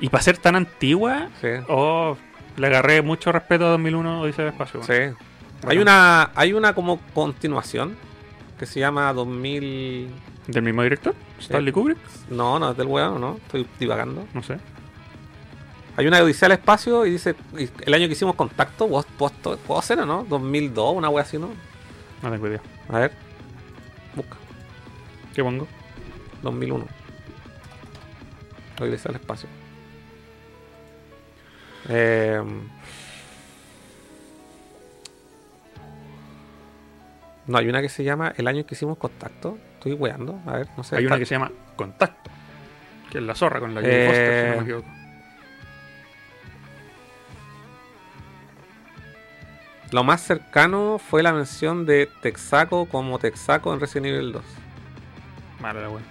Speaker 3: Y para ser tan antigua,
Speaker 2: Sí.
Speaker 3: oh, le agarré mucho respeto a 2001 Odisea del Espacio.
Speaker 2: Sí.
Speaker 3: bueno.
Speaker 2: Hay
Speaker 3: Bueno.
Speaker 2: una. Hay una como continuación que se llama 2000.
Speaker 3: ¿Del mismo director? ¿Stanley Kubrick?
Speaker 2: No, no, es del weón, ¿no? Estoy divagando.
Speaker 3: No sé.
Speaker 2: Hay una Odisea al espacio y dice y el año que hicimos contacto, ¿puedo, puedo, puedo hacer o no? 2002, una wea así, ¿no?
Speaker 3: No tengo idea.
Speaker 2: A ver, busca,
Speaker 3: ¿Qué pongo?
Speaker 2: 2001. La Odisea al espacio. Eh, no, hay una que se llama El año que hicimos contacto. Estoy weando, a ver, no sé.
Speaker 3: Hay
Speaker 2: está-
Speaker 3: una que se llama Contacto, que es la zorra con la que
Speaker 2: Eh.
Speaker 3: Foster, si no me equivoco.
Speaker 2: Lo más cercano fue la mención de Texaco como Texaco en Resident Evil 2.
Speaker 3: Mala la wea.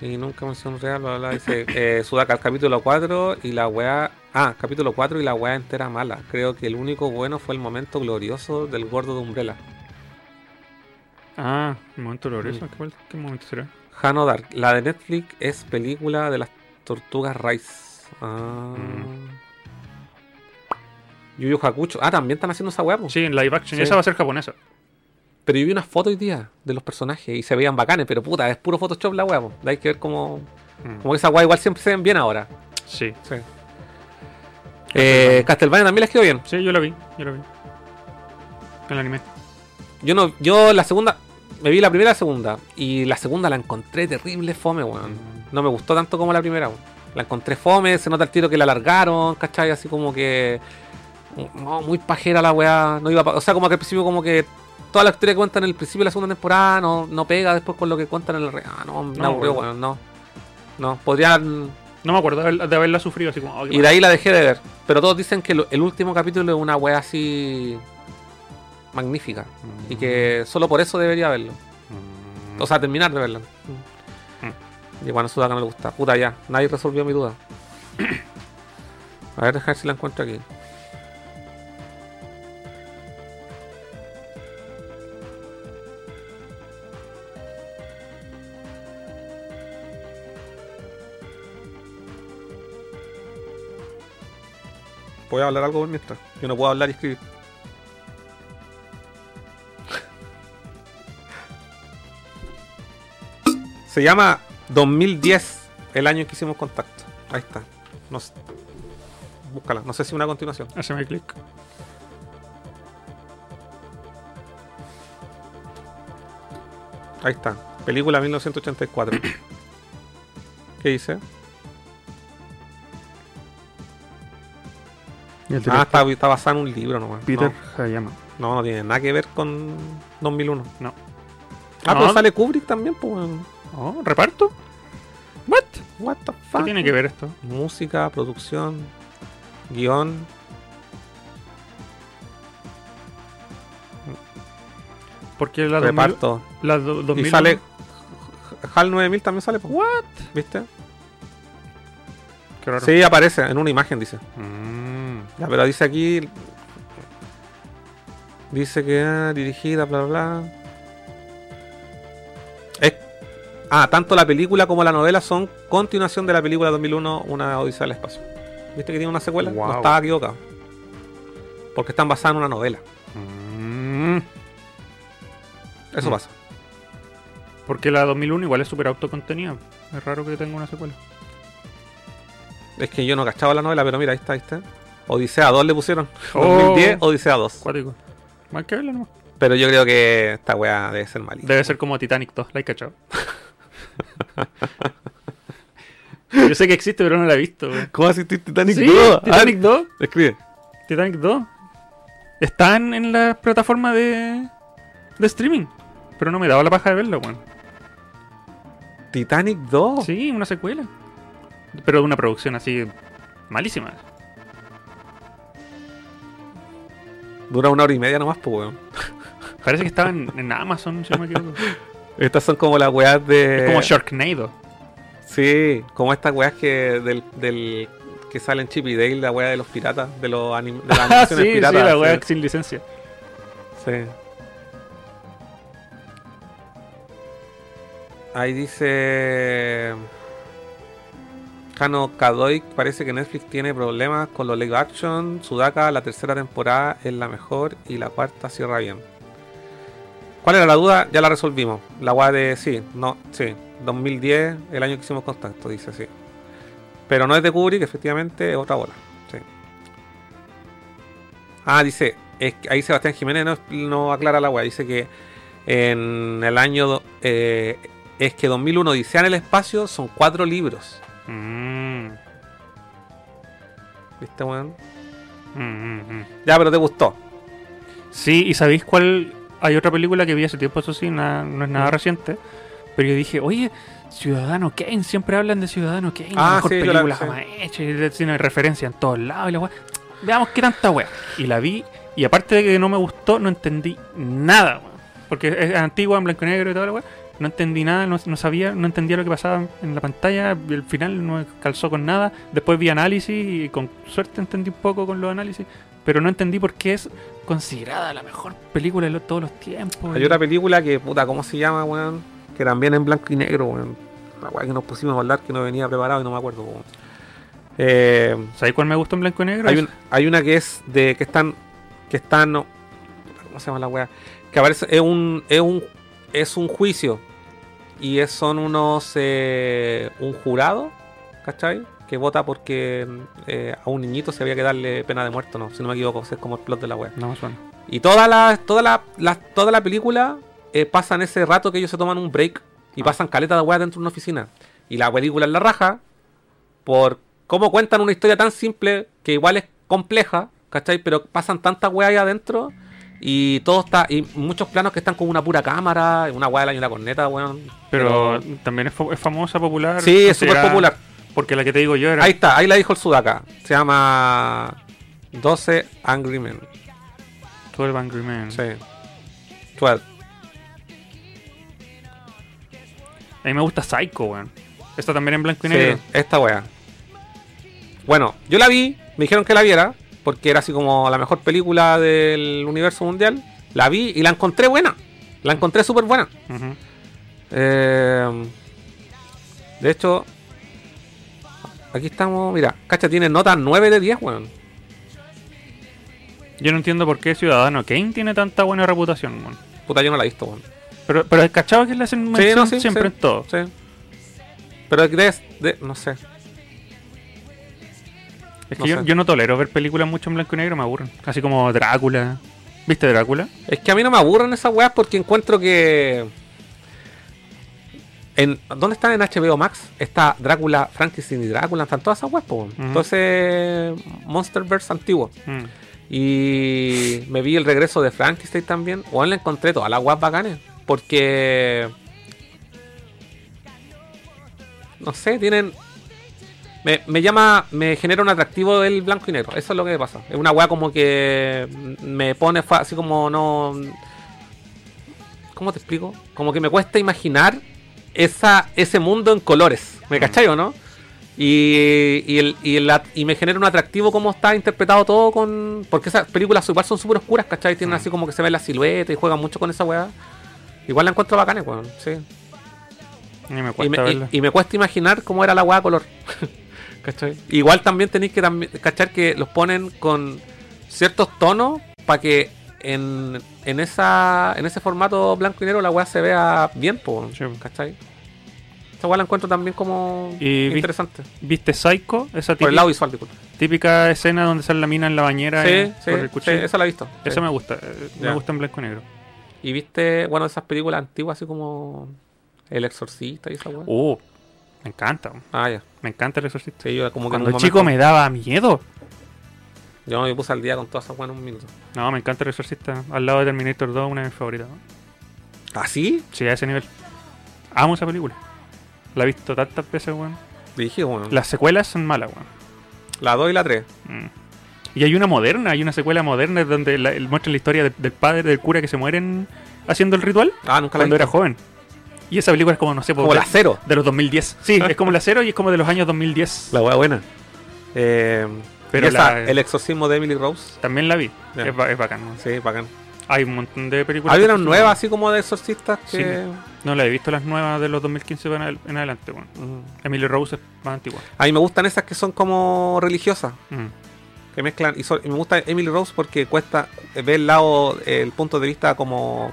Speaker 2: Y nunca mención real, bla, bla, bla, dice eh, Sudaka, el capítulo 4 y la weá. Ah, capítulo 4 y la weá entera mala. Creo que el único bueno fue el momento glorioso del gordo de Umbrella.
Speaker 3: Ah, el momento glorioso.
Speaker 2: Mm.
Speaker 3: ¿Cuál- ¿Qué momento será?
Speaker 2: Hano Dark, la de Netflix es película de las tortugas Rice. Ah. Yu Yu Hakucho. Ah, también están haciendo esa weá. po.
Speaker 3: Sí, en live action.
Speaker 2: Sí.
Speaker 3: Esa va a ser japonesa.
Speaker 2: Pero yo vi unas fotos hoy día de los personajes y se veían bacanes, pero puta, es puro Photoshop la weá. po. Hay que ver cómo.
Speaker 3: Mm.
Speaker 2: Como que esa weá igual siempre se ven bien ahora.
Speaker 3: Sí.
Speaker 2: Sí. Eh, Castlevania también les quedó bien.
Speaker 3: Sí, yo la vi, yo la vi. El anime.
Speaker 2: Yo no, yo la segunda, me vi la primera y la segunda. Y la segunda la encontré terrible fome, weón. No me gustó tanto como la primera, weón. La encontré fome, se nota el tiro que la alargaron, ¿cachai? Así como que. no, muy pajera la weá. No iba pa- o sea, como que al principio, como que toda la historia que cuentan en el principio de la segunda temporada no, no pega después con lo que cuentan en el. re- Ah, no, me
Speaker 3: No,
Speaker 2: aburrió,
Speaker 3: weón.
Speaker 2: weón, no. No, podrían
Speaker 3: No me acuerdo de haber- de haberla sufrido así como. oh, qué
Speaker 2: y de ahí la dejé de ver. Pero todos dicen que lo- el último capítulo es una wea así. magnífica. Y
Speaker 3: Mm.
Speaker 2: que solo por eso debería verlo. O sea, terminar de verlo.
Speaker 3: Mm.
Speaker 2: Y bueno, Sudaka no le gusta. Puta ya, nadie resolvió mi duda. A ver, dejar si la encuentro aquí. ¿Puedo hablar algo por mientras? Yo no puedo hablar y escribir. Se llama 2010, el año en que hicimos contacto. Ahí está. No sé. Búscala. No sé si una continuación.
Speaker 3: Haceme clic.
Speaker 2: Ahí está. Película 1984. ¿Qué dice?
Speaker 3: Y el
Speaker 2: Ah, está, está basada en un libro nomás.
Speaker 3: Peter Hayama.
Speaker 2: No, no, no tiene nada que ver con 2001.
Speaker 3: No.
Speaker 2: Ah,
Speaker 3: No.
Speaker 2: pero sale Kubrick también, pues. weón.
Speaker 3: Oh, ¿reparto? ¿What?
Speaker 2: What the
Speaker 3: ¿Qué
Speaker 2: fuck?
Speaker 3: tiene que ver esto?
Speaker 2: Música, producción, guión.
Speaker 3: Porque la 2000
Speaker 2: Reparto.
Speaker 3: La do- 2000
Speaker 2: Y sale. HAL 9000 también sale. ¿What? ¿Viste?
Speaker 3: Qué raro.
Speaker 2: Sí, aparece en una imagen, dice.
Speaker 3: Mm.
Speaker 2: Ya, pero dice aquí. Dice que ah, dirigida, bla, bla, bla. Es- ah, tanto la película como la novela son continuación de la película 2001, Una Odisea del Espacio. ¿Viste que tiene una secuela? No
Speaker 3: Wow.
Speaker 2: estaba equivocado. Porque están basadas en una novela.
Speaker 3: Mm.
Speaker 2: Eso
Speaker 3: Mm.
Speaker 2: pasa.
Speaker 3: Porque la 2001 igual es súper autocontenida. Es raro que tenga una secuela.
Speaker 2: Es que yo no cachaba la novela, pero mira, ahí está, ahí está. Odisea 2 le pusieron.
Speaker 3: Oh.
Speaker 2: 2010, Odisea 2.
Speaker 3: Cuático. Más que verla nomás.
Speaker 2: Pero yo creo que esta weá debe ser malita.
Speaker 3: Debe ser como Titanic 2, la he cachado. Yo sé que existe, pero no la he visto. güey.
Speaker 2: ¿Cómo asistir Titanic
Speaker 3: Sí,
Speaker 2: 2?
Speaker 3: Titanic Ah, 2.
Speaker 2: Escribe.
Speaker 3: Titanic 2. Están en la plataforma de, de streaming. Pero no me he dado la paja de verlo, weón.
Speaker 2: Titanic 2.
Speaker 3: Sí, una secuela. Pero de una producción así malísima.
Speaker 2: Dura una hora y media nomás, pues, weón.
Speaker 3: Parece que estaba en, en Amazon, si no me equivoco.
Speaker 2: Estas son como las weas de.
Speaker 3: Es como Sharknado.
Speaker 2: Sí, como estas weas que del, del que salen Chip y Dale, la wea de los piratas, de los anim- de las
Speaker 3: Ah, sí,
Speaker 2: animaciones
Speaker 3: sí,
Speaker 2: piratas.
Speaker 3: la wea sin licencia.
Speaker 2: sí. Sí. Ahí dice. Kano Kadoik, parece que Netflix tiene problemas con los live action. Sudaka, la tercera temporada es la mejor y la cuarta cierra bien. ¿Cuál era la duda? Ya la resolvimos. La weá de sí, no, sí. 2010, el año que hicimos contacto, dice sí. Pero no es de Kubrick, efectivamente, es otra bola. Sí. Ah, dice, es que ahí Sebastián Jiménez no, no aclara la weá. Dice que en el año. do- eh, es que 2001 Odisea "Ah, en el espacio son cuatro libros.
Speaker 3: Mm,
Speaker 2: ¿Viste, weón?
Speaker 3: mm, mm, mm.
Speaker 2: Ya, pero te gustó.
Speaker 3: Sí, y ¿sabéis cuál? Hay otra película que vi hace tiempo, eso sí, na- no es nada reciente. Pero yo dije, oye, Ciudadano Kane, siempre hablan de Ciudadano Kane, la
Speaker 2: Ah,
Speaker 3: mejor
Speaker 2: sí, yo la-
Speaker 3: película
Speaker 2: sí.
Speaker 3: jamás hecha, y de- tiene referencia en todos lados y la wea. Veamos qué tanta wea. Y la vi, y aparte de que no me gustó, no entendí nada, wea. Porque es antigua, en blanco y negro y toda la wea. No entendí nada, no, no sabía, no entendía lo que pasaba en la pantalla, el final no me calzó con nada. Después vi análisis y con suerte entendí un poco con los análisis, pero no entendí por qué es considerada la mejor película de lo- todos los tiempos.
Speaker 2: Hay otra película que, puta, ¿cómo se llama, weón? Que también en blanco y negro, weón. La weá que nos pusimos a hablar que no venía preparado y no me acuerdo, weón. Eh,
Speaker 3: ¿Sabéis cuál me gustó en blanco y negro?
Speaker 2: hay, un- hay una que es de que están. que están. no, ¿Cómo se llama la weá? Que aparece. Es un. Es un. Es un juicio. Y es, son unos. eh, un jurado. ¿Cachai? Que vota porque eh, a un niñito se había que darle pena de muerto, ¿no? Si no me equivoco, ese es como el plot de la weá.
Speaker 3: No me suena.
Speaker 2: Y toda la, toda la, la- toda la película eh, pasan ese rato que ellos se toman un break
Speaker 3: Ah.
Speaker 2: y pasan caleta de weá dentro de una oficina. Y la película es la raja por cómo cuentan una historia tan simple que igual es compleja, ¿cachai? Pero pasan tantas weas ahí adentro y todo está. Y muchos planos que están con una pura cámara, una wea del año de la corneta, weón.
Speaker 3: Pero, también es, fa- es famosa, popular.
Speaker 2: Sí, es
Speaker 3: considerada-
Speaker 2: súper popular.
Speaker 3: Porque la que te digo yo era.
Speaker 2: Ahí está, ahí la dijo el Sudaka. Se llama 12 Angry Men.
Speaker 3: 12 Angry Men.
Speaker 2: Sí. 12.
Speaker 3: A mí me gusta Psycho, weón. Esta también en blanco y
Speaker 2: Sí,
Speaker 3: negro.
Speaker 2: esta wea. Bueno, yo la vi, me dijeron que la viera, porque era así como la mejor película del universo mundial. La vi y la encontré buena. La encontré súper buena.
Speaker 3: Ujú.
Speaker 2: Eh, de hecho, aquí estamos, mira, cacha tiene nota 9 de 10, weón.
Speaker 3: Yo no entiendo por qué Ciudadano Kane tiene tanta buena reputación, weón.
Speaker 2: Puta, yo no la he visto, weón.
Speaker 3: Pero, pero el cachado que le hacen mención
Speaker 2: no, sí,
Speaker 3: siempre
Speaker 2: sí.
Speaker 3: en todo.
Speaker 2: Sí. Pero de, de- no sé.
Speaker 3: Es
Speaker 2: No
Speaker 3: que yo,
Speaker 2: sé.
Speaker 3: yo no tolero ver películas mucho en blanco y negro, me aburren. Así como Drácula. ¿Viste Drácula?
Speaker 2: Es que a mí no me aburren esas weas porque encuentro que. En, ¿Dónde están en HBO Max? Está Drácula, Frankenstein y Drácula, están todas esas weas, po. weón.
Speaker 3: Ujú.
Speaker 2: Entonces, Monsterverse antiguo.
Speaker 3: Mm.
Speaker 2: Y me vi el regreso de Frankenstein también. Weón, le encontré todas las weas bacanes. Porque. No sé, tienen. Me, me llama. Me genera un atractivo el blanco y negro. Eso es lo que me pasa. Es una wea como que. Me pone fa- así como no. ¿Cómo te explico? Como que me cuesta imaginar esa, ese mundo en colores. ¿Me cachai o no? Y, y, el- y el at- y me genera un atractivo cómo está interpretado todo con. Porque esas películas igual son súper oscuras, ¿cachai? Tienen así como que se ve la silueta y juegan mucho con esa weá. Igual la encuentro bacana, weón. Sí.
Speaker 3: Ni me
Speaker 2: Y
Speaker 3: cuesta
Speaker 2: me, y-
Speaker 3: verla.
Speaker 2: y me cuesta imaginar cómo era la weá color. ¿Cachai? Igual también tenéis que tambi- cachar que los ponen con ciertos tonos para que en, en, esa, en ese formato blanco y negro la weá se vea bien, po,
Speaker 3: Sí.
Speaker 2: ¿cachai? Esa weá la encuentro también como
Speaker 3: Y vi-
Speaker 2: interesante.
Speaker 3: ¿Viste Psycho? Esa
Speaker 2: Por el
Speaker 3: típica,
Speaker 2: lado visual, disculpa.
Speaker 3: típica escena donde sale la mina en la bañera
Speaker 2: Sí,
Speaker 3: eh,
Speaker 2: sí,
Speaker 3: por el
Speaker 2: sí,
Speaker 3: cuchillo.
Speaker 2: esa la he visto.
Speaker 3: Esa
Speaker 2: Sí.
Speaker 3: me gusta. eh, Me
Speaker 2: Ya.
Speaker 3: gusta en blanco y negro.
Speaker 2: Y viste, bueno, esas películas antiguas, así como El Exorcista y esa weá.
Speaker 3: Uh, me encanta.
Speaker 2: Ah, ya.
Speaker 3: Me encanta el exorcista.
Speaker 2: Sí, yo como que en
Speaker 3: Cuando
Speaker 2: un
Speaker 3: chico
Speaker 2: momento-
Speaker 3: me daba miedo.
Speaker 2: Yo me puse al día con todas esas weas en un minuto.
Speaker 3: No, me encanta el exorcista. Al lado de Terminator 2, una de mis favoritas. ¿no?
Speaker 2: ¿Ah, sí?
Speaker 3: Sí, a ese nivel. Amo esa película. La he visto tantas veces, weón.
Speaker 2: Dije, bueno.
Speaker 3: Las secuelas son malas, weón.
Speaker 2: La 2 y la 3.
Speaker 3: Mm. Y hay una moderna, hay una secuela moderna donde la, muestra la historia del, del padre, del cura que se mueren haciendo el ritual
Speaker 2: Ah, nunca la
Speaker 3: cuando
Speaker 2: vi.
Speaker 3: era joven. Y esa película es como, no sé,
Speaker 2: Como
Speaker 3: de-
Speaker 2: la 0.
Speaker 3: de los 2010. Sí, es como la cero y es como de los años 2010.
Speaker 2: La wea buena. Eh,
Speaker 3: Pero
Speaker 2: y esa,
Speaker 3: la-
Speaker 2: El Exorcismo de Emily Rose.
Speaker 3: También la vi.
Speaker 2: Ya.
Speaker 3: Es, ba- es bacán. weón.
Speaker 2: Sí, bacán.
Speaker 3: Hay un montón de películas.
Speaker 2: Hay
Speaker 3: que
Speaker 2: unas
Speaker 3: son-
Speaker 2: nuevas así como de exorcistas
Speaker 3: Sí.
Speaker 2: que.
Speaker 3: No, la he visto las nuevas de los 2015 en adel- en adelante, weón.
Speaker 2: Mm.
Speaker 3: Emily Rose es más antigua.
Speaker 2: A mí me gustan esas que son como religiosas.
Speaker 3: Mm.
Speaker 2: que mezclan y, so- y me gusta Emily Rose porque cuesta ver el lado el punto de vista como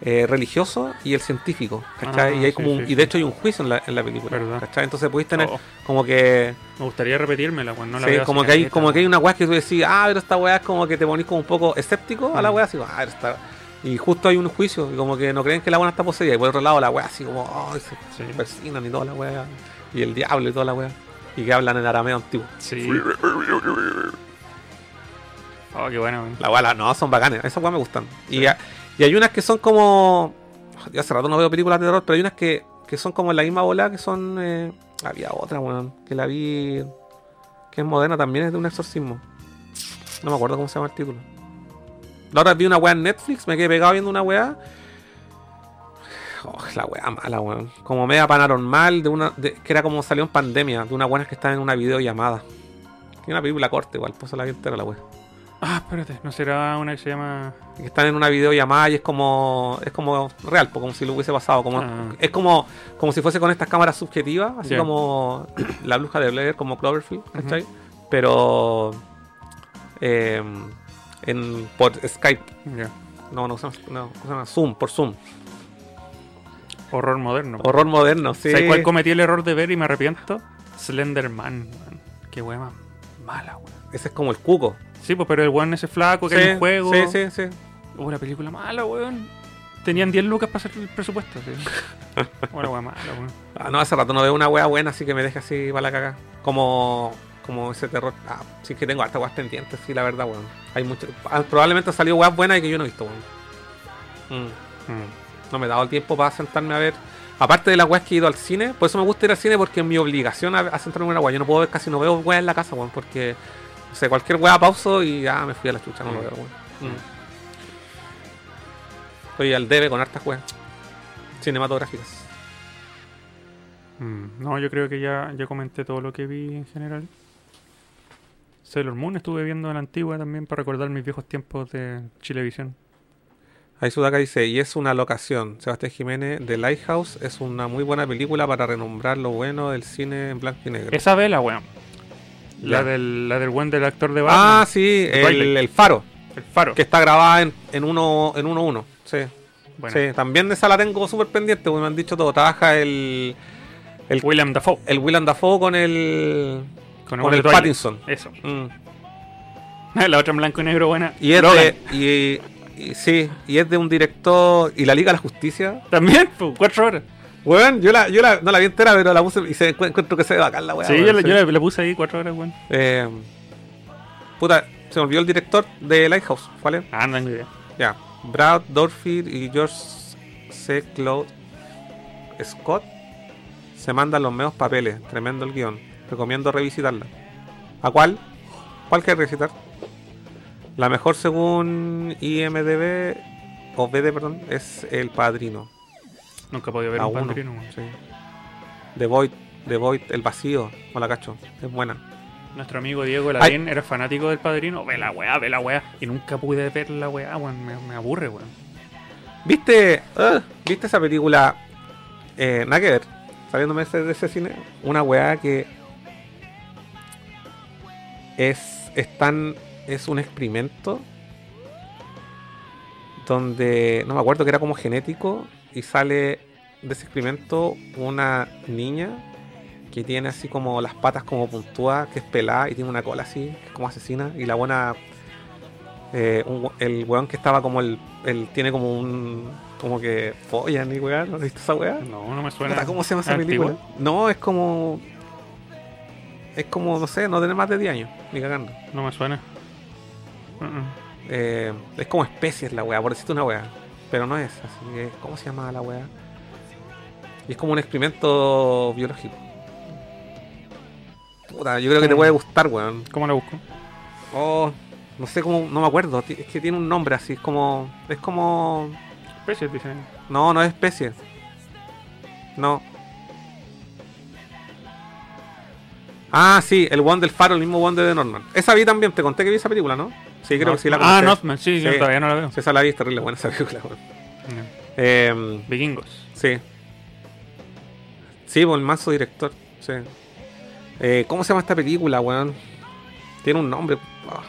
Speaker 2: eh, religioso y el científico ¿cachai?
Speaker 3: Ah,
Speaker 2: y hay
Speaker 3: sí,
Speaker 2: como un-
Speaker 3: sí,
Speaker 2: y de
Speaker 3: sí.
Speaker 2: hecho hay un juicio en la, en la película
Speaker 3: Verdad.
Speaker 2: ¿cachai? entonces podéis tener
Speaker 3: Oh,
Speaker 2: como que
Speaker 3: me gustaría repetírmela, weón. No la
Speaker 2: sí,
Speaker 3: veo hace
Speaker 2: como que hay
Speaker 3: caleta,
Speaker 2: como que hay
Speaker 3: weón.
Speaker 2: una weá que tú decís ah pero esta weá es como que te ponís como un poco escéptico a la
Speaker 3: Mm.
Speaker 2: weá así como, ah, esta- y justo hay un juicio y como que no creen que la weá está poseída y por otro lado la weá así como ay, se
Speaker 3: Sí.
Speaker 2: persinan y toda la weá y el diablo y toda la weá y que hablan en arameo antiguo
Speaker 3: Sí. Oh, qué bueno, weón.
Speaker 2: La weá, la- no, son bacanes. Esas weas me gustan. Y, a- y hay unas que son como. Yo hace rato no veo películas de terror, pero hay unas que, que son como en la misma bola que son. eh, Había otra, weón, que la vi. Que es moderna también, es de un exorcismo. No me acuerdo cómo se llama el título. La otra vi una weá en Netflix, me quedé pegado viendo una weá. Oh, la weá mala, weón. Como media paranormal, de una, de- que era como salió en pandemia, de unas buenas que están en una videollamada. Tiene una película corta igual, pues la vi entera la weá
Speaker 3: Ah, espérate. ¿No será una que se llama.
Speaker 2: que están en una videollamada y es como es como real, po, como si lo hubiese pasado, como
Speaker 3: Ah.
Speaker 2: es como como si fuese con estas cámaras subjetivas, así
Speaker 3: Ya.
Speaker 2: como la bruja de Blair, como Cloverfield, ¿cachai? Pero eh, en, por Skype,
Speaker 3: Ya.
Speaker 2: no, no, usamos- no, ¿cómo se llama? Zoom, por Zoom,
Speaker 3: Horror moderno.
Speaker 2: horror moderno, sí.
Speaker 3: Ah. ¿Sabes cuál cometí el error de ver y me arrepiento? Slenderman, weón. Qué weón más mala, weón.
Speaker 2: Ese es como el cuco.
Speaker 3: Sí, pues, pero el weón ese flaco que
Speaker 2: Sí,
Speaker 3: hay en juego.
Speaker 2: Sí, sí, sí.
Speaker 3: Oh, la película mala, weón. Tenían 10 lucas para hacer el presupuesto. así. Oh, la wea mala, weón.
Speaker 2: Ah, no, hace rato no veo una wea buena, así que me deja así para la caga. Como, como ese terror. Ah, sí que tengo harta weas pendientes, sí, la verdad, weón. Hay mucho. ah, Probablemente ha salido weas buenas y que yo no he visto, weón. Mm.
Speaker 3: Mm.
Speaker 2: No me he dado el tiempo para sentarme a ver. Aparte de las weas que he ido al cine, por eso me gusta ir al cine porque es mi obligación a, a sentarme en una wea. Yo no puedo ver casi, no veo weas en la casa, weón, porque, no sé, cualquier wea pauso y ya me fui a la chucha, no lo veo, weón. Mm. Estoy al debe con hartas weas cinematográficas.
Speaker 3: Mm. No, yo creo que ya, ya comenté todo lo que vi en general. Sailor Moon estuve viendo en la antigua también para recordar mis viejos tiempos de Chilevisión.
Speaker 2: Ahí Sudaka dice, y es una locación. Sebastián Jiménez, The Lighthouse es una muy buena película para renombrar lo bueno del cine en blanco y negro.
Speaker 3: Esa vela, weón. La
Speaker 2: Ya.
Speaker 3: del, la del buen del actor de Batman.
Speaker 2: ah, sí,
Speaker 3: The
Speaker 2: el,
Speaker 3: Twilight.
Speaker 2: el faro,
Speaker 3: el faro.
Speaker 2: que está grabada en, en uno, en uno, uno. Sí,
Speaker 3: Bueno,
Speaker 2: sí, también esa la tengo súper pendiente, porque me han dicho todo. Trabaja el, el,
Speaker 3: William Dafoe.
Speaker 2: el Willem Dafoe con el, con,
Speaker 3: buen
Speaker 2: el
Speaker 3: de Twilight.
Speaker 2: Pattinson.
Speaker 3: Eso.
Speaker 2: Mm.
Speaker 3: La otra en blanco y negro buena.
Speaker 2: Y este- es
Speaker 3: Logan.
Speaker 2: de, y, y- sí, y es de un director, y la Liga de la Justicia.
Speaker 3: También, pues, cuatro horas.
Speaker 2: Weón, yo, la, yo la, no la vi entera, pero la puse y se encu- encuentro que se ve bacán la weá.
Speaker 3: sí,
Speaker 2: weón,
Speaker 3: yo, la- yo la, la puse ahí cuatro horas, weón.
Speaker 2: Eh, puta, se me olvidó el director de Lighthouse, ¿cuál es?
Speaker 3: Ah, no tengo idea.
Speaker 2: Ya, Brad Dorfield y George C. Claude Scott se mandan los meos papeles. Tremendo el guión. Recomiendo revisitarla. ¿A cuál? ¿Cuál que revisitar? La mejor según IMDB o BD, perdón, es El Padrino.
Speaker 3: Nunca he podido ver
Speaker 2: La
Speaker 3: un
Speaker 2: uno,
Speaker 3: padrino, weón.
Speaker 2: sí. The Void, The Void, El Vacío, o la cacho. Es buena.
Speaker 3: Nuestro amigo Diego Lavín era fanático del padrino. Ve la weá, ve la weá. Y nunca pude ver la weá, weón. Me, me aburre, weón.
Speaker 2: ¿Viste, ah, ¿viste esa película? Eh, nada que ver. Saliéndome de ese, de ese cine. Una weá que. Es. Es tan. Es un experimento. Donde. No me acuerdo que era como genético. Y sale de ese experimento una niña. Que tiene así como las patas como puntúas, que es pelada y tiene una cola así, que es como asesina. Y la buena eh, un we- el weón que estaba como el, el tiene como un como que follan y weón, ¿no has visto esa weá?
Speaker 3: No, no me suena.
Speaker 2: Puta, Ah, ¿Cómo se llama esa
Speaker 3: antigua.
Speaker 2: película? No, es como es como, no sé, no tiene más de 10 años, ni cagando.
Speaker 3: No me suena. Mm, mm.
Speaker 2: Eh, es como especies la weá, por decirte una weá. Pero no es así. que, ¿Cómo se llama la weá? Y es como un experimento biológico. Puta, yo creo que te
Speaker 3: Mm.
Speaker 2: puede gustar, weón.
Speaker 3: ¿Cómo la busco?
Speaker 2: Oh, no sé cómo, no me acuerdo. ti- Es que tiene un nombre así, es como. Es como.
Speaker 3: Especies, dicen.
Speaker 2: No, no es especie. No. Ah, sí, el one del faro, el mismo one de The Norman. Esa vi también, te conté que vi esa película, ¿no? Sí, creo que sí la
Speaker 3: Ah,
Speaker 2: conté.
Speaker 3: Northman, sí, yo
Speaker 2: Sí.
Speaker 3: todavía no la veo.
Speaker 2: Sí, esa la vi, es terrible buena esa película. weón.
Speaker 3: No.
Speaker 2: Em,
Speaker 3: Vikingos.
Speaker 2: sí. Sí, por el mazo director. Sí. Eh, ¿Cómo se llama esta película, weón? Tiene un nombre. Ah.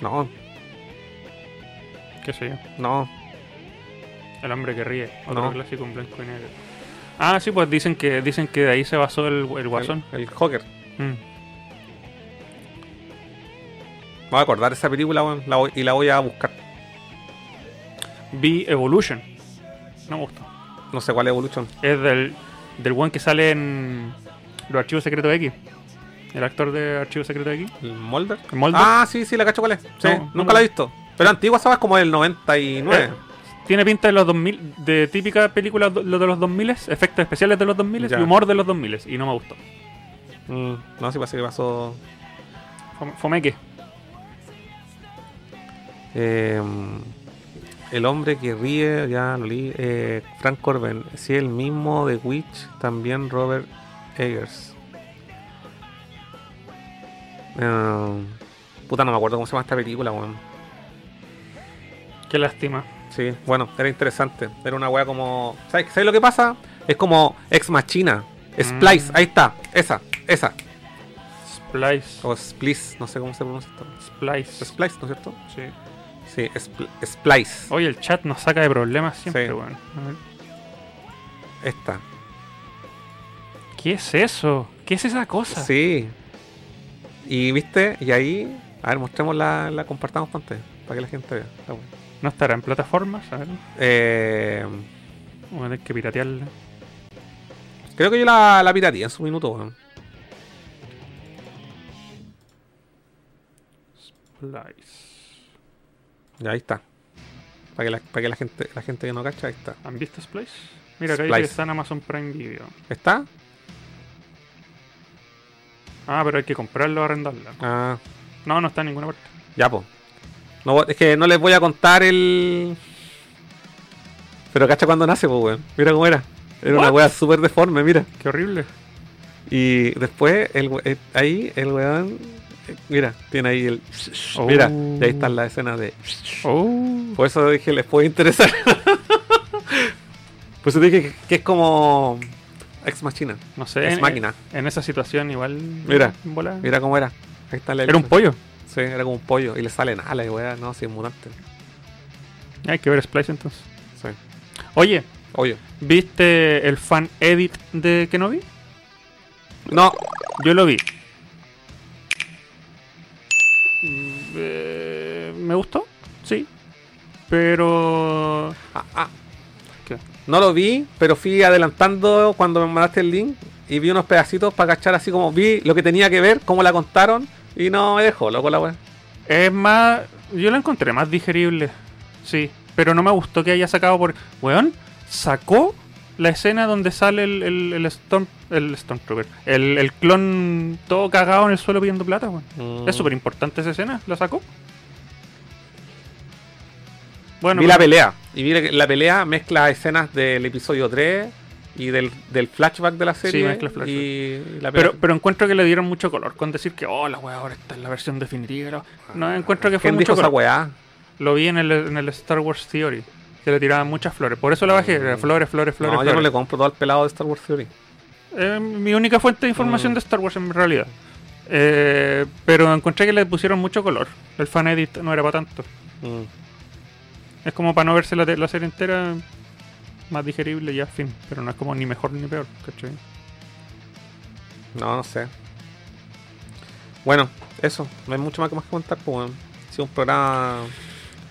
Speaker 2: No,
Speaker 3: ¿Qué sé yo?
Speaker 2: no.
Speaker 3: El hombre que ríe. Otro
Speaker 2: No.
Speaker 3: clásico en blanco y negro. Ah, sí, pues dicen que dicen que de ahí se basó el, el guasón.
Speaker 2: El, el Joker.
Speaker 3: Mm.
Speaker 2: Me voy a acordar de esa película, weón, la voy- y la voy a buscar.
Speaker 3: B Mm. Evolution. No me gustó.
Speaker 2: No sé cuál es Evolution.
Speaker 3: Es del, del one que sale en los archivos secretos X. El actor de Archivos Secretos X.
Speaker 2: ¿El Molder?
Speaker 3: ¿El Mulder?
Speaker 2: Ah, sí, sí, la cacho cuál es. Sí,
Speaker 3: No,
Speaker 2: nunca
Speaker 3: no
Speaker 2: la he
Speaker 3: la-
Speaker 2: visto. Pero antigua, ¿sabes? Como del 99.
Speaker 3: Eh, tiene pinta de los 2000, de típica película do- lo de los 2000, efectos especiales de los 2000
Speaker 2: Ya.
Speaker 3: y humor de los 2000 y no me gustó.
Speaker 2: Mm, no sé si que pasó.
Speaker 3: Fome- Fomeque.
Speaker 2: Eh, el hombre que ríe, ya lo leí. eh, Frank Corben. Sí, el mismo de Witch. También Robert Eggers. Eh, puta, no me acuerdo cómo se llama esta película, weón.
Speaker 3: Qué lástima.
Speaker 2: Sí, bueno, era interesante. Era una wea como. ¿Sabes, ¿sabes lo que pasa? Es como Ex Machina. Splice,
Speaker 3: Mm.
Speaker 2: ahí está. Esa, esa.
Speaker 3: Splice.
Speaker 2: O Splice, no sé cómo se pronuncia esto.
Speaker 3: Splice.
Speaker 2: Oh. Splice, ¿no es cierto?
Speaker 3: Sí.
Speaker 2: Sí, Spl- Splice.
Speaker 3: Oye, el chat nos saca de problemas siempre,
Speaker 2: Sí.
Speaker 3: weón. A ver.
Speaker 2: Esta.
Speaker 3: Ah. ¿Qué es eso? ¿Qué es esa cosa?
Speaker 2: Sí. Y viste, y ahí A ver, mostremos la, la compartamos pantalla para que la gente vea. Está bueno.
Speaker 3: No estará en plataformas. A ver,
Speaker 2: Eh,
Speaker 3: voy a tener que piratearla.
Speaker 2: creo que yo la, la pirateé en su minuto, weón.
Speaker 3: Splice.
Speaker 2: Ya, ahí está. Para que, la, para que la gente la gente que no cacha, ahí está.
Speaker 3: ¿Han visto Splice? Mira, acá dice que
Speaker 2: Splice.
Speaker 3: está en Amazon Prime Video.
Speaker 2: ¿Está?
Speaker 3: Ah, pero hay que comprarlo o arrendarla.
Speaker 2: Ah,
Speaker 3: No, no está en ninguna parte.
Speaker 2: ya, pues. No, es que no les voy a contar el. Pero cacha cuando nace, pues, weón. Mira cómo era. Era una
Speaker 3: What?
Speaker 2: weá súper deforme, mira.
Speaker 3: Qué horrible.
Speaker 2: Y después, el, we- eh, ahí, el weón. eh, Mira, tiene ahí el.
Speaker 3: Oh.
Speaker 2: Mira, y ahí están las escenas de.
Speaker 3: Oh.
Speaker 2: Por eso dije, les puede interesar. Por eso dije que, que es como. Ex Machina.
Speaker 3: No sé.
Speaker 2: Ex
Speaker 3: en-
Speaker 2: Máquina.
Speaker 3: En esa situación igual.
Speaker 2: Mira,
Speaker 3: bola.
Speaker 2: Mira cómo era. Ahí está la
Speaker 3: Era un
Speaker 2: elipse.
Speaker 3: pollo.
Speaker 2: Sí, era como un pollo. Y le salen alas y weón. No, sí, es mutante.
Speaker 3: Hay que ver Splice entonces.
Speaker 2: Sí.
Speaker 3: Oye,
Speaker 2: Oye.
Speaker 3: ¿viste el fan edit de Kenobi?
Speaker 2: No,
Speaker 3: Yo lo vi. Mm, eh, ¿Me gustó? Sí. Pero.
Speaker 2: Ah, ah.
Speaker 3: ¿Qué?
Speaker 2: No lo vi, pero fui adelantando cuando me mandaste el link y vi unos pedacitos para cachar así como vi lo que tenía que ver, cómo la contaron y no me dejó loco la wea.
Speaker 3: Es más. Yo la encontré más digerible. Sí. Pero no me gustó que haya sacado por. Weón, sacó la escena donde sale el, el, el Storm. El Stormtrooper. El, el clon todo cagado en el suelo pidiendo plata, weón.
Speaker 2: Mm.
Speaker 3: Es súper importante esa escena. ¿La sacó? Bueno.
Speaker 2: vi la
Speaker 3: pero-
Speaker 2: pelea y vi que la pelea mezcla escenas del episodio 3 y del, del flashback de la serie
Speaker 3: mezcla flashback.
Speaker 2: y la pelea.
Speaker 3: Pero, pero encuentro que le dieron mucho color con decir que, oh, la weá, ahora esta es la versión definitiva. la- No, encuentro que fue
Speaker 2: Ah. ¿Quién dijo
Speaker 3: mucho
Speaker 2: esa
Speaker 3: color.
Speaker 2: weá?
Speaker 3: Lo vi en el, en el Star Wars Theory, que le tiraban muchas flores. Por eso la bajé, era flores, flores, flores.
Speaker 2: No, yo no le
Speaker 3: flores.
Speaker 2: compro todo al pelado de Star Wars Theory.
Speaker 3: Eh, mi única fuente de información
Speaker 2: Mm.
Speaker 3: de Star Wars en realidad. Eh, pero encontré que le pusieron mucho color. El fan edit no era para tanto.
Speaker 2: Mm.
Speaker 3: Es como para no verse la, te- la serie entera más digerible ya, fin. Pero no es como ni mejor ni peor, ¿cachai?
Speaker 2: No, no sé. Bueno, eso. No hay mucho más que más que contar. Pues, weón. ha sido un programa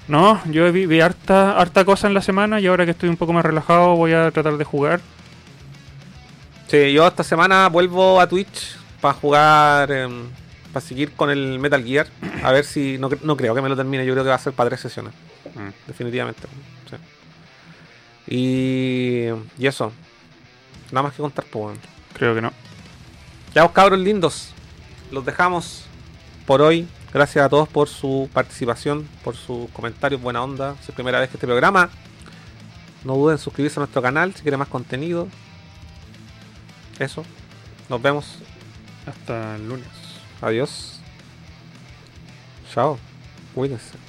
Speaker 3: No, yo vi, vi harta, harta cosa en la semana y ahora que estoy un poco más relajado voy a tratar de jugar.
Speaker 2: Sí, yo esta semana vuelvo a Twitch para jugar, para seguir con el Metal Gear. A ver si, no, cre- no creo que me lo termine, yo creo que va a ser para tres sesiones,
Speaker 3: Mm,
Speaker 2: definitivamente. sí. Y, y eso, nada más que contar, pues. weón.
Speaker 3: Creo que no.
Speaker 2: Ya os cabros lindos, los dejamos por hoy. Gracias a todos por su participación, por sus comentarios, buena onda. Si es primera vez que este programa, no duden en suscribirse a nuestro canal si quieren más contenido. Eso, nos vemos.
Speaker 3: Hasta el lunes.
Speaker 2: Adiós. Chao. Cuídense.